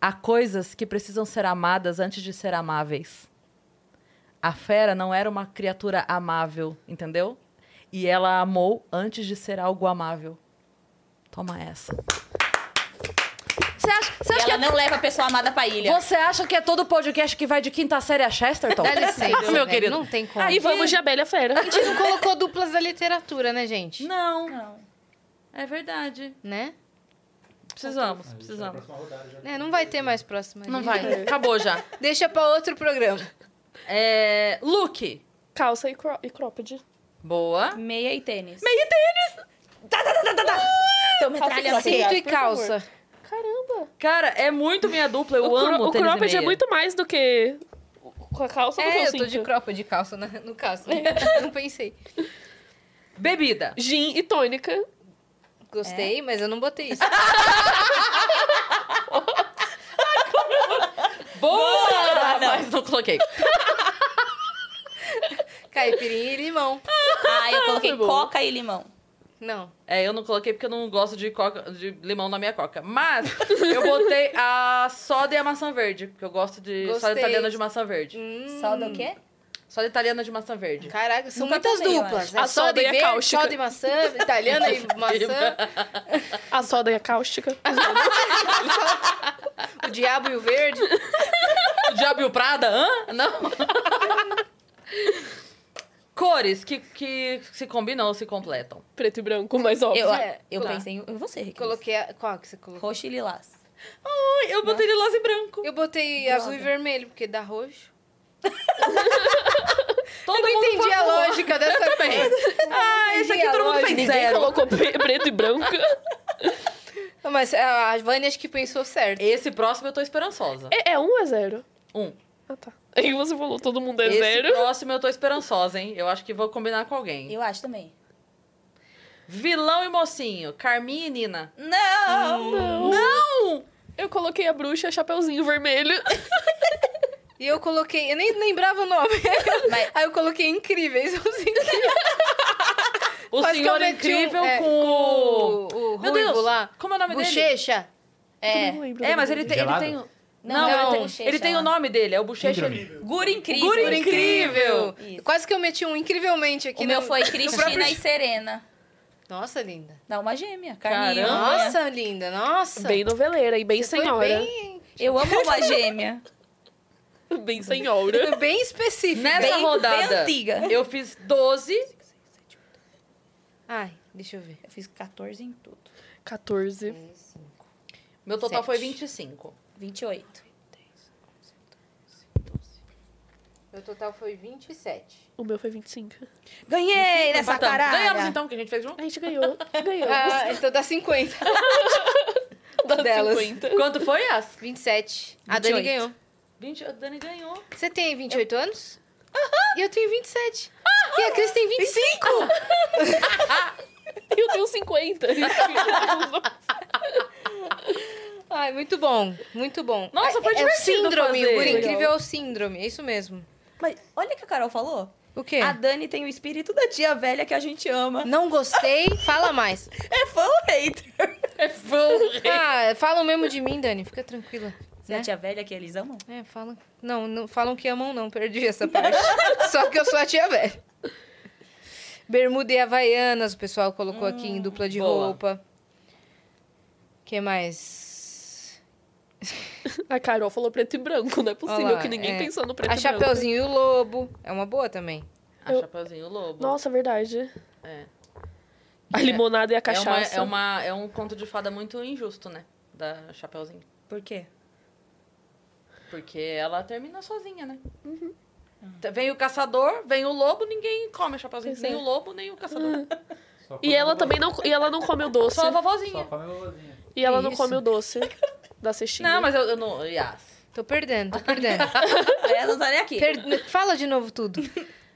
Speaker 1: Há coisas que precisam ser amadas antes de ser amáveis. A fera não era uma criatura amável, entendeu? E ela amou antes de ser algo amável. Toma essa. Você acha, você
Speaker 4: E
Speaker 1: acha que
Speaker 4: ela não leva a pessoa amada pra ilha.
Speaker 1: é, você acha que é todo podcast que vai de quinta série a Chesterton?
Speaker 2: Dá licença,
Speaker 1: meu
Speaker 2: velho,
Speaker 1: querido.
Speaker 2: Não tem como.
Speaker 5: E vamos de Abelha Fera.
Speaker 2: A gente não colocou duplas da literatura, né, gente?
Speaker 1: Não,
Speaker 4: Não.
Speaker 1: é verdade.
Speaker 2: Né?
Speaker 1: Precisamos,
Speaker 7: Na
Speaker 1: precisamos.
Speaker 7: próxima rodada já.
Speaker 2: É, não vai ter mais próxima.
Speaker 1: Não
Speaker 2: gente.
Speaker 1: vai, acabou já.
Speaker 2: Deixa pra outro programa.
Speaker 1: É, Luke.
Speaker 5: Calça e, cro e cropped.
Speaker 1: Boa.
Speaker 4: Meia e tênis. Tá,
Speaker 1: Meia tênis.
Speaker 4: Então, metralha
Speaker 5: Calça e
Speaker 2: Cinto
Speaker 4: seca.
Speaker 5: cropped,
Speaker 2: e
Speaker 5: por favor.
Speaker 2: calça.
Speaker 5: Caramba.
Speaker 1: Cara, é muito minha dupla. Eu
Speaker 5: o cro-
Speaker 1: amo
Speaker 5: o
Speaker 1: tênis e
Speaker 5: cropped é
Speaker 1: meia.
Speaker 5: muito mais do que o- com a calça ou
Speaker 2: É,
Speaker 5: com o
Speaker 2: eu tô
Speaker 5: um cinto.
Speaker 2: de cropa de calça na- no caso. não pensei.
Speaker 1: Bebida.
Speaker 5: Gin e tônica.
Speaker 2: Gostei,
Speaker 4: É?
Speaker 2: mas eu não botei isso.
Speaker 1: Boa! Mas não coloquei.
Speaker 2: Caipirinha e limão.
Speaker 4: Ah, eu coloquei coca e limão.
Speaker 2: Não.
Speaker 1: É, eu não coloquei porque eu não gosto de, coca- de limão na minha coca. Mas eu botei a soda e a maçã verde. Porque eu gosto de soda
Speaker 2: Gostei.
Speaker 1: italiana de maçã verde.
Speaker 2: Hum,
Speaker 4: Soda o quê?
Speaker 1: Soda italiana de maçã verde.
Speaker 2: Caraca, são
Speaker 4: Nunca
Speaker 2: muitas
Speaker 4: tomei, eu
Speaker 2: duplas.
Speaker 4: acho.
Speaker 2: né?
Speaker 1: Ah,
Speaker 5: A soda e a
Speaker 2: verde,
Speaker 5: cáustica.
Speaker 2: Soda e maçã, italiana e maçã,
Speaker 5: A soda e a cáustica.
Speaker 2: o diabo e o verde.
Speaker 1: O Diabo e o Prada? Hã? Não. Cores que, que se combinam ou se completam.
Speaker 5: Preto e branco, mais óbvio.
Speaker 4: Eu,
Speaker 2: É,
Speaker 4: eu
Speaker 2: claro.
Speaker 4: pensei em em você, Rick.
Speaker 2: Coloquei a... Qual que você colocou?
Speaker 4: Roxo e lilás.
Speaker 1: Eu botei lilás e branco.
Speaker 2: Eu botei azul e vermelho, porque dá roxo.
Speaker 1: Todo
Speaker 2: eu não
Speaker 1: mundo
Speaker 2: entendi a
Speaker 1: falou.
Speaker 2: lógica dessa vez.
Speaker 1: Ah, esse aqui todo mundo
Speaker 2: Lógico,
Speaker 1: fez
Speaker 5: Ninguém
Speaker 1: zero.
Speaker 5: colocou pre- preto e branco.
Speaker 2: Mas a Vânia acho que pensou certo.
Speaker 1: Esse próximo eu tô esperançosa.
Speaker 5: É, é um ou é zero?
Speaker 1: Um.
Speaker 5: Ah, tá. Aí você falou, todo mundo é
Speaker 1: Esse
Speaker 5: zero.
Speaker 1: próximo eu tô esperançosa, hein? Eu acho que vou combinar com alguém.
Speaker 4: Eu acho também.
Speaker 1: Vilão e mocinho, Carminha e Nina.
Speaker 4: Não!
Speaker 1: Não!
Speaker 5: Eu coloquei a bruxa, chapeuzinho vermelho.
Speaker 2: E eu coloquei... Eu nem lembrava o nome.
Speaker 4: Mas-
Speaker 2: Aí eu coloquei incríveis. Os incríveis.
Speaker 1: O
Speaker 2: Quase que eu
Speaker 1: senhor
Speaker 2: meti um-
Speaker 1: incrível
Speaker 2: é,
Speaker 1: com...
Speaker 2: com o- o
Speaker 1: Meu
Speaker 2: ruivo
Speaker 1: Deus,
Speaker 2: lá.
Speaker 1: como é o nome dele?
Speaker 2: Bochecha.
Speaker 5: Eu não
Speaker 4: É.
Speaker 5: lembro
Speaker 1: É,
Speaker 5: o
Speaker 1: mas
Speaker 5: nome
Speaker 1: ele tem, ele
Speaker 7: Gelado?
Speaker 1: tem... Não,
Speaker 4: Não,
Speaker 2: não, é
Speaker 1: ele, tem,
Speaker 4: bochecha,
Speaker 1: ele tem
Speaker 4: ó.
Speaker 1: o nome dele, é o Bochecha...
Speaker 7: Ingrame.
Speaker 4: Guri incrível.
Speaker 1: Guri
Speaker 2: Por incrível.
Speaker 4: Isso.
Speaker 2: Quase que eu meti um incrivelmente aqui.
Speaker 4: O meu
Speaker 2: no-
Speaker 4: foi
Speaker 2: no
Speaker 4: Cristina
Speaker 2: próprio-
Speaker 4: e Serena.
Speaker 2: Nossa, linda.
Speaker 4: Dá uma gêmea. Carminha.
Speaker 1: Caramba.
Speaker 4: Nossa.
Speaker 2: Nossa, linda. Nossa.
Speaker 5: Bem noveleira e bem
Speaker 2: tá- Você foi
Speaker 5: senhora. Bem...
Speaker 2: Bem,
Speaker 4: Eu amo uma gêmea.
Speaker 5: senhora.
Speaker 2: bem específica.
Speaker 1: Nessa
Speaker 4: Bem- bem
Speaker 1: rodada,
Speaker 4: antiga.
Speaker 1: eu fiz 12.
Speaker 2: Ai, deixa eu ver.
Speaker 4: Eu fiz 14 em tudo.
Speaker 5: 14.
Speaker 1: Meu total foi
Speaker 2: Sete.
Speaker 1: 25.
Speaker 4: 28.
Speaker 2: Meu total foi 27.
Speaker 5: O meu foi 25.
Speaker 4: Ganhei nessa
Speaker 1: Empatamos.
Speaker 4: caralho.
Speaker 1: Ganhamos então, que a gente fez junto.
Speaker 5: A gente ganhou. Ganhou.
Speaker 2: Ah, então dá 50. delas.
Speaker 5: 50.
Speaker 1: Quanto foi, As?
Speaker 2: 27. A Dani
Speaker 4: 28.
Speaker 2: ganhou.
Speaker 1: 20, a Dani ganhou.
Speaker 2: Você tem 28 anos? E eu tenho 27. E a Cris tem 25.
Speaker 5: Eu tenho 50.
Speaker 2: Ai, muito bom. Muito bom.
Speaker 1: Nossa, foi
Speaker 2: É- é o
Speaker 1: divertido
Speaker 2: síndrome.
Speaker 1: fazer.
Speaker 2: Por incrível é o síndrome. É isso mesmo.
Speaker 4: Mas olha o que a Carol falou.
Speaker 2: O quê?
Speaker 8: A Dani tem o espírito da tia velha que a gente ama.
Speaker 2: Não gostei, fala mais.
Speaker 8: É fã ou hater?
Speaker 2: Ah, falam mesmo de mim, Dani, fica tranquila.
Speaker 4: Você é a tia velha que eles amam?
Speaker 2: É, falam. Não, não, falam que amam, não, perdi essa parte. Só que eu sou a tia velha. Bermuda e Havaianas, o pessoal colocou aqui em dupla de
Speaker 4: boa.
Speaker 2: roupa. que mais?
Speaker 5: A Carol falou preto e branco, não é possível
Speaker 2: Olha lá,
Speaker 5: que ninguém
Speaker 2: é.
Speaker 5: pensou no preto
Speaker 2: A
Speaker 5: e branco.
Speaker 2: Chapeuzinho e o Lobo. É uma boa também.
Speaker 1: A
Speaker 5: Eu-
Speaker 1: Chapeuzinho Lobo.
Speaker 5: Nossa, verdade.
Speaker 1: É.
Speaker 5: A limonada e a cachaça.
Speaker 1: É, uma, é, uma, é um conto de fada muito injusto, né? Da Chapeuzinho.
Speaker 8: Por quê?
Speaker 1: Porque ela termina sozinha, né? Tá- Vem o caçador, vem o lobo, ninguém come a Chapeuzinho.
Speaker 5: Pois
Speaker 1: nem
Speaker 5: é.
Speaker 1: o lobo, nem o caçador.
Speaker 7: Só come
Speaker 5: E ela
Speaker 7: o
Speaker 5: também não, e ela não come o doce.
Speaker 1: Só a
Speaker 7: Só
Speaker 1: vovozinha.
Speaker 7: come o vovozinho.
Speaker 5: E ela
Speaker 2: Que
Speaker 5: não
Speaker 2: isso?
Speaker 5: come o doce da cestinha.
Speaker 1: Não, mas eu, eu não. Yas.
Speaker 2: Tô perdendo, tô perdendo.
Speaker 8: Ela não tá nem aqui.
Speaker 2: Per- Fala de novo tudo.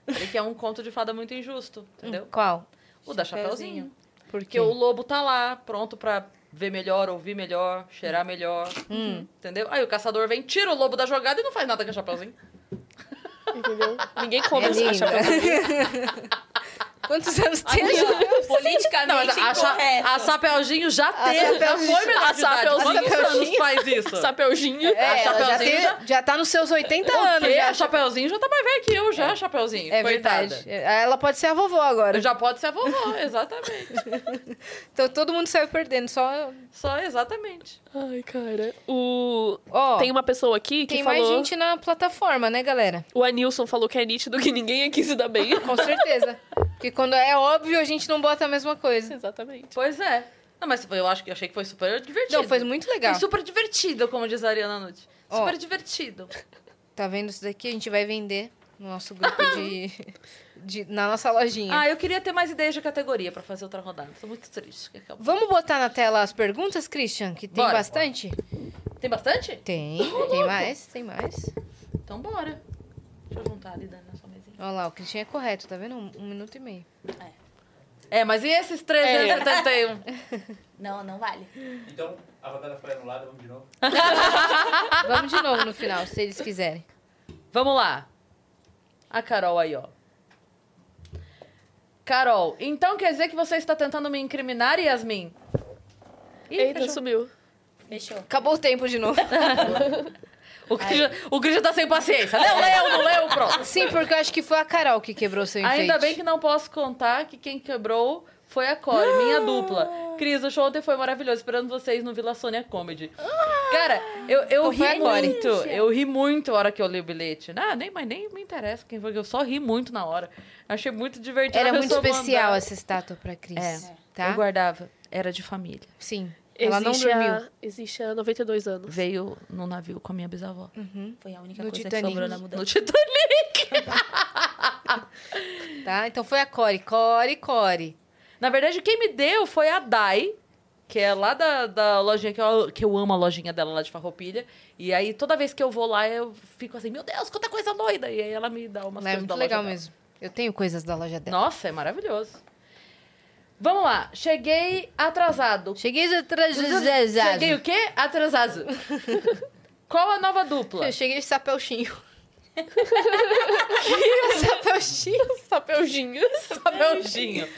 Speaker 1: Porque é um conto de fada muito injusto, entendeu?
Speaker 2: Qual?
Speaker 1: O da Chapeuzinho.
Speaker 2: Porque
Speaker 1: Porque o lobo tá lá, pronto pra ver melhor, ouvir melhor, cheirar melhor. Entendeu? Aí o caçador vem, tira o lobo da jogada e não faz nada com a Chapeuzinho.
Speaker 5: Entendeu? Ninguém come
Speaker 2: É
Speaker 5: a
Speaker 2: linda.
Speaker 5: chapeuzinho.
Speaker 2: Quantos anos tem a
Speaker 1: mas
Speaker 8: Politicamente
Speaker 1: a, Cha-
Speaker 8: incorreto.
Speaker 1: a Chapeuzinho já teve, já
Speaker 2: Chapeuzinho-
Speaker 1: foi menor
Speaker 5: a
Speaker 1: de idade.
Speaker 5: Chapeuzinho-
Speaker 1: Quantos anos faz isso?
Speaker 5: Sapeuzinho.
Speaker 2: É,
Speaker 1: A
Speaker 2: ela já,
Speaker 1: Chapeuzinho
Speaker 2: tem- já tá nos seus 80 anos.
Speaker 1: Porque
Speaker 2: já.
Speaker 1: a Chapeuzinho já tá mais velha que eu, já, Chapeuzinho.
Speaker 2: É
Speaker 1: Coitada.
Speaker 2: verdade. Ela pode ser a vovó agora.
Speaker 1: Já pode ser a vovó, exatamente.
Speaker 2: Então todo mundo saiu perdendo, só...
Speaker 1: Só exatamente.
Speaker 5: Ai, cara. O...
Speaker 2: Ó,
Speaker 5: Tem uma pessoa aqui que
Speaker 2: tem
Speaker 5: falou...
Speaker 2: mais gente na plataforma, né, galera?
Speaker 5: O Anilson falou que é nítido que ninguém aqui se dá bem.
Speaker 2: Com certeza. Porque quando é óbvio, a gente não bota a mesma coisa.
Speaker 5: Exatamente.
Speaker 1: Pois é. Não, mas eu acho que eu achei que foi super divertido.
Speaker 2: Não, foi muito legal.
Speaker 1: Foi super divertido, como diz a Ariana Nutt.
Speaker 2: Ó.
Speaker 1: Super divertido.
Speaker 2: Tá vendo isso daqui? A gente vai vender no nosso grupo de... de- na nossa lojinha.
Speaker 1: Ah, eu queria ter mais ideias de categoria pra fazer outra rodada. Tô muito triste. que acabou.
Speaker 2: Vamos botar na tela as perguntas, Christian? Que tem
Speaker 1: Bora.
Speaker 2: bastante?
Speaker 1: Tem bastante?
Speaker 2: Tem. Tem mais, tem mais.
Speaker 1: Então bora. Deixa eu juntar ali, Dani, na sua mesinha.
Speaker 2: Olha lá, o Christian é correto, tá vendo? Um, um minuto e meio.
Speaker 1: É, mas e um? esses 371?
Speaker 4: Não, não vale.
Speaker 7: Então, a rodada foi anulada, vamos de novo.
Speaker 2: Vamos de novo no final, se eles quiserem.
Speaker 1: Vamos lá. A Carol aí, ó. Carol, então quer dizer que você está tentando me incriminar, Yasmin? Ih,
Speaker 5: Eita,
Speaker 1: fechou.
Speaker 5: sumiu.
Speaker 4: Fechou.
Speaker 2: Acabou o tempo de novo.
Speaker 1: o Christian, o Christian tá sem paciência. Não
Speaker 2: É.
Speaker 1: leu, não leu, pronto.
Speaker 2: Sim, porque eu acho que foi a Carol que quebrou seu enfeite.
Speaker 1: Ainda bem que não posso contar que quem quebrou foi a Core,
Speaker 2: Ah!
Speaker 1: minha dupla. Cris, o show ontem foi maravilhoso, esperando vocês no Vila Sônia Comedy. Cara, eu, eu
Speaker 2: Então
Speaker 1: ri
Speaker 2: foi a Core.
Speaker 1: muito, eu ri muito a hora que eu li o bilhete. Ah, nem, mas nem me interessa quem foi, eu só ri muito na hora. Achei muito divertido.
Speaker 2: Era
Speaker 1: a
Speaker 2: muito
Speaker 1: pessoa
Speaker 2: especial
Speaker 1: mandar.
Speaker 2: essa estátua pra Cris.
Speaker 1: É.
Speaker 2: Tá?
Speaker 1: Eu guardava. Era de família.
Speaker 2: Sim. Ela não
Speaker 5: Existe
Speaker 2: dormiu.
Speaker 5: A... Existe há 92 anos.
Speaker 1: Veio no navio com a minha bisavó.
Speaker 2: Uhum.
Speaker 4: Foi a única
Speaker 2: No
Speaker 4: coisa
Speaker 2: Titanic.
Speaker 4: que sobrou na mudança.
Speaker 1: No Titanic!
Speaker 2: Tá? Então foi a Core. Core, Core.
Speaker 1: Na verdade, quem me deu foi a Dai, que é lá da, da lojinha que eu, que eu amo a lojinha dela lá de Farroupilha. E aí, toda vez que eu vou lá, eu fico assim, meu Deus, quanta coisa doida! E aí ela me dá umas
Speaker 2: Não,
Speaker 1: coisas
Speaker 2: é
Speaker 1: da
Speaker 2: muito
Speaker 1: loja
Speaker 2: legal
Speaker 1: dela.
Speaker 2: mesmo. Eu tenho coisas da loja dela.
Speaker 1: Nossa, é maravilhoso. Vamos lá. Cheguei atrasado.
Speaker 2: Cheguei atrás
Speaker 1: Cheguei o quê? Atrasado. Qual a nova dupla?
Speaker 2: Eu cheguei de sapeuchinho. sapeuchinho?
Speaker 5: Sapeuzinho.
Speaker 1: um Papelzinho.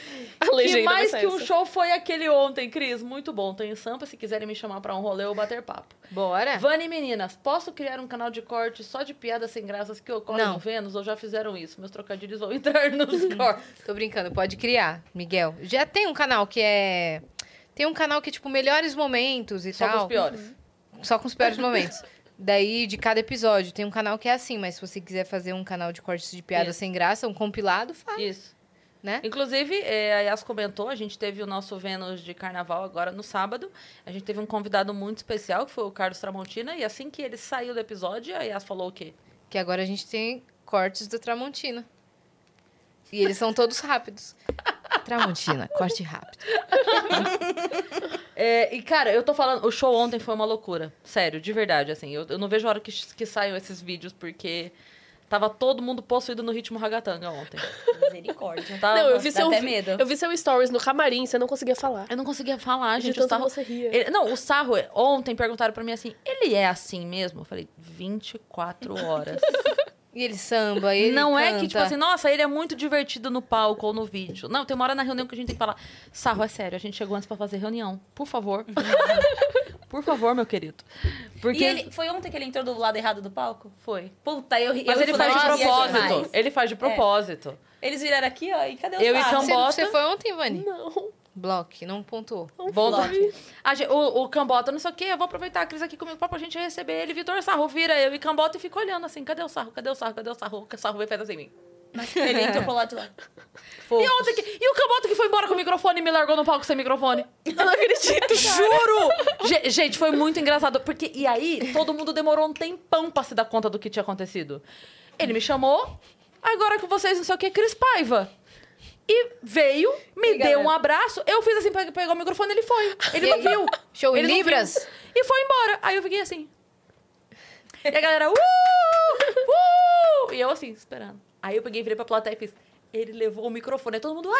Speaker 5: A legenda
Speaker 1: Que mais
Speaker 5: vai
Speaker 1: que
Speaker 5: ser
Speaker 1: um
Speaker 5: essa.
Speaker 1: show foi aquele ontem, Cris. Muito bom. Tô em Sampa, se quiserem me chamar pra um rolê ou bater papo.
Speaker 5: É.
Speaker 2: Bora.
Speaker 1: Vani, meninas, posso criar um canal de corte só de piadas sem graças que ocorrem
Speaker 2: Não.
Speaker 1: no Vênus? Ou já fizeram isso? Meus trocadilhos vão entrar nos
Speaker 5: Uhum.
Speaker 1: cortes.
Speaker 2: Tô brincando, pode criar, Miguel. Já tem um canal que é... Tem um canal que é, tipo, melhores momentos e
Speaker 1: Só
Speaker 2: tal.
Speaker 1: com os piores.
Speaker 5: Uhum.
Speaker 2: Só com os piores momentos. Daí, de cada episódio, tem um canal que é assim, mas se você quiser fazer um canal de cortes de piada
Speaker 1: Isso.
Speaker 2: sem graça, um compilado, faz,
Speaker 1: Ah. Isso.
Speaker 2: né?
Speaker 1: Inclusive, é, a Yas comentou, a gente teve o nosso Vênus de carnaval agora no sábado. A gente teve um convidado muito especial, que foi o Carlos Tramontina. E assim que ele saiu do episódio, a Yas falou o quê?
Speaker 2: Que agora a gente tem cortes do Tramontina. E eles são todos rápidos. Tramontina, corte rápido.
Speaker 1: É, e, cara, eu tô falando, o show ontem foi uma loucura. Sério, de verdade, assim. Eu, eu não vejo a hora que, que saiam esses vídeos, porque tava todo mundo possuído no ritmo ragatanga ontem.
Speaker 8: Misericórdia.
Speaker 1: Tava-
Speaker 5: Não, eu vi
Speaker 8: Dá
Speaker 5: seu...
Speaker 8: até medo.
Speaker 5: Eu vi seu stories no camarim, você não conseguia falar.
Speaker 1: Eu não conseguia falar, gente.
Speaker 5: De
Speaker 1: O
Speaker 5: tanto
Speaker 1: sarro...
Speaker 5: você ria.
Speaker 1: Ele- não, o sarro, ontem perguntaram pra mim assim: ele é assim mesmo? Eu falei: 24 horas.
Speaker 2: E ele samba, ele
Speaker 1: não é
Speaker 2: canta.
Speaker 1: que, tipo assim, nossa, ele é muito divertido no palco ou no vídeo. Não, tem uma hora na reunião que a gente tem que falar, sarro, é sério, a gente chegou antes pra fazer reunião. Por favor. Por favor, meu querido. Porque.
Speaker 4: E ele, foi ontem que ele entrou do lado errado do palco? Foi. Puta, eu ri.
Speaker 1: Mas
Speaker 4: eu
Speaker 1: ele
Speaker 4: ri
Speaker 1: faz de
Speaker 4: toda hora, eu ria
Speaker 1: propósito.
Speaker 4: demais. É.
Speaker 1: Ele faz de propósito.
Speaker 4: Eles viraram aqui, ó, e cadê o
Speaker 1: Eu e
Speaker 4: sarro?
Speaker 1: Cam-
Speaker 2: Você,
Speaker 1: Cambota.
Speaker 2: você foi ontem, Vani?
Speaker 5: Não.
Speaker 2: Block, não pontuou.
Speaker 4: Um
Speaker 1: Volta. tá. A gente- o, o Cambota, não sei o quê, eu vou aproveitar a Cris aqui comigo pra gente receber ele. Vitor Sarro vira eu e Cambota e fica olhando assim: cadê o sarro? Cadê o sarro? Cadê o sarro? O sarro veio e fez assim em mim.
Speaker 4: Mas ele entrou pro lado de lá.
Speaker 1: E, ontem que- e o Cambota que foi embora com o microfone e me largou no palco sem microfone. Eu não acredito. Juro! Ge- gente, foi muito engraçado. Porque, e aí, todo mundo demorou um tempão pra se dar conta do que tinha acontecido. Ele me chamou, agora é com vocês, não sei o que, Cris Paiva. E veio, me deu um abraço, eu fiz assim, pe- pegou o microfone ele foi. Ele não viu.
Speaker 2: Show em
Speaker 1: Ele não viu.
Speaker 2: Libras?
Speaker 1: E foi embora. Aí eu fiquei assim. E a galera, uh! Uh! E eu assim, esperando. Aí eu peguei, virei pra plateia e fiz. Ele levou o microfone, aí todo mundo. "Ah!"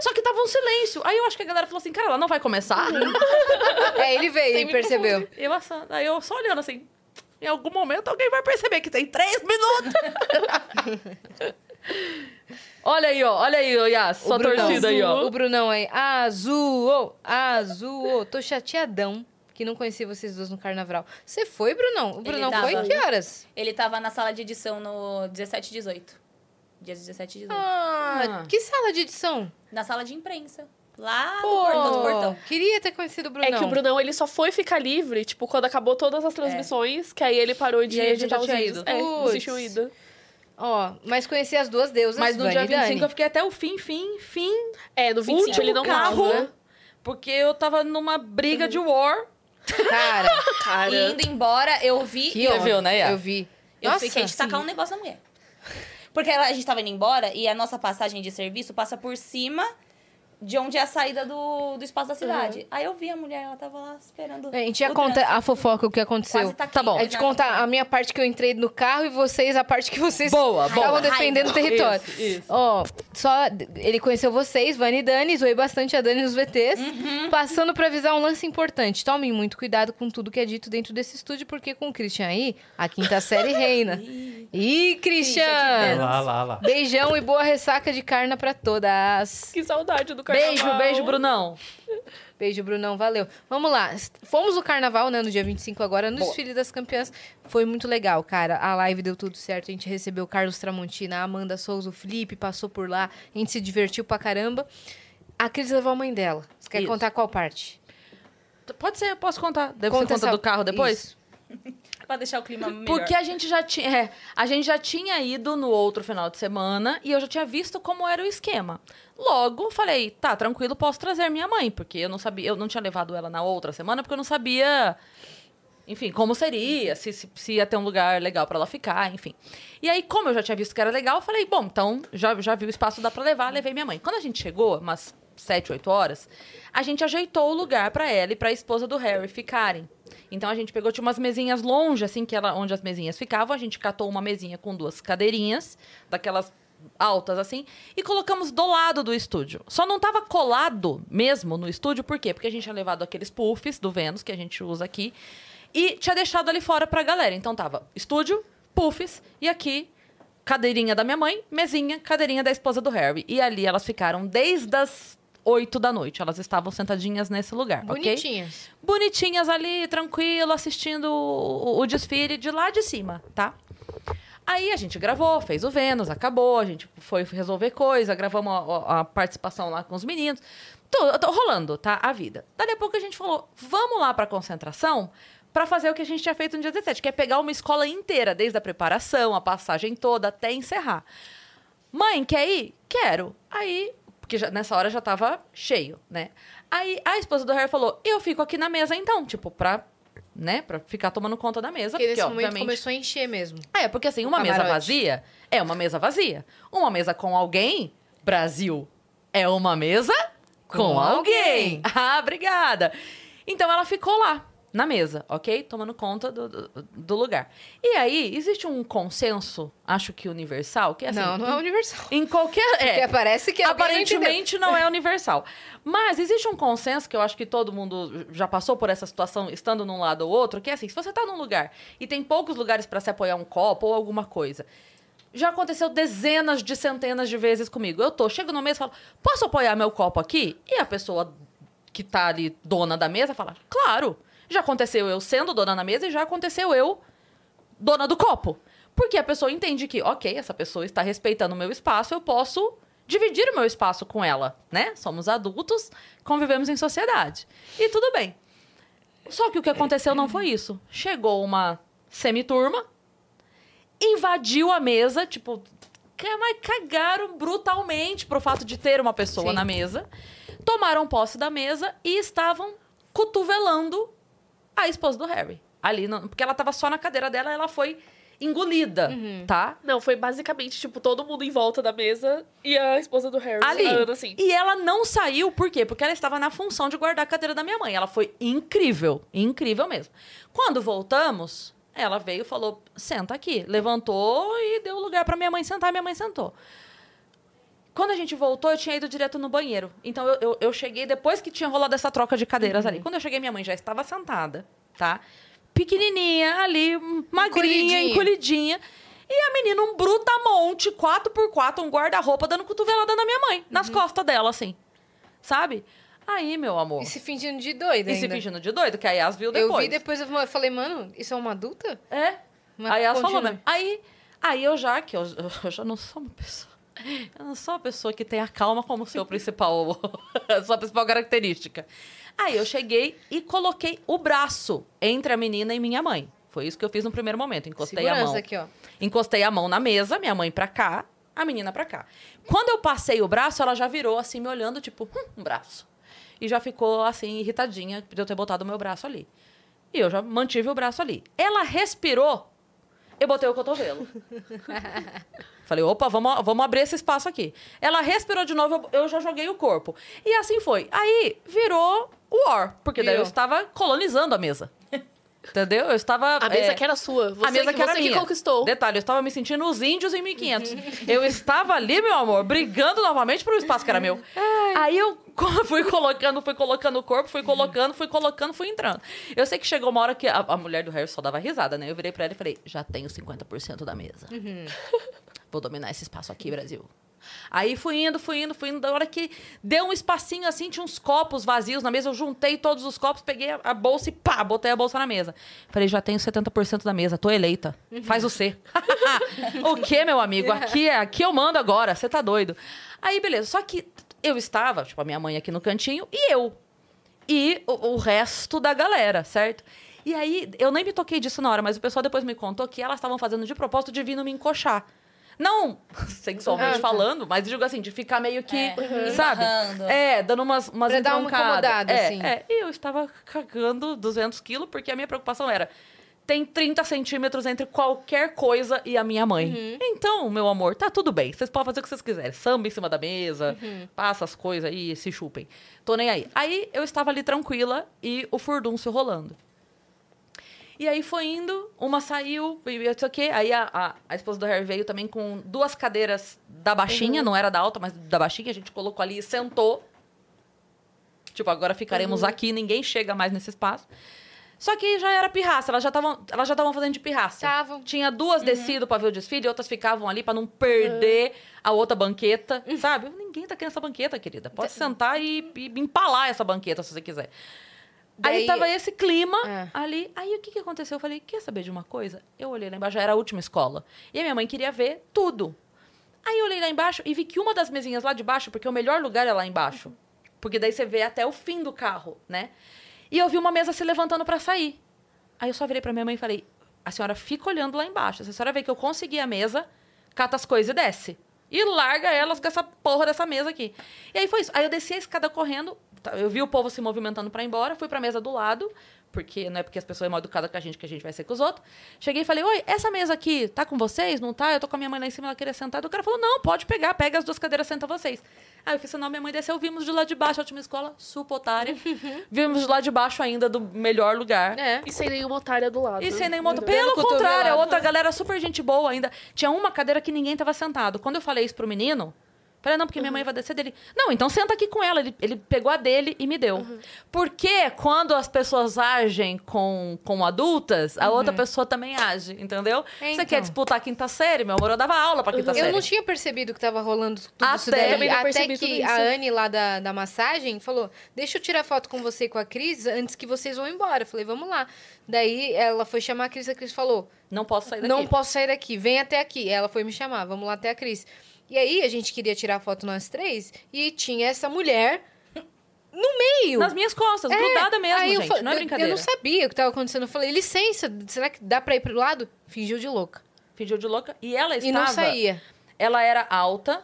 Speaker 1: Só que tava um silêncio. Aí eu acho que a galera falou assim, cara, ela não vai começar.
Speaker 2: É, ele veio e percebeu.
Speaker 1: Eu assando. Aí eu só olhando assim. Em algum momento alguém vai perceber que tem três minutos. olha aí, ó. Olha aí, ó, Yas. Sua torcida aí, ó.
Speaker 2: O Brunão aí. Azul, ô, azul, ô. Tô chateadão que não conheci vocês dois no carnaval. Você foi, Brunão? O Brunão
Speaker 4: tava.
Speaker 2: foi? Que horas?
Speaker 4: Ele tava na sala de edição no 17 e 18. Dias 17 e 18.
Speaker 2: Ah,
Speaker 1: Ah.
Speaker 2: que sala de edição?
Speaker 4: Na sala de imprensa. Lá no
Speaker 2: Pô,
Speaker 4: portão do portão.
Speaker 2: queria ter conhecido o Brunão.
Speaker 5: É que o Brunão, ele só foi ficar livre, tipo, quando acabou todas
Speaker 1: É.
Speaker 5: as transmissões, que aí ele parou de
Speaker 1: E aí a gente
Speaker 5: editar
Speaker 1: já
Speaker 5: os
Speaker 1: tinha
Speaker 5: vídeos.
Speaker 1: ido.
Speaker 5: É,
Speaker 2: Puts.
Speaker 5: assistiu ido.
Speaker 2: Ó, mas conheci as duas deusas,
Speaker 1: Mas no
Speaker 2: Vani
Speaker 1: dia
Speaker 2: e Dani.
Speaker 1: 25 eu fiquei até o fim, fim, fim.
Speaker 5: É, no 25
Speaker 1: Último
Speaker 5: ele não
Speaker 1: carro.
Speaker 5: tava, né?
Speaker 1: Porque eu tava numa briga de war.
Speaker 2: Cara,
Speaker 4: E indo embora, eu vi.
Speaker 2: que
Speaker 4: eu,
Speaker 1: Você viu, né, Iá?
Speaker 2: Eu vi.
Speaker 4: eu
Speaker 2: Nossa,
Speaker 4: fiquei de tacar
Speaker 2: sim.
Speaker 4: um negócio na mulher. Porque ela- a gente tava indo embora e a nossa passagem de serviço passa por cima de onde é a saída do, do espaço da cidade. Aí eu vi a mulher, ela tava lá esperando.
Speaker 2: Uhum. É, A gente já
Speaker 4: o
Speaker 2: conta
Speaker 4: trânsito.
Speaker 2: a fofoca, o que aconteceu.
Speaker 4: Quase taquei.
Speaker 1: Tá bom.
Speaker 2: A gente conta É a minha parte que eu entrei no carro e vocês a parte que vocês
Speaker 1: Boa, boa.
Speaker 2: estavam defendendo o território.
Speaker 1: Isso, isso.
Speaker 2: Ó, só ele conheceu vocês, Vani e Dani, zoei bastante a Dani nos VTs,
Speaker 1: Uhum.
Speaker 2: passando pra avisar um lance importante. Tomem muito cuidado com tudo que é dito dentro desse estúdio, porque com o Christian aí, a quinta série reina. Ih,
Speaker 7: Olha
Speaker 2: Christian!
Speaker 7: É, lá, olha lá, olha lá.
Speaker 2: Beijão e boa ressaca de carne pra todas.
Speaker 5: Que saudade do carnaval.
Speaker 1: Beijo, beijo, Brunão.
Speaker 2: Beijo, Brunão, valeu. Vamos lá. est- Fomos no carnaval, né, no dia 25 agora, no desfile das campeãs. Foi muito legal, cara. A live deu tudo certo. A gente recebeu o Carlos Tramontina, a Amanda Souza, o Felipe passou por lá. A gente se divertiu pra caramba. A Cris levou a mãe dela. Você quer
Speaker 1: Isso.
Speaker 2: contar qual parte?
Speaker 1: Pode ser, eu posso contar. Depois
Speaker 2: Conta
Speaker 1: você conta
Speaker 2: essa-
Speaker 1: do carro depois?
Speaker 2: Isso.
Speaker 4: Pra deixar o clima melhor.
Speaker 1: Porque a gente já tinha. é, a gente já tinha ido no outro final de semana e eu já tinha visto como era o esquema. Logo, falei, tá, tranquilo, posso trazer minha mãe, porque eu não sabia, eu não tinha levado ela na outra semana, porque eu não sabia. Enfim, como seria, se, se, se ia ter um lugar legal pra ela ficar, enfim. E aí, como eu já tinha visto que era legal, eu falei, bom, então já, já vi o espaço, dá pra levar, levei minha mãe. Quando a gente chegou, umas 7, 8 horas, a gente ajeitou o lugar pra ela e pra esposa do Harry ficarem. Então a gente pegou, tinha umas mesinhas longe, assim, que ela, onde as mesinhas ficavam, a gente catou uma mesinha com duas cadeirinhas, daquelas altas assim, e colocamos do lado do estúdio. Só não tava colado mesmo no estúdio, por quê? Porque a gente tinha levado aqueles puffs do Vênus, que a gente usa aqui, e tinha deixado ali fora pra galera. Então tava estúdio, puffs, e aqui cadeirinha da minha mãe, mesinha, cadeirinha da esposa do Harry. E ali elas ficaram desde as 8 da noite. Elas estavam sentadinhas nesse lugar, ok?
Speaker 2: Bonitinhas.
Speaker 1: bonitinhas ali, tranquilo, assistindo o, o desfile de lá de cima, tá? Aí a gente gravou, fez o Vênus, acabou, a gente foi resolver coisa, gravamos a, a- a participação lá com os meninos. Tô, tô rolando, tá? A vida. Daí a pouco a gente falou, vamos lá pra concentração pra fazer o que a gente tinha feito no dia 17, que é pegar uma escola inteira, desde a preparação, a passagem toda, até encerrar. Mãe, quer ir? Quero. Aí, porque já- nessa hora já tava cheio, né? Aí a esposa do Harry falou: Eu fico aqui na mesa então, tipo, pra, né, pra ficar tomando conta da mesa.
Speaker 2: Porque
Speaker 1: Porque,
Speaker 2: nesse momento
Speaker 1: é, obviamente.
Speaker 2: começou a encher mesmo.
Speaker 1: É, porque assim, uma mesa
Speaker 2: camarote.
Speaker 1: vazia é uma mesa vazia. Uma mesa com alguém, Brasil, é uma mesa com,
Speaker 2: Com
Speaker 1: alguém.
Speaker 2: alguém.
Speaker 1: Ah, obrigada. Então ela ficou lá. na mesa, ok? Tomando conta do, do, do lugar. E aí, existe um consenso, acho que universal, que é assim.
Speaker 2: Não, não é universal.
Speaker 1: Em qualquer.
Speaker 2: Porque
Speaker 1: É,
Speaker 2: parece que alguém não entendeu.
Speaker 1: aparentemente não é universal. Mas existe um consenso que eu acho que todo mundo já passou por essa situação, estando num lado ou outro, que é assim, se você tá num lugar e tem poucos lugares pra se apoiar um copo ou alguma coisa, já aconteceu dezenas de centenas de vezes comigo. Eu tô, chego no mês e falo, posso apoiar meu copo aqui? E a pessoa que tá ali, dona da mesa, fala, claro. Já aconteceu eu sendo dona da mesa e já aconteceu eu dona do copo. Porque a pessoa entende que, ok, essa pessoa está respeitando o meu espaço, eu posso dividir o meu espaço com ela, né? Somos adultos, convivemos em sociedade. E tudo bem. Só que o que aconteceu não foi isso. Chegou uma semiturma, invadiu a mesa, tipo, ca- mas cagaram brutalmente pro fato de ter uma pessoa
Speaker 2: Sim.
Speaker 1: na mesa, tomaram posse da mesa e estavam cotovelando a esposa do Harry. Ali, no- porque ela tava só na cadeira dela, ela foi engolida, tá?
Speaker 5: Não, foi basicamente, tipo, todo mundo em volta da mesa e a esposa do Harry.
Speaker 1: Ali.
Speaker 5: A Ana, assim.
Speaker 1: E ela não saiu, por quê? Porque ela estava na função de guardar a cadeira da minha mãe. Ela foi incrível, incrível mesmo. Quando voltamos, ela veio e falou: senta aqui. Levantou e deu lugar para minha mãe sentar, minha mãe sentou. Quando a gente voltou, eu tinha ido direto no banheiro. Então eu, eu, eu cheguei depois que tinha rolado essa troca de cadeiras
Speaker 2: Uhum.
Speaker 1: ali. Quando eu cheguei, minha mãe já estava sentada, tá? Pequenininha, ali, um, magrinha,
Speaker 2: Encolhidinha.
Speaker 1: encolhidinha. E a menina, um brutamonte, 4x4, um guarda-roupa, dando cotovelada na minha mãe, nas
Speaker 2: Uhum.
Speaker 1: costas dela, assim. Sabe? Aí, meu amor.
Speaker 2: E se fingindo de doida
Speaker 1: E se
Speaker 2: ainda.
Speaker 1: fingindo de doido, que a Yas viu
Speaker 2: Eu
Speaker 1: depois.
Speaker 2: vi depois, eu falei, mano, isso é uma adulta?
Speaker 1: É.
Speaker 2: Mas
Speaker 1: aí ela
Speaker 2: continua.
Speaker 1: falou né? mesmo. Aí, aí eu já, que eu, eu já não sou uma pessoa. Eu não sou uma pessoa que tem a calma como seu principal. sua principal característica. Aí eu cheguei e coloquei o braço entre a menina e minha mãe. Foi isso que eu fiz no primeiro momento. Encostei a mão.
Speaker 2: Segurança aqui, ó.
Speaker 1: Encostei a mão na mesa, minha mãe pra cá, a menina pra cá. Quando eu passei o braço, ela já virou assim, me olhando, tipo, hum, um braço. E já ficou assim, irritadinha de eu ter botado o meu braço ali. E eu já mantive o braço ali. Ela respirou, eu botei o cotovelo. Falei, opa, vamos, vamos abrir esse espaço aqui. Ela respirou de novo, eu, eu já joguei o corpo. E assim foi. Aí virou war, porque daí eu
Speaker 2: Virou.
Speaker 1: estava colonizando a mesa. Entendeu? Eu estava.
Speaker 5: A mesa
Speaker 1: é,
Speaker 5: que era sua. Você,
Speaker 1: a mesa que, era
Speaker 5: você
Speaker 1: minha.
Speaker 5: que conquistou.
Speaker 1: Detalhe, eu estava me sentindo os índios em 1500. eu estava ali, meu amor, brigando novamente por um espaço que era meu. Aí eu co- fui colocando, fui colocando o corpo, fui colocando, fui colocando, fui entrando. Eu sei que chegou uma hora que a, a mulher do Harry só dava risada, né? Eu virei pra ela e falei, já tenho 50% da mesa. Vou dominar esse espaço aqui, Brasil. Aí fui indo, fui indo, fui indo. Da hora que deu um espacinho assim, tinha uns copos vazios na mesa. Eu juntei todos os copos, peguei a, a bolsa e pá, botei a bolsa na mesa. Falei, já tenho 70% da mesa, tô eleita. Faz o C. o quê, meu amigo? Aqui, é- aqui eu mando agora, você tá doido. Aí, beleza. Só que eu estava, tipo, a minha mãe aqui no cantinho e eu e o, o resto da galera, certo? E aí, eu nem me toquei disso na hora, mas o pessoal depois me contou que elas estavam fazendo de propósito de vir no me encoxar. Não sexualmente falando, mas digo assim, de ficar meio que, sabe?
Speaker 4: Embarrando.
Speaker 1: É, dando umas, umas
Speaker 2: Pra dar uma
Speaker 1: entroncadas.
Speaker 2: incomodada,
Speaker 1: é,
Speaker 2: assim.
Speaker 1: É, e eu estava cagando 200 quilos, porque a minha preocupação era... Tem 30 centímetros entre qualquer coisa e a minha mãe.
Speaker 2: Uhum.
Speaker 1: Então, meu amor, tá tudo bem. Vocês podem fazer o que vocês quiserem. Samba em cima da mesa,
Speaker 2: Uhum.
Speaker 1: passa as coisas aí, se chupem. Tô nem aí. Aí eu estava ali tranquila e o furdúncio rolando. E aí foi indo, uma saiu, e eu sei o quê. Aí a, a, a esposa do Harry veio também com duas cadeiras da baixinha,
Speaker 2: Uhum.
Speaker 1: não era da alta, mas da baixinha. A gente colocou ali e sentou. Tipo, agora ficaremos aqui, ninguém chega mais nesse espaço. Só que já era pirraça, elas já estavam elas já estavam fazendo de pirraça.
Speaker 2: Estavam.
Speaker 1: Tinha duas descido pra ver o desfile, outras ficavam ali pra não perder a outra banqueta, sabe? Ninguém tá querendo essa banqueta, querida. Pode sentar e, e empalar essa banqueta se você quiser. Aí
Speaker 2: Daí-
Speaker 1: tava esse clima
Speaker 2: É.
Speaker 1: ali. Aí o que, que aconteceu? Eu falei, quer saber de uma coisa? Eu olhei lá embaixo, já era a última escola. E a minha mãe queria ver tudo. Aí eu olhei lá embaixo e vi que uma das mesinhas lá de baixo, porque o melhor lugar é lá embaixo. Porque daí você vê até o fim do carro, né? E eu vi uma mesa se levantando pra sair. Aí eu só virei pra minha mãe e falei: a senhora fica olhando lá embaixo. Se a senhora vê que eu consegui a mesa, cata as coisas e desce. E larga elas com essa porra dessa mesa aqui. E aí foi isso. Aí eu desci a escada correndo, tá, eu vi o povo se movimentando pra ir embora, fui pra mesa do lado, porque não é porque as pessoas é mal educadas com a gente que a gente vai ser com os outros. Cheguei e falei: oi, essa mesa aqui tá com vocês? Não tá? Eu tô com a minha mãe lá em cima, ela queria sentar. E o cara falou: não, pode pegar, pega as duas cadeiras, senta vocês. Aí eu fiz sinal, minha mãe desceu, vimos de lá de baixo a última escola, supa otária. vimos de lá de baixo ainda do melhor lugar.
Speaker 2: É.
Speaker 5: E sem nenhuma otária do
Speaker 2: Tá
Speaker 5: lado.
Speaker 1: E sem nenhuma outra.
Speaker 5: Entendeu?
Speaker 1: Pelo
Speaker 8: Dando cotovelada.
Speaker 1: contrário, a outra galera super gente boa ainda. Tinha uma cadeira que ninguém tava sentado. Quando eu falei isso pro menino, falei, não, porque
Speaker 2: Uhum.
Speaker 1: minha mãe vai descer dele. Não, então senta aqui com ela. Ele, ele pegou a dele e me deu.
Speaker 2: Uhum.
Speaker 1: Porque quando as pessoas agem com, com adultas, a outra pessoa também age, entendeu?
Speaker 2: É,
Speaker 1: Você
Speaker 2: Uhum. então.
Speaker 1: quer disputar a quinta série, meu amor? Eu dava aula pra quinta
Speaker 5: Tá
Speaker 1: série.
Speaker 2: Eu não tinha percebido que tava rolando tudo isso
Speaker 1: Até-
Speaker 2: daí.
Speaker 1: Também
Speaker 5: não
Speaker 2: Até
Speaker 5: percebi tudo
Speaker 2: que
Speaker 5: isso.
Speaker 2: a Anne lá da, da massagem falou: Deixa eu tirar foto com você e com a Cris antes que vocês vão embora. Eu falei: Vamos lá. Daí ela foi chamar a Cris. A Cris falou:
Speaker 1: Não posso sair daqui.
Speaker 2: Não posso sair daqui, vem até aqui. Ela foi me chamar: Vamos lá até a Cris. E aí a gente queria tirar foto nós três e tinha essa mulher no meio.
Speaker 1: Nas minhas costas,
Speaker 2: É,
Speaker 1: grudada mesmo,
Speaker 2: aí eu
Speaker 1: gente.
Speaker 2: fa-
Speaker 1: Não é
Speaker 2: eu-
Speaker 1: brincadeira.
Speaker 2: Eu não sabia o que tava acontecendo. Eu falei, licença, será que dá pra ir pro lado? Fingiu de louca.
Speaker 1: Fingiu de louca. E ela estava...
Speaker 2: E não saía.
Speaker 1: ela era alta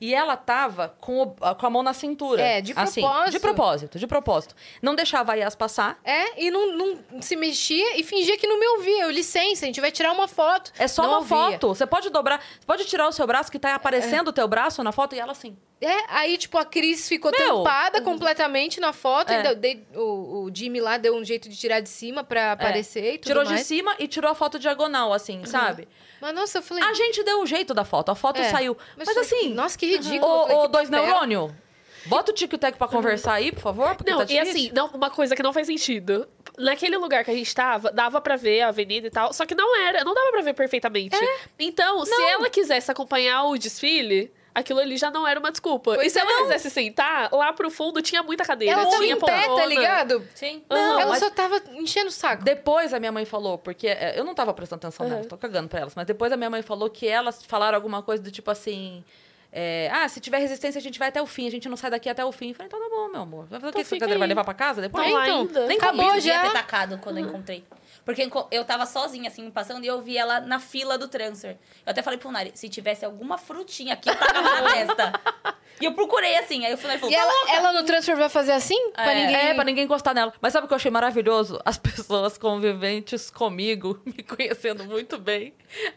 Speaker 1: e ela tava com, o- com a mão na cintura.
Speaker 2: É, de
Speaker 1: Assim,
Speaker 2: propósito.
Speaker 1: de propósito, de propósito. Não deixava a Yas passar.
Speaker 2: É, e não, não se mexia e fingia que não me ouvia. Eu, licença, a gente vai tirar uma foto.
Speaker 1: É só
Speaker 2: Não
Speaker 1: uma
Speaker 2: ouvia.
Speaker 1: foto. Você pode dobrar, você pode tirar o seu braço que tá aparecendo o teu braço na foto e ela assim.
Speaker 2: É, aí, tipo, a Cris ficou
Speaker 1: Meu.
Speaker 2: tampada completamente na foto.
Speaker 1: É.
Speaker 2: e deu- dei- o, o Jimmy lá deu um jeito de tirar de cima pra aparecer e tudo
Speaker 1: É. Tirou de
Speaker 2: mais. Uhum.
Speaker 1: cima e tirou a foto diagonal assim, sabe?
Speaker 2: Mas, nossa, eu falei...
Speaker 1: A gente deu um jeito da foto, a foto
Speaker 2: É.
Speaker 1: saiu.
Speaker 2: Mas
Speaker 1: Mas,
Speaker 2: só que-
Speaker 1: assim,
Speaker 2: nossa, que ridículo. Eu falei,
Speaker 1: ô, ô,
Speaker 2: que
Speaker 1: dois é um
Speaker 2: papel.
Speaker 1: neurônio. Bota o tico e o teco pra conversar aí, por favor, porque
Speaker 5: Não,
Speaker 1: tá
Speaker 5: e
Speaker 1: difícil.
Speaker 5: assim, não, uma coisa que não faz sentido. Naquele lugar que a gente tava, dava pra ver a avenida e tal, só que não era, não dava pra ver perfeitamente.
Speaker 1: É.
Speaker 5: Então, se ela quisesse acompanhar o desfile, aquilo ali já não era uma desculpa. e se
Speaker 1: é.
Speaker 5: ela quisesse sentar, lá pro fundo tinha muita cadeira,
Speaker 1: um
Speaker 2: Ela tava
Speaker 5: tinha
Speaker 2: em pé, tá
Speaker 5: poltrona.
Speaker 2: ligado?
Speaker 4: Sim.
Speaker 1: Não,
Speaker 2: ela
Speaker 1: mas-
Speaker 2: só tava enchendo o saco.
Speaker 1: Depois a minha mãe falou, porque é, eu não tava prestando atenção nelas, tô cagando pra elas, mas depois a minha mãe falou que elas falaram alguma coisa do tipo assim. é, ah, se tiver resistência, a gente vai até o fim, a gente não sai daqui até o fim. Eu falei, então tá bom, meu amor. Vai fazer o que essa
Speaker 5: fica
Speaker 1: cadeira vai
Speaker 5: aí.
Speaker 1: levar pra casa depois?
Speaker 2: Então
Speaker 5: Tá lá ainda.
Speaker 1: Nem
Speaker 2: Acabou
Speaker 1: comigo.
Speaker 4: Eu devia
Speaker 2: já.
Speaker 4: ter tacado quando eu encontrei. Porque enco- eu tava sozinha, assim, passando, e eu vi ela na fila do transfer. Eu até falei pro Nari, se tivesse alguma frutinha aqui, eu tacava na testa. E eu procurei, assim. Aí o Nari falou,
Speaker 2: E ela, ela no transfer vai fazer assim? Pra ninguém...
Speaker 1: É, pra ninguém encostar nela. Mas sabe o que eu achei maravilhoso? As pessoas conviventes comigo, me conhecendo muito bem.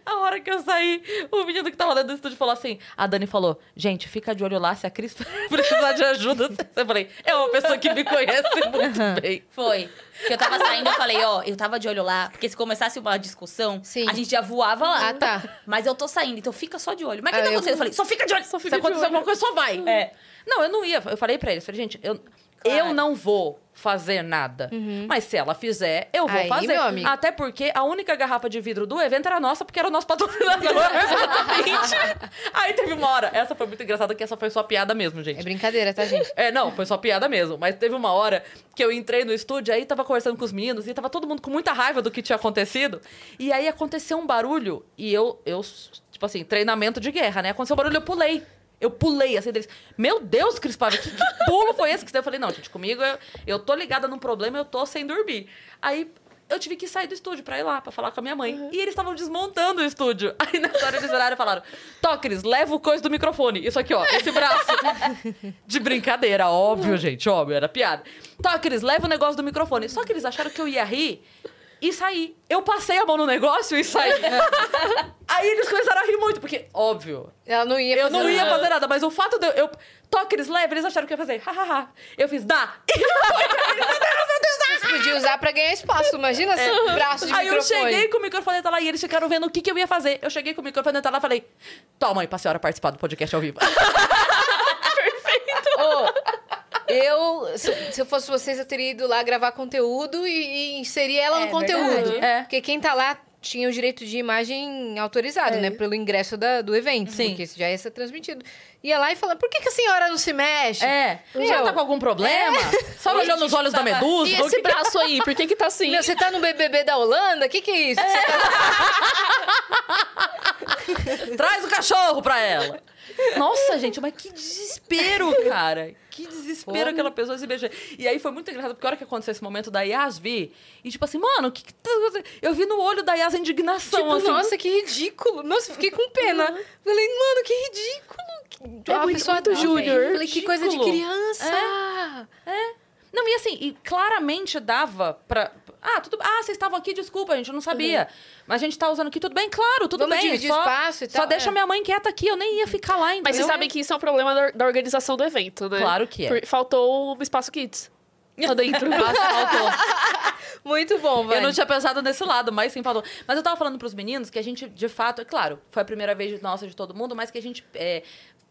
Speaker 1: A hora que eu saí, o menino que tava dentro do estúdio falou assim: a Dani falou, gente, fica de olho lá, se a Cris precisar de ajuda. Eu falei, é uma pessoa que me conhece muito bem.
Speaker 4: Foi. Porque eu tava saindo, eu falei, ó, eu tava de olho lá, porque se começasse uma discussão,
Speaker 2: Sim.
Speaker 4: a gente já voava lá.
Speaker 2: Ah, tá.
Speaker 4: Mas eu tô saindo, então fica só de olho. Mas o
Speaker 2: Ah,
Speaker 4: que tá
Speaker 2: eu-
Speaker 4: acontecendo? Eu falei, só fica de olho, só
Speaker 1: Se
Speaker 4: fica de
Speaker 1: acontecer
Speaker 4: olho.
Speaker 1: alguma coisa, só vai.
Speaker 4: É.
Speaker 1: Não, eu não ia. Eu falei pra eles, falei, gente, eu, eu não vou fazer nada. Mas se ela fizer, eu vou
Speaker 2: Uhum. Aí,
Speaker 1: fazer.
Speaker 2: meu amigo.
Speaker 1: Até porque a única garrafa de vidro do evento era nossa, porque era o nosso patrocinador. Exatamente. Aí teve uma hora. Essa foi muito engraçada, que essa foi só piada mesmo, gente.
Speaker 2: É brincadeira, tá, gente?
Speaker 1: É, não, foi só piada mesmo. Mas teve uma hora que eu entrei no estúdio, aí tava conversando com os meninos e tava todo mundo com muita raiva do que tinha acontecido. E aí aconteceu um barulho e eu, eu tipo assim, treinamento de guerra, né? Aconteceu um barulho, eu pulei. Eu pulei, assim, deles. Meu Deus, Cris Paiva, que, que pulo foi esse que você deu? Eu falei, não, gente, comigo eu, eu tô ligada num problema, eu tô sem dormir. Aí eu tive que sair do estúdio pra ir lá, pra falar com a minha mãe. E eles estavam desmontando o estúdio. Aí nessa hora eles olharam e falaram: Tó, Cris, leva o coisa do microfone. Isso aqui, ó, esse braço. De brincadeira, óbvio, gente, óbvio, era piada. Tó, Cris, leva o negócio do microfone. Só que eles acharam que eu ia rir e saí. Eu passei a mão no negócio e saí. Aí eles começaram a rir muito, porque, óbvio,
Speaker 2: Ela não ia
Speaker 1: eu
Speaker 2: fazer assim.
Speaker 1: não ia
Speaker 2: nada.
Speaker 1: fazer nada, mas o fato de eu. eu toque eles leve, eles acharam que eu ia fazer. Hahaha. Eu fiz, dá!
Speaker 2: Vocês podiam usar pra ganhar espaço. Imagina esse braço de
Speaker 1: É. Aí eu
Speaker 2: microfone.
Speaker 1: cheguei com o microfone tá lá e eles ficaram vendo o que, que eu ia fazer. Eu cheguei com o microfone tá lá e falei: Toma aí pra senhora participar do podcast ao vivo.
Speaker 2: Ô, eu, se, se eu fosse vocês, eu teria ido lá gravar conteúdo e, e inserir ela no
Speaker 8: É
Speaker 2: conteúdo.
Speaker 1: verdade. É.
Speaker 2: Porque quem tá lá tinha o direito de imagem autorizado, né? Pelo ingresso da- do evento.
Speaker 1: É. Sim.
Speaker 2: Porque isso já ia ser transmitido. Ia lá e falava, por que, que a senhora não se mexe?
Speaker 1: É.
Speaker 2: Meu. É.
Speaker 1: Já tá com algum problema? Só olhou nos olhos da medusa?
Speaker 5: E
Speaker 1: O que
Speaker 5: esse
Speaker 1: que-
Speaker 5: braço aí, por que que tá assim?
Speaker 2: Meu, você tá no BBB da Holanda? O que, que é isso? Você tá-
Speaker 1: Traz o cachorro pra ela. Nossa, gente, mas que desespero, cara. Que desespero aquela pessoa se beijar. E aí foi muito engraçado, porque a hora que aconteceu esse momento da Yas vi, e tipo assim, mano, o que, que tá acontecendo? Eu vi no olho da Yas a indignação,
Speaker 2: Tipo,
Speaker 1: assim.
Speaker 2: nossa, que ridículo. Nossa, eu fiquei com pena.
Speaker 1: Uhum.
Speaker 2: Falei, mano, que ridículo.
Speaker 5: É muito- muito
Speaker 2: adulta.
Speaker 5: júnior.
Speaker 2: Falei, que coisa de
Speaker 1: Ridículo.
Speaker 2: criança.
Speaker 1: Não, e assim, e claramente dava pra. Ah, tudo Ah, vocês estavam aqui, desculpa, gente, eu não sabia. Mas a gente tá usando aqui, tudo bem? Claro, tudo
Speaker 2: Uhum. Vamos
Speaker 1: bem.
Speaker 2: dividir
Speaker 1: só,
Speaker 2: espaço e
Speaker 1: Só
Speaker 2: tal,
Speaker 1: deixa
Speaker 2: é.
Speaker 1: minha mãe quieta aqui, eu nem ia ficar lá, entendeu?
Speaker 5: Mas vocês sabem que isso é um problema da, da organização do evento, né?
Speaker 1: Claro que é. Tá,
Speaker 5: Por- faltou o espaço kids. Lá dentro.
Speaker 2: Muito bom,
Speaker 1: Eu
Speaker 2: velho.
Speaker 1: não tinha pensado nesse lado, mas sim faltou. Mas eu tava falando pros meninos que a gente, de fato, é claro, foi a primeira vez de- nossa de todo mundo, mas que a gente é,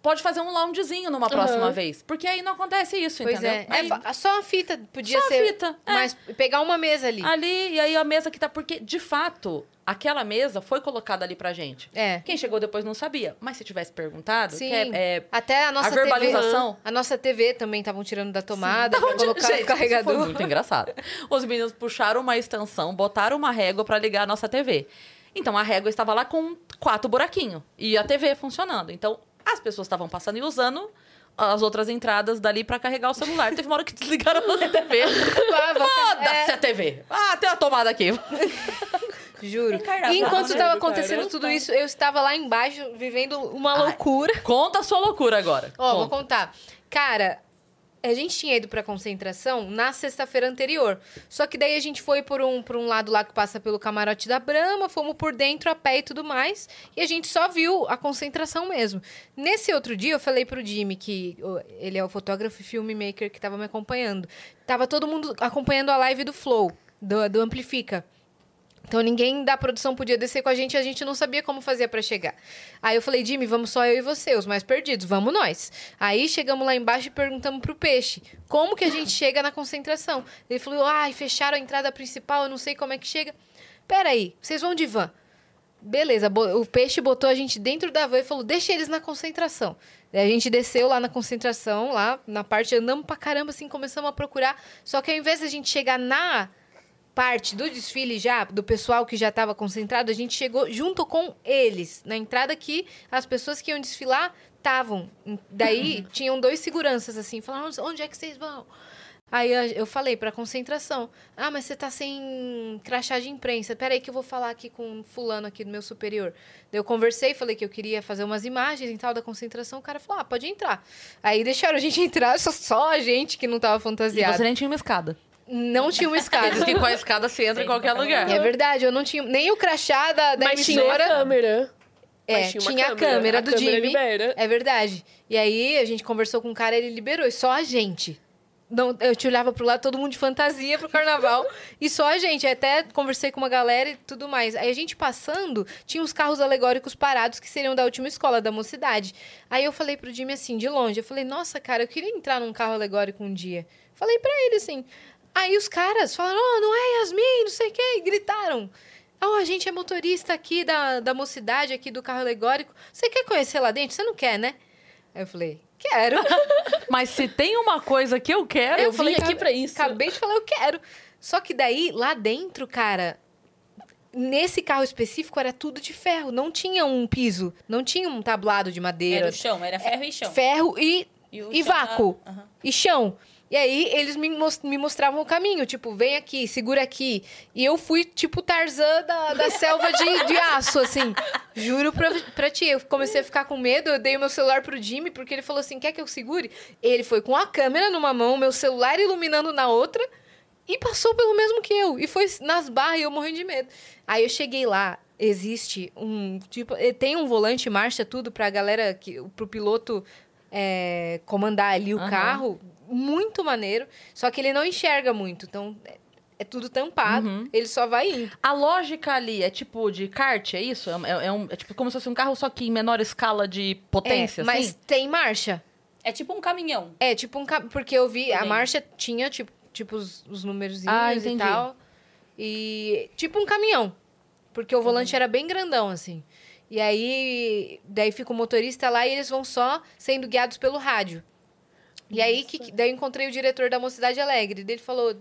Speaker 1: pode fazer um loungezinho numa próxima vez. Porque aí não acontece isso,
Speaker 2: Pois
Speaker 1: entendeu?
Speaker 2: é.
Speaker 1: Aí-
Speaker 2: É, fa- Só a fita Ah, podia
Speaker 1: Só a
Speaker 2: ser.
Speaker 1: fita, é.
Speaker 2: Mas pegar uma mesa ali.
Speaker 1: ali, e aí a mesa que tá. Porque, de fato, aquela mesa foi colocada ali pra gente.
Speaker 2: É.
Speaker 1: Quem chegou depois não sabia. Mas se tivesse perguntado,
Speaker 2: Sim.
Speaker 1: que é, é,
Speaker 2: Até a nossa TV.
Speaker 1: verbalização.
Speaker 2: A nossa TV também estavam tirando da tomada, pra
Speaker 1: Tá Onde-
Speaker 2: colocar
Speaker 1: Gente,
Speaker 2: no carregador.
Speaker 1: Isso foi muito engraçado. Os meninos puxaram uma extensão, botaram uma régua pra ligar a nossa TV. Então a régua estava lá com quatro buraquinhos e a TV funcionando. Então as pessoas estavam passando e usando as outras entradas dali pra carregar o celular. Teve uma hora que desligaram a nossa TV.
Speaker 2: Ah, vou-
Speaker 1: Foda-se a TV. Ah, tem a tomada aqui.
Speaker 2: É, Juro.
Speaker 8: carnaval,
Speaker 2: E enquanto
Speaker 8: né,
Speaker 2: estava
Speaker 8: do
Speaker 2: acontecendo
Speaker 8: caramba.
Speaker 2: tudo isso, eu estava lá embaixo vivendo uma loucura.
Speaker 1: Conta a sua loucura agora.
Speaker 2: Ó, vou
Speaker 1: Conta.
Speaker 2: contar. Cara, a gente tinha ido pra concentração na sexta-feira anterior. Só que daí a gente foi por um, por um lado lá que passa pelo camarote da Brama, fomos por dentro a pé e tudo mais. E a gente só viu a concentração mesmo. Nesse outro dia, eu falei pro Jimmy, que ó, ele é o fotógrafo e filmmaker que tava me acompanhando. Tava todo mundo acompanhando a live do Flow, do, do Amplifica. Então ninguém da produção podia descer com a gente, a gente não sabia como fazia pra chegar. Aí eu falei, Jimmy, vamos só eu e você, os mais perdidos, vamos nós. Aí chegamos lá embaixo e perguntamos pro peixe, como que a gente chega na concentração? Ele falou, ai, fecharam a entrada principal, eu não sei como é que chega. Peraí, vocês vão de van. Beleza, bo- o peixe botou a gente dentro da van e falou: deixa eles na concentração. Daí a gente desceu lá na concentração, lá na parte, andamos pra caramba, assim, começamos a procurar. Só que ao invés da gente chegar na parte do desfile já, do pessoal que já estava concentrado, a gente chegou junto com eles. Na entrada que as pessoas que iam desfilar estavam.
Speaker 1: Uhum.
Speaker 2: Daí tinham dois seguranças, assim, falaram: "Onde- onde é que vocês vão? Aí a- eu falei pra concentração. Ah, mas você tá sem crachá de imprensa. Peraí que eu vou falar aqui com um fulano aqui do meu superior. Daí eu conversei, falei que eu queria fazer umas imagens e tal da concentração. O cara falou, ah, pode entrar. Aí deixaram a gente entrar, só, só a gente que não tava
Speaker 1: E
Speaker 2: fantasiada.
Speaker 1: você nem tinha uma escada.
Speaker 2: Não tinha uma escada.
Speaker 1: Diz que com a escada você entra em qualquer lugar.
Speaker 2: É verdade, eu não tinha nem o crachá da, da
Speaker 5: Mas tinha a
Speaker 2: emissora.
Speaker 5: câmera.
Speaker 2: É,
Speaker 5: Mas
Speaker 2: tinha,
Speaker 5: tinha uma
Speaker 2: a
Speaker 5: câmera.
Speaker 2: câmera
Speaker 5: A
Speaker 2: do
Speaker 5: câmera
Speaker 2: Jimmy.
Speaker 5: libera.
Speaker 2: É verdade. E aí a gente conversou com o cara, ele liberou, e só a gente. Não, eu te olhava pro lado, todo mundo de fantasia pro carnaval. e só a gente. Eu Até conversei com uma galera e tudo mais. Aí a gente passando, tinha uns carros alegóricos parados que seriam da última escola, da mocidade. Aí eu falei pro Jimmy assim, de longe, eu falei, nossa, cara, eu queria entrar num carro alegórico um dia. Falei pra ele assim. Aí os caras falaram, oh, não é Yasmin, não sei o quê, e gritaram. Ah, a gente é motorista aqui da, da mocidade, aqui do carro alegórico. Você quer conhecer lá dentro? Você não quer, né? Aí eu falei, quero.
Speaker 1: Mas se tem uma coisa que eu quero.
Speaker 5: Eu,
Speaker 2: Eu falei,
Speaker 5: vim aqui
Speaker 2: cara,
Speaker 5: pra isso.
Speaker 2: Acabei de falar, eu quero. Só que daí, lá dentro, cara, nesse carro específico era tudo de ferro. Não tinha um piso, não tinha um tablado de madeira.
Speaker 4: Era o chão, era ferro e chão.
Speaker 2: Ferro e,
Speaker 4: E o
Speaker 2: e
Speaker 4: chão
Speaker 2: vácuo.
Speaker 4: da- Aham.
Speaker 2: E chão. E aí eles me, mos- me mostravam o caminho, tipo, vem aqui, segura aqui. E eu fui, tipo, Tarzan da, da selva de, de aço, assim. Juro pra, pra ti. Eu comecei a ficar com medo, eu dei o meu celular pro Jimmy, porque ele falou assim: quer que eu segure? Ele foi com a câmera numa mão, meu celular iluminando na outra. E passou pelo mesmo que eu. E foi nas barras e eu morrendo de medo. Aí eu cheguei lá, existe um. Tipo, eh, tem um volante, marcha, tudo pra galera, que, pro piloto eh, comandar ali o
Speaker 1: Aham.
Speaker 2: carro. Muito maneiro. Só que ele não enxerga muito. Então é, é tudo tampado.
Speaker 1: Uhum.
Speaker 2: Ele só vai indo.
Speaker 1: A lógica ali é tipo de kart, é isso? É, é um- é tipo como se fosse um carro, só que em menor escala de potência,
Speaker 2: É, mas
Speaker 1: assim?
Speaker 2: tem marcha.
Speaker 4: É tipo um caminhão.
Speaker 2: É, tipo um. ca- Porque eu vi. A
Speaker 4: Entendi.
Speaker 2: marcha tinha, tipo, tipo os, os números
Speaker 1: Ah,
Speaker 2: e
Speaker 1: entendi.
Speaker 2: tal. E. Tipo um caminhão. Porque o volante era bem grandão, assim. E aí. Daí fica o motorista lá e eles vão só sendo guiados pelo rádio. E aí, que, que- daí eu encontrei o diretor da Mocidade Alegre. Daí ele falou.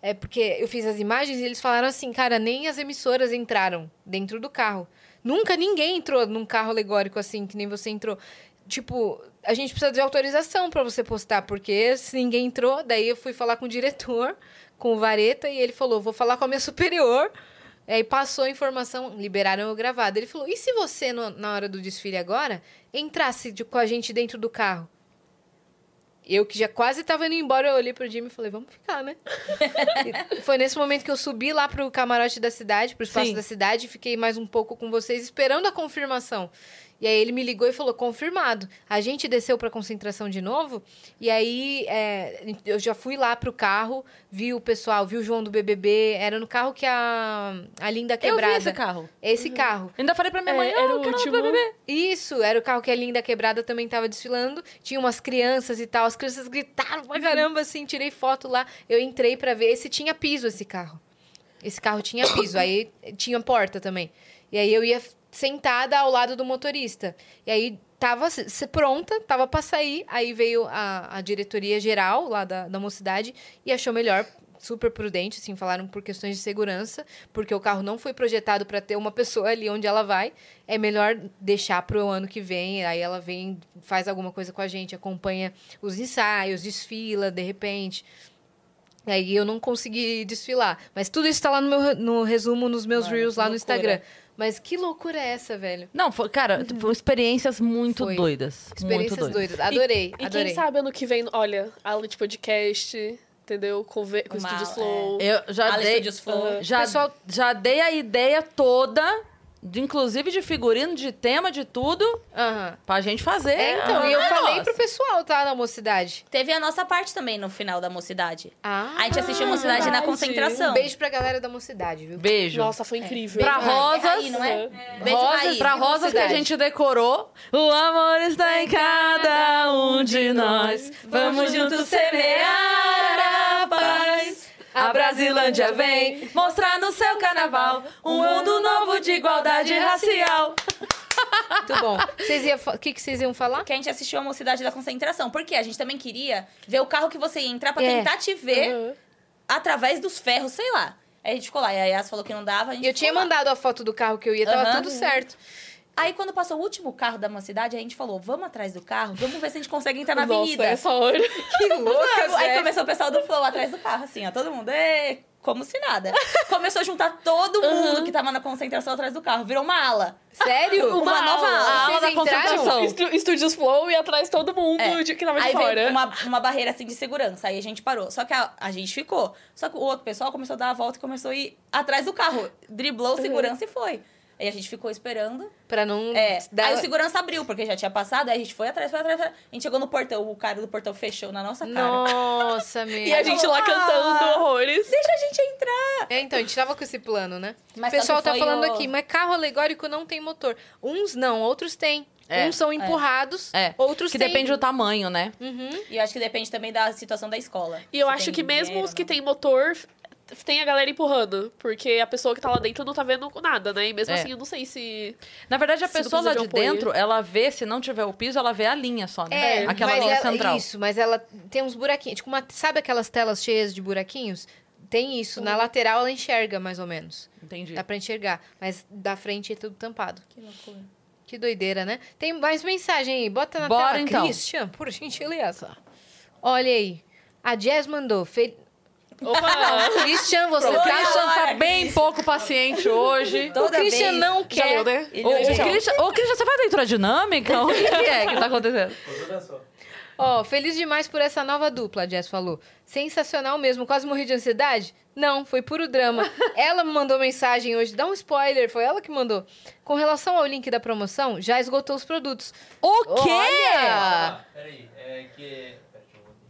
Speaker 2: É porque eu fiz as imagens e eles falaram assim, cara, nem as emissoras entraram dentro do carro. Nunca ninguém entrou num carro alegórico assim, que nem você entrou. Tipo, a gente precisa de autorização pra você postar, porque se ninguém entrou, daí eu fui falar com o diretor, com o Vareta, e ele falou: vou falar com a minha superior. Aí passou a informação, liberaram eu gravado. Ele falou: e se você, no- na hora do desfile agora, entrasse de- com a gente dentro do carro? E Eu que já quase tava indo embora, eu olhei pro Jimmy e falei, vamos ficar, né? E foi nesse momento que eu subi lá pro camarote da cidade, pro espaço
Speaker 1: Sim.
Speaker 2: da cidade, fiquei mais um pouco com vocês, esperando a confirmação. E aí ele me ligou e falou, confirmado. A gente desceu pra concentração de novo, e aí é, eu já fui lá pro carro, vi o pessoal, vi o João do BBB, era no carro que a, a Linda
Speaker 1: Eu vi
Speaker 2: Quebrada...
Speaker 1: esse carro. Uhum.
Speaker 2: Esse carro.
Speaker 1: Ainda falei pra minha mãe,
Speaker 5: É,
Speaker 1: "Ah,
Speaker 5: era
Speaker 1: eu
Speaker 5: o
Speaker 1: quero
Speaker 5: último.
Speaker 1: BBB."
Speaker 2: Isso, era o carro que a Linda Quebrada também tava desfilando. Tinha umas crianças e tal. As crianças gritaram pra caramba, assim. Tirei foto lá. Eu entrei pra ver se tinha piso esse carro. Esse carro tinha piso. aí tinha porta também. E aí eu ia sentada ao lado do motorista. E aí tava se- se pronta, tava pra sair. Aí veio a, a diretoria geral lá da, da mocidade e achou melhor. Super prudente, assim, falaram por questões de segurança, porque o carro não foi projetado pra ter uma pessoa ali onde ela vai. É melhor deixar pro ano que vem. Aí ela vem, faz alguma coisa com a gente, acompanha os ensaios, desfila de repente. Aí eu não consegui desfilar. Mas tudo isso tá lá no meu re- no resumo, nos meus
Speaker 4: Mano,
Speaker 2: reels
Speaker 4: que
Speaker 2: lá no
Speaker 4: loucura.
Speaker 2: Instagram. Mas que loucura é essa, velho?
Speaker 1: Não, foi, cara, tipo, experiências muito
Speaker 2: Uhum. Foi.
Speaker 1: doidas.
Speaker 2: Experiências
Speaker 1: muito doidas.
Speaker 2: doidas. Adorei,
Speaker 5: E
Speaker 2: adorei.
Speaker 5: quem sabe ano que vem, olha, aula de podcast, entendeu? Com, ve- com o
Speaker 4: Uma
Speaker 5: Estúdio
Speaker 4: aula, é.
Speaker 5: Slow.
Speaker 1: Eu já
Speaker 4: Ale
Speaker 1: dei,
Speaker 4: Studios Flow.
Speaker 1: já,
Speaker 2: Uhum. Pessoal-
Speaker 1: já dei a ideia toda, de- inclusive de figurino, de tema, de tudo,
Speaker 2: Aham.
Speaker 1: pra gente fazer.
Speaker 2: É, então, e eu
Speaker 1: um
Speaker 2: falei
Speaker 1: negócio.
Speaker 2: pro pessoal, tá, na mocidade.
Speaker 4: Teve a nossa parte também no final da mocidade.
Speaker 2: Ah,
Speaker 4: A gente assistiu mocidade na
Speaker 5: verdade.
Speaker 4: concentração.
Speaker 2: um beijo pra galera da mocidade, viu?
Speaker 1: Beijo.
Speaker 5: Nossa, foi incrível.
Speaker 1: Pra
Speaker 5: Ai,
Speaker 1: Rosas,
Speaker 4: É aí, É. não é? Beijo,
Speaker 1: rosas,
Speaker 4: Raí.
Speaker 1: pra rosas que a
Speaker 2: Mocidade.
Speaker 1: gente decorou. O amor está em cada um de nós. Vamos juntos semear a paz. A Brasilândia vem mostrar no seu carnaval um mundo novo de igualdade racial.
Speaker 2: Muito bom. Vocês iam fa- O que, que vocês iam falar?
Speaker 4: Que a gente assistiu a mocidade da concentração. Porque a gente também queria ver o carro que você ia entrar pra
Speaker 2: É.
Speaker 4: tentar te ver
Speaker 5: Uhum.
Speaker 4: através dos ferros, sei lá. Aí a gente ficou lá. E a Yas falou que não dava, a gente
Speaker 2: Eu tinha
Speaker 4: ficou lá.
Speaker 2: mandado a foto do carro que eu ia, tava
Speaker 4: Aham.
Speaker 2: tudo certo.
Speaker 4: Aí quando passou o último carro da mocidade, a gente falou, vamos atrás do carro, vamos ver se a gente consegue entrar Tá na
Speaker 5: Nossa,
Speaker 4: avenida.
Speaker 5: essa é hora.
Speaker 2: Que louca,
Speaker 4: Aí começou o pessoal do Flow atrás do carro, assim, ó. Todo mundo, é como se nada. Começou a juntar todo mundo que tava na concentração atrás do carro. Virou uma ala.
Speaker 2: Sério?
Speaker 4: Uma nova
Speaker 1: A
Speaker 4: ala.
Speaker 1: aula da
Speaker 2: Vocês entraram?
Speaker 1: concentração.
Speaker 5: Estu- Estúdios Flow e atrás todo mundo
Speaker 4: É.
Speaker 5: de, que tava de
Speaker 4: Aí
Speaker 5: fora.
Speaker 4: veio uma, uma barreira, assim, de segurança. Aí a gente parou. Só que a, a gente ficou. Só que o outro pessoal começou a dar a volta e começou a ir atrás do carro. Driblou o segurança e foi. Aí a gente ficou esperando.
Speaker 2: Pra
Speaker 5: Hum,
Speaker 2: não
Speaker 4: É.
Speaker 2: dar...
Speaker 4: Aí o segurança abriu, porque já tinha passado. Aí a gente foi atrás, foi atrás, foi atrás. A gente chegou no portão. O cara do portão fechou na nossa cara.
Speaker 2: Nossa, meu.
Speaker 5: E a gente lá
Speaker 4: Ah!
Speaker 5: cantando horrores.
Speaker 4: Deixa a gente entrar.
Speaker 2: É, então, a gente tava com esse plano, né?
Speaker 4: Mas
Speaker 2: o pessoal
Speaker 4: só que
Speaker 2: tá
Speaker 4: foi
Speaker 2: falando
Speaker 4: o-
Speaker 2: aqui, mas carro alegórico não tem motor. Uns não, outros têm.
Speaker 1: É,
Speaker 2: Uns são empurrados,
Speaker 1: É.
Speaker 2: outros
Speaker 1: Que
Speaker 2: têm.
Speaker 1: depende do tamanho, né?
Speaker 2: Uhum.
Speaker 4: E eu acho que depende também da situação da escola.
Speaker 5: E eu
Speaker 4: Se
Speaker 5: acho
Speaker 4: tem
Speaker 5: que mesmo
Speaker 4: dinheiro né?
Speaker 5: os
Speaker 4: ou
Speaker 5: que
Speaker 4: não.
Speaker 5: tem motor, f- tem a galera empurrando. Porque a pessoa que tá lá dentro não tá vendo nada, né? E mesmo
Speaker 1: É.
Speaker 5: assim, eu não sei se...
Speaker 1: Na verdade, a
Speaker 5: Se não
Speaker 1: pessoa lá de um
Speaker 5: precisa de apoio.
Speaker 1: dentro, ela vê, se não tiver o piso, ela vê a linha só, né?
Speaker 2: É,
Speaker 1: Aquela
Speaker 2: mas
Speaker 1: linha
Speaker 2: ela-
Speaker 1: central.
Speaker 2: Isso, mas ela tem uns buraquinhos. Tipo, uma- sabe aquelas telas cheias de buraquinhos? Tem isso. Na lateral ela enxerga, mais ou menos.
Speaker 1: Entendi.
Speaker 2: Dá pra enxergar. Mas da frente é tudo tampado.
Speaker 4: Que loucura.
Speaker 2: Que doideira, né? Tem mais mensagem aí. Bota na
Speaker 1: Bora,
Speaker 2: tela,
Speaker 1: então.
Speaker 2: Christian, por gentileza. Olha aí. A Jazz mandou. Fel...
Speaker 5: Opa!
Speaker 2: Christian, você
Speaker 1: O
Speaker 4: Olha
Speaker 1: Christian
Speaker 4: agora,
Speaker 1: tá bem pouco paciente hoje.
Speaker 2: O
Speaker 4: Toda
Speaker 2: Christian
Speaker 4: vez.
Speaker 2: não
Speaker 5: Já
Speaker 2: quer.
Speaker 5: leu, né?
Speaker 1: O,
Speaker 4: é
Speaker 1: o Christian, ô, Christian, você faz leitura dinâmica? O que, que é que tá acontecendo?
Speaker 6: Tudo dançou.
Speaker 2: Ó, feliz demais por essa nova dupla, a Jess falou. Sensacional mesmo, quase morri de ansiedade? Não, foi puro drama. ela me mandou mensagem hoje, dá um spoiler, foi ela que mandou. Com relação ao link da promoção, já esgotou os produtos.
Speaker 1: O quê?
Speaker 2: Olha!
Speaker 6: Ah, peraí, é que... pera, deixa eu voltar.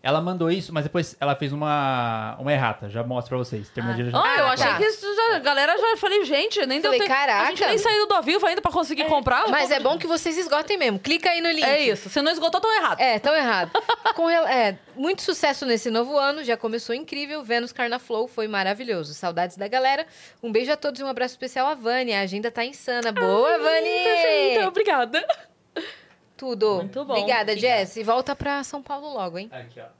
Speaker 7: Ela mandou isso, mas depois ela fez uma, uma errata. Já mostro pra vocês. Termina de
Speaker 1: Ah, eu
Speaker 2: Ah,
Speaker 1: achei
Speaker 2: tá.
Speaker 1: que isso já, a galera já falei, gente, nem deu
Speaker 2: Falei,
Speaker 1: tempo. A gente
Speaker 2: caraca.
Speaker 1: nem saiu do ao vivo ainda pra conseguir comprar.
Speaker 2: Mas é bom que vocês esgotem mesmo, clica aí no link.
Speaker 1: Ah, É isso, se não esgotou, tão errado.
Speaker 2: É, tão errado. Com rel- é, muito sucesso nesse novo ano, já começou incrível. Vênus Carnaflow foi maravilhoso. Saudades da galera. Um beijo a todos e um abraço especial à Vânia. A agenda tá insana. Boa, Vânia!
Speaker 5: Perfeito,
Speaker 4: É.
Speaker 5: obrigada.
Speaker 2: Tudo.
Speaker 1: Muito bom.
Speaker 2: Obrigada,
Speaker 1: Obrigada.
Speaker 2: Jess. E volta pra São Paulo logo, hein?
Speaker 6: Aqui, ó.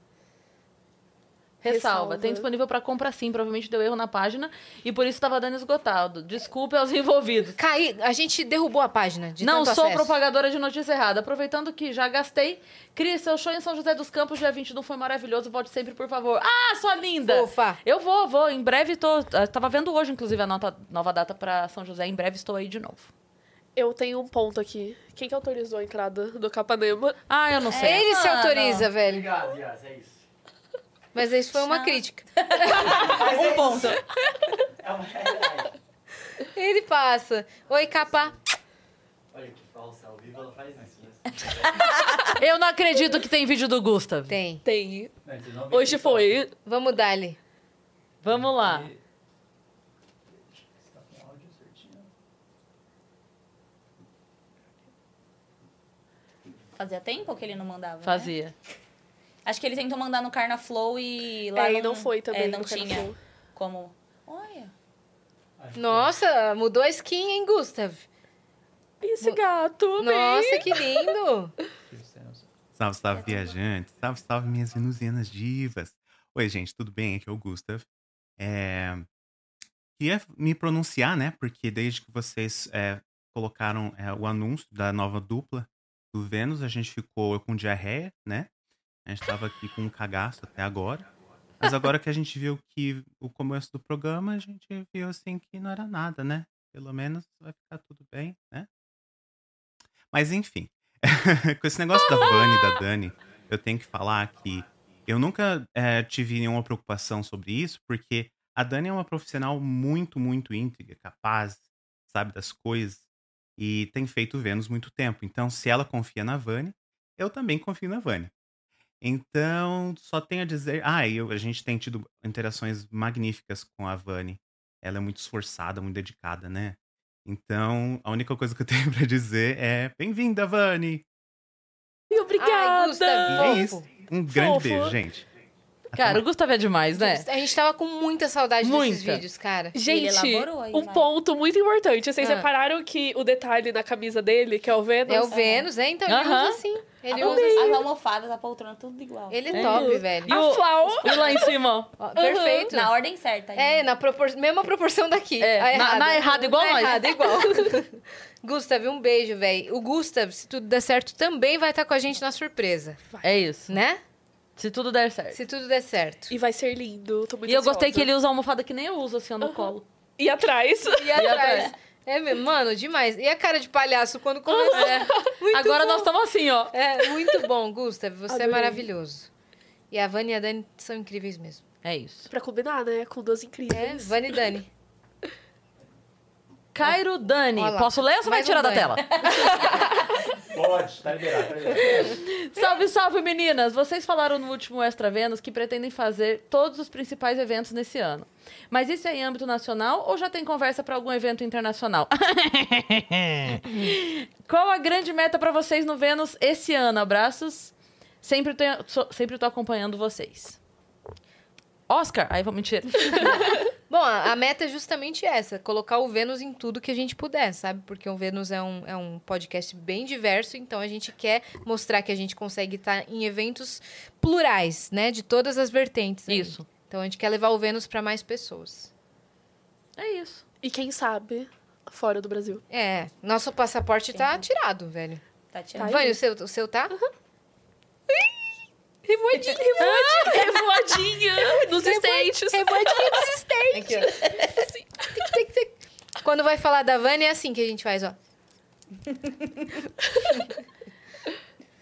Speaker 1: Ressalva,
Speaker 5: Ressalva.
Speaker 1: tem disponível pra compra sim, provavelmente deu erro na página e por isso tava dando esgotado. Desculpe aos envolvidos.
Speaker 2: Cai, a gente derrubou a página de
Speaker 1: não
Speaker 2: tanto
Speaker 1: sou
Speaker 2: acesso.
Speaker 1: propagadora de notícia errada. Aproveitando que já gastei, Cris, seu show em São José dos Campos, dia 21, foi maravilhoso. Volte sempre, por favor. Ah, sua linda!
Speaker 2: Fofa.
Speaker 1: Eu vou, vou. Em breve tô. eu Tava vendo hoje, inclusive, a nota- nova data pra São José. Em breve estou aí de novo.
Speaker 5: Eu tenho um ponto aqui. Quem que autorizou a entrada do Capanema?
Speaker 1: Ah, eu não sei.
Speaker 2: Ele se
Speaker 8: mano.
Speaker 2: autoriza, velho.
Speaker 7: Obrigado, Yas, é isso.
Speaker 2: Mas isso foi uma crítica.
Speaker 7: Mas um ponto. É uma realidade.
Speaker 2: Ele passa. Oi, capa.
Speaker 7: Olha que falsa, ao vivo ela faz isso. Né?
Speaker 1: Eu não acredito que tem vídeo do Gustav.
Speaker 2: Tem.
Speaker 5: Tem.
Speaker 7: Não, vocês não viram
Speaker 5: Hoje
Speaker 7: isso, ó.
Speaker 5: foi.
Speaker 2: Vamos dar-lhe.
Speaker 1: Vamos lá.
Speaker 7: Está com áudio certinho.
Speaker 4: Fazia tempo que ele não mandava. né?
Speaker 1: Fazia.
Speaker 4: Acho que ele tentou mandar no Carnaflow e lá.
Speaker 5: É, e não foi também.
Speaker 4: é, não
Speaker 5: no
Speaker 4: tinha.
Speaker 5: Carnaval.
Speaker 4: Como. Olha.
Speaker 7: Acho que-
Speaker 2: Nossa, mudou a skin, hein, Gustav?
Speaker 5: Esse gato, bem.
Speaker 2: Nossa, que lindo.
Speaker 7: que você não sabe.
Speaker 9: Salve, salve, viajantes. Salve, salve, minhas venusianas divas. Oi, gente, tudo bem? Aqui é o Gustav. É... Queria me pronunciar, né? Porque desde que vocês é, colocaram é, o anúncio da nova dupla do Vênus, a gente ficou com diarreia, né? A gente tava aqui com um cagaço até agora. Mas agora que a gente viu que o começo do programa, a gente viu assim que não era nada, né? Pelo menos vai ficar tudo bem, né? Mas enfim. com esse negócio da Vani e da Dani, eu tenho que falar que eu nunca eh, tive nenhuma preocupação sobre isso, porque a Dani é uma profissional muito, muito íntegra, capaz, sabe das coisas, e tem feito Vênus muito tempo. Então, se ela confia na Vani, eu também confio na Vani. Então, só tenho a dizer. Ah, e eu, a gente tem tido interações magníficas com a Vani. Ela é muito esforçada, muito dedicada, né? Então, a única coisa que eu tenho pra dizer é: bem-vinda, Vani!
Speaker 2: Ai, Gustav,
Speaker 9: É
Speaker 2: fofo.
Speaker 9: isso. Um grande
Speaker 5: Fofo.
Speaker 9: beijo, gente. Até
Speaker 1: Cara, o
Speaker 9: mais.
Speaker 1: Gustav é demais, né?
Speaker 2: A gente tava com muita saudade desses
Speaker 1: Muita.
Speaker 2: vídeos, cara.
Speaker 5: Gente,
Speaker 4: Ele elaborou aí,
Speaker 5: um
Speaker 4: vai.
Speaker 5: ponto muito importante. Vocês
Speaker 2: Ah.
Speaker 5: repararam que o detalhe na camisa dele, que é o Vênus,
Speaker 2: É o Vênus, né? Então ele
Speaker 1: Aham.
Speaker 2: usa assim. Ele
Speaker 4: As-
Speaker 2: usa assim.
Speaker 4: As almofadas, a poltrona, tudo igual.
Speaker 2: Ele é top, velho.
Speaker 1: E o-
Speaker 5: a Flau.
Speaker 1: E lá em cima, ó.
Speaker 2: Ó, Perfeito.
Speaker 4: Na ordem certa. ainda.
Speaker 2: É, na propor... mesma proporção daqui.
Speaker 1: É,
Speaker 2: a
Speaker 1: na- na errada, igual
Speaker 2: na
Speaker 1: nós.
Speaker 2: errada, igual. Gustav, um beijo, velho. O Gustav, se tudo der certo, também vai estar com a gente na surpresa,
Speaker 1: É isso.
Speaker 2: né?
Speaker 1: Se tudo der certo.
Speaker 2: Se tudo der certo.
Speaker 5: E vai ser lindo. Tô muito
Speaker 1: E eu gostei
Speaker 5: ansiosa.
Speaker 1: que ele usa a almofada que nem eu uso, assim, ó, no colo.
Speaker 5: E atrás.
Speaker 2: E atrás. É mesmo, mano, demais. E a cara de palhaço quando começa.
Speaker 1: É.
Speaker 2: Muito
Speaker 1: Agora
Speaker 2: bom.
Speaker 1: nós estamos assim, ó.
Speaker 2: É, muito bom, Gustav. Você é
Speaker 5: Adorei.
Speaker 2: maravilhoso. E a Vani e a Dani são incríveis mesmo.
Speaker 1: É isso.
Speaker 5: Pra combinar, né? Com duas
Speaker 2: É,
Speaker 5: incríveis.
Speaker 2: Vani e Dani.
Speaker 1: Cairo Dani.
Speaker 2: Ó lá.
Speaker 1: Posso ler ou você vai
Speaker 2: Mais um
Speaker 1: tirar da
Speaker 2: banho.
Speaker 1: tela?
Speaker 7: Pode, tá liberado, tá liberado.
Speaker 1: Salve, salve, meninas! Vocês falaram no último Extra Vênus que pretendem fazer todos os principais eventos nesse ano. Mas isso é em âmbito nacional ou já tem conversa para algum evento internacional? Qual a grande meta para vocês no Vênus esse ano? Abraços. Sempre tenho- so- sempre tô acompanhando vocês. Oscar! Aí vamos mentir.
Speaker 2: Bom, a a meta é justamente essa: colocar o Vênus em tudo que a gente puder, sabe? Porque o Vênus é um, é um podcast bem diverso, então a gente quer mostrar que a gente consegue estar em eventos plurais, né? De todas as vertentes. aí.
Speaker 1: Isso.
Speaker 2: Então a gente quer levar o Vênus para mais pessoas.
Speaker 1: É isso.
Speaker 5: E quem sabe, fora do Brasil.
Speaker 2: É, nosso passaporte tá tirado, velho.
Speaker 4: Tá tirando.
Speaker 2: Vani, o seu, o seu tá?
Speaker 5: Revoadinha nos States.
Speaker 2: Revoadinha dos States. Assim, tic, tic, tic. Quando vai falar da Vani, é assim que a gente faz, ó.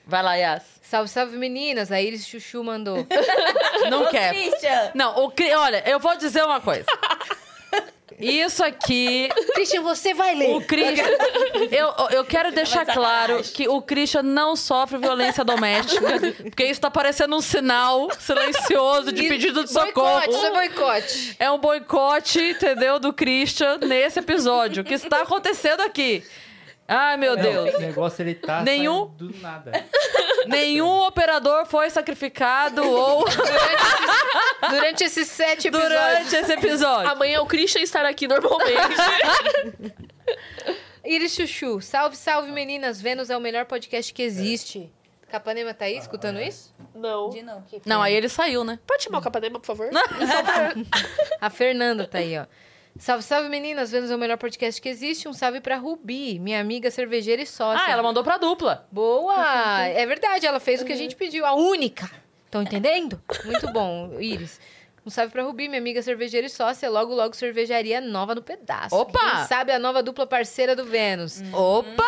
Speaker 1: Vai lá, Yas.
Speaker 2: Salve, salve, meninas. A Iris Chuchu mandou.
Speaker 1: Não quer.
Speaker 4: Christian!
Speaker 1: Não, o Cri- olha, eu vou dizer uma coisa. Isso aqui
Speaker 2: Christian, você vai ler.
Speaker 1: O Christian. Eu, eu quero deixar
Speaker 4: sacanagem.
Speaker 1: claro que o Christian não sofre violência doméstica, porque isso tá parecendo um sinal silencioso de
Speaker 2: E-
Speaker 1: pedido de
Speaker 2: Boicote, isso é
Speaker 1: socorro.
Speaker 2: boicote.
Speaker 1: É um boicote, entendeu, do Christian nesse episódio. O que está acontecendo aqui? Ai, meu
Speaker 7: Não,
Speaker 1: Deus.
Speaker 7: Esse negócio ele tá
Speaker 1: Nenhum-
Speaker 7: saindo do nada.
Speaker 1: Nenhum operador foi sacrificado ou
Speaker 2: Durante esses sete episódios.
Speaker 1: durante esse episódio.
Speaker 5: Amanhã o Christian estará aqui normalmente.
Speaker 2: Iris Chuchu, salve, salve meninas. Vênus é o melhor podcast que existe. Capanema tá aí
Speaker 1: Ah,
Speaker 2: escutando
Speaker 1: é.
Speaker 2: isso?
Speaker 5: Não.
Speaker 4: De novo.
Speaker 1: Não, aí ele saiu, né?
Speaker 5: Pode chamar o Capanema, por favor?
Speaker 2: A Fernanda tá aí, ó. Salve, salve meninas. Vênus é o melhor podcast que existe. Um salve pra Rubi, minha amiga cervejeira e sócia.
Speaker 1: Ah, ela mandou pra dupla.
Speaker 2: Boa!
Speaker 1: Uhum.
Speaker 2: É verdade, ela fez o que a gente pediu, a única. Estão entendendo? Muito bom, Iris. Um salve pra Rubi, minha amiga cervejeira e sócia. Logo, logo, cervejaria nova no pedaço.
Speaker 1: Opa! Hum.
Speaker 2: Quem sabe a nova dupla parceira do Vênus. Manda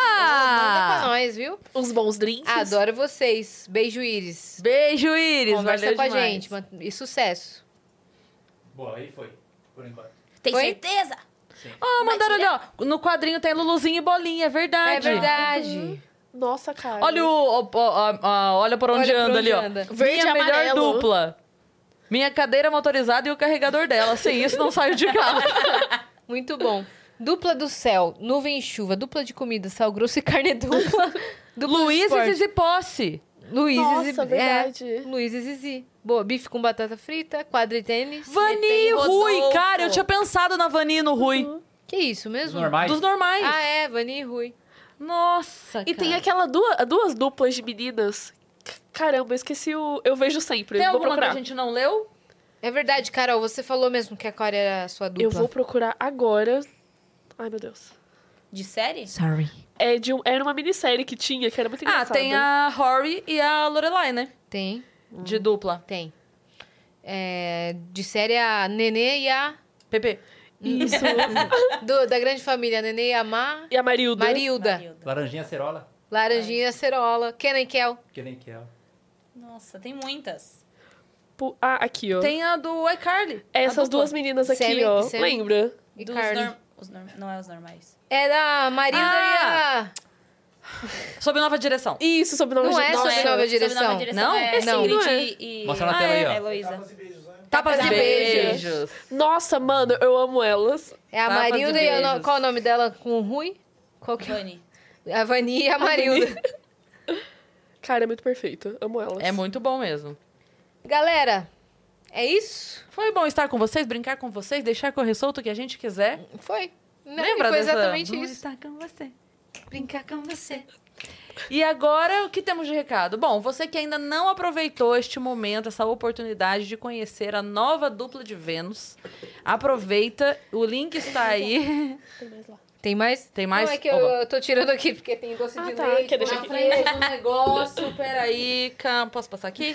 Speaker 2: pra
Speaker 1: Opa!
Speaker 2: nós, viu?
Speaker 5: Uns bons drinks.
Speaker 2: Adoro vocês. Beijo, Iris.
Speaker 1: Beijo, Iris.
Speaker 2: Conversa
Speaker 1: valeu
Speaker 2: com a
Speaker 1: demais.
Speaker 2: gente. man- E sucesso.
Speaker 7: Boa, aí foi. Por enquanto.
Speaker 4: Tem
Speaker 2: Foi?
Speaker 4: certeza?
Speaker 1: Ah, mandaram ali, ó. No quadrinho tem Luluzinho e Bolinha, é verdade.
Speaker 2: É verdade.
Speaker 5: Nossa, cara.
Speaker 1: Olha o... o- o- a- a- olha por onde
Speaker 2: Olha por
Speaker 1: anda
Speaker 2: onde
Speaker 1: ali, ó.
Speaker 2: anda.
Speaker 5: Verde
Speaker 1: Minha
Speaker 5: e
Speaker 1: melhor
Speaker 5: amarelo.
Speaker 1: dupla. Minha cadeira motorizada e o carregador dela. Sem isso, não saio de casa.
Speaker 2: Muito bom. Dupla do céu, nuvem e chuva, dupla de comida, sal grosso e carne dupla. dupla de
Speaker 1: Luiz
Speaker 2: esporte.
Speaker 1: e Zizi Posse.
Speaker 2: Luíses
Speaker 5: Nossa,
Speaker 2: e...
Speaker 5: verdade.
Speaker 2: É, Luiz e Zizi. Boa, bife com batata frita, quadra e tênis. É,
Speaker 1: Vani e Rui. Cara, eu tinha pensado na Vani e no Rui.
Speaker 2: Que isso mesmo?
Speaker 7: Normais?
Speaker 1: Dos normais.
Speaker 2: Ah, é, Vani e Rui.
Speaker 1: Nossa,
Speaker 5: E tem
Speaker 1: cara.
Speaker 5: aquela duas, duas duplas de meninas. C- Caramba, eu esqueci o. Eu vejo sempre.
Speaker 1: Tem
Speaker 5: vou
Speaker 1: alguma que
Speaker 5: procurar.
Speaker 1: a gente não leu?
Speaker 2: É verdade, Carol, você falou mesmo que a Core era a sua dupla.
Speaker 5: Eu vou procurar agora. Ai, meu Deus.
Speaker 4: De série?
Speaker 1: Sorry.
Speaker 5: É de um- era uma minissérie que tinha, que era muito
Speaker 1: Ah,
Speaker 5: engraçada.
Speaker 1: tem a Rory e a Lorelai, né?
Speaker 2: Tem,
Speaker 1: De dupla.
Speaker 2: tem. É, de série a Nenê e a...
Speaker 1: Pepe.
Speaker 5: Isso.
Speaker 2: do- da grande família, Nenê e a Ma...
Speaker 5: e a Marilda.
Speaker 2: Marilda.
Speaker 4: Marilda.
Speaker 7: Laranjinha cerola,
Speaker 2: Laranjinha, Cerola, Kenan e Kel.
Speaker 7: que nem que é.
Speaker 4: Nossa, tem muitas.
Speaker 5: Pu- Ah, aqui, ó.
Speaker 1: Tem a do iCarly.
Speaker 5: Essas
Speaker 1: a dupla.
Speaker 5: duas meninas aqui,
Speaker 2: Sammy-
Speaker 5: ó.
Speaker 2: Sammy.
Speaker 5: Lembra?
Speaker 2: E
Speaker 4: Dos
Speaker 2: Carly.
Speaker 4: norm- os norm- Não é os normais.
Speaker 2: É da Marilda
Speaker 1: Ah!
Speaker 2: e a...
Speaker 1: Sob nova direção.
Speaker 5: Isso, sobrenome
Speaker 2: Não
Speaker 5: de
Speaker 2: é
Speaker 5: Nossa,
Speaker 2: sobre nova
Speaker 4: Sobre
Speaker 2: direção.
Speaker 4: nova direção.
Speaker 1: Não?
Speaker 4: é
Speaker 1: É sim,
Speaker 4: Ingrid
Speaker 5: não é?
Speaker 4: e.
Speaker 7: Mostra na
Speaker 4: Ah,
Speaker 7: tela aí, ó.
Speaker 4: É, Heloísa.
Speaker 1: Tapas
Speaker 2: Tapas
Speaker 1: e
Speaker 2: e
Speaker 1: beijos.
Speaker 5: Nossa, mano, eu amo elas.
Speaker 2: É a
Speaker 1: Tapas e
Speaker 2: Marilda e a... no-
Speaker 1: beijos.
Speaker 2: Qual é o nome dela com o Rui? Qual que é?
Speaker 4: Vani.
Speaker 2: A Vani e a Marilda.
Speaker 5: Cara, é muito perfeito. Amo elas.
Speaker 1: É muito bom mesmo.
Speaker 2: Galera, é isso?
Speaker 1: Foi bom estar com vocês, brincar com vocês, deixar correr solto o que a gente quiser.
Speaker 2: Foi. Não,
Speaker 1: Lembra
Speaker 2: foi
Speaker 1: dessa-
Speaker 2: exatamente
Speaker 1: Vou
Speaker 2: isso.
Speaker 1: estar com você.
Speaker 2: Brincar com você.
Speaker 1: E agora, o que temos de recado? Bom, você que ainda não aproveitou este momento, essa oportunidade de conhecer a nova dupla de Vênus, aproveita, o link está aí.
Speaker 2: Tem mais?
Speaker 1: Tem mais?
Speaker 2: Não, é que eu,
Speaker 1: Oba.
Speaker 2: eu tô tirando aqui porque tem doce
Speaker 5: Ah,
Speaker 2: de
Speaker 5: tá.
Speaker 2: leite.
Speaker 5: Quer deixar
Speaker 2: na
Speaker 5: aqui?
Speaker 2: frente.
Speaker 1: do um negócio, peraí, Cam, posso passar aqui?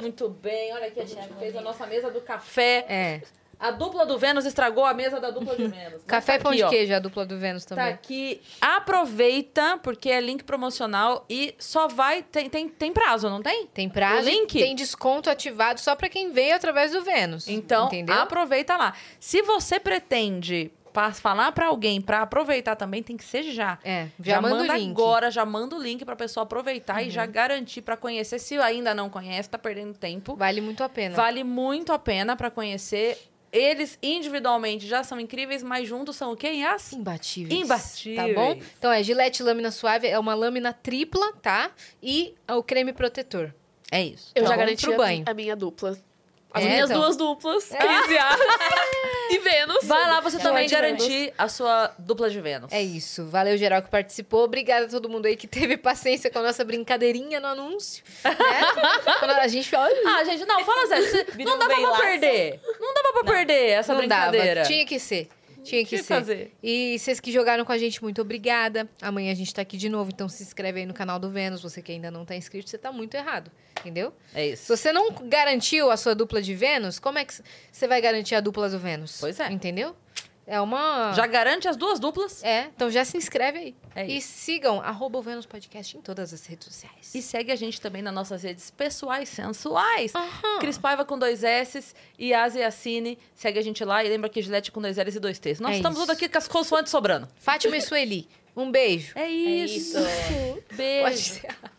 Speaker 1: Muito bem, olha aqui, a gente fez a nossa mesa do café.
Speaker 2: É.
Speaker 1: A dupla do Vênus estragou a mesa da dupla de Vênus. Mas
Speaker 2: Café
Speaker 1: tá
Speaker 2: pão
Speaker 1: aqui,
Speaker 2: de
Speaker 1: ó.
Speaker 2: queijo, a dupla do Vênus
Speaker 1: Tá
Speaker 2: também.
Speaker 1: aqui. Aproveita, porque é link promocional e só vai. Tem, tem, tem prazo, não tem?
Speaker 2: Tem prazo,
Speaker 1: O link?
Speaker 2: tem desconto ativado só pra quem veio através do Vênus.
Speaker 1: Então,
Speaker 2: entendeu?
Speaker 1: aproveita lá. Se você pretende pa- falar pra alguém pra aproveitar também, tem que ser já.
Speaker 2: É, já, manda, o link. Uhum.
Speaker 1: agora, já manda o link pra pessoa aproveitar e já garantir pra conhecer. Se ainda não conhece, tá perdendo tempo.
Speaker 2: Vale muito a pena.
Speaker 1: Vale muito a pena pra conhecer. Eles individualmente já são incríveis, mas juntos são o quê, Yas?
Speaker 2: Imbatíveis.
Speaker 1: Imbatíveis.
Speaker 2: Tá bom? Então é Gillette Lâmina Suave, é uma lâmina tripla, tá? E o creme protetor.
Speaker 1: É isso.
Speaker 5: Eu
Speaker 2: Tá
Speaker 5: já
Speaker 2: bom,
Speaker 5: garanti
Speaker 2: pro
Speaker 5: a-
Speaker 2: banho.
Speaker 5: a minha dupla. As
Speaker 2: É,
Speaker 5: minhas
Speaker 2: então.
Speaker 5: duas duplas, Cris e Ara. e Vênus.
Speaker 1: Vai lá você também
Speaker 5: de
Speaker 1: garantir a sua dupla de Vênus.
Speaker 2: É isso. Valeu, geral, que participou. Obrigada a todo mundo aí que teve paciência com a nossa brincadeirinha no anúncio. Né? Quando a gente fala.
Speaker 1: Ah, gente, não, fala sério. você- Não dava pra perder. Não dava pra perder essa
Speaker 2: um não
Speaker 1: brincadeira.
Speaker 2: dava. Tinha que ser. Tinha que
Speaker 1: Tinha que
Speaker 2: ser.
Speaker 1: fazer.
Speaker 2: E vocês que jogaram com a gente, muito obrigada. Amanhã a gente tá aqui de novo, então se inscreve aí no canal do Vênus. Você que ainda não tá inscrito, você tá muito errado. Entendeu?
Speaker 1: É
Speaker 2: Se
Speaker 1: isso.
Speaker 2: você não garantiu a sua dupla de Vênus, como é que você vai garantir a dupla do Vênus?
Speaker 1: Pois é.
Speaker 2: Entendeu? É uma.
Speaker 1: Já garante as duas duplas
Speaker 2: É, então já se inscreve aí.
Speaker 1: É
Speaker 2: e sigam arroba o Vênus Podcast em todas as redes sociais.
Speaker 1: e segue a gente também nas nossas redes pessoais sensuais. Cris Paiva com dois S e Asi Assine. Segue a gente lá e lembra que Gillette com dois L's e dois T's. Nós
Speaker 2: É
Speaker 1: estamos
Speaker 2: isso.
Speaker 1: tudo aqui com as consoantes sobrando.
Speaker 2: Fátima e Sueli, um beijo.
Speaker 1: É isso.
Speaker 4: isso.
Speaker 1: Beijo.
Speaker 2: Pode ser.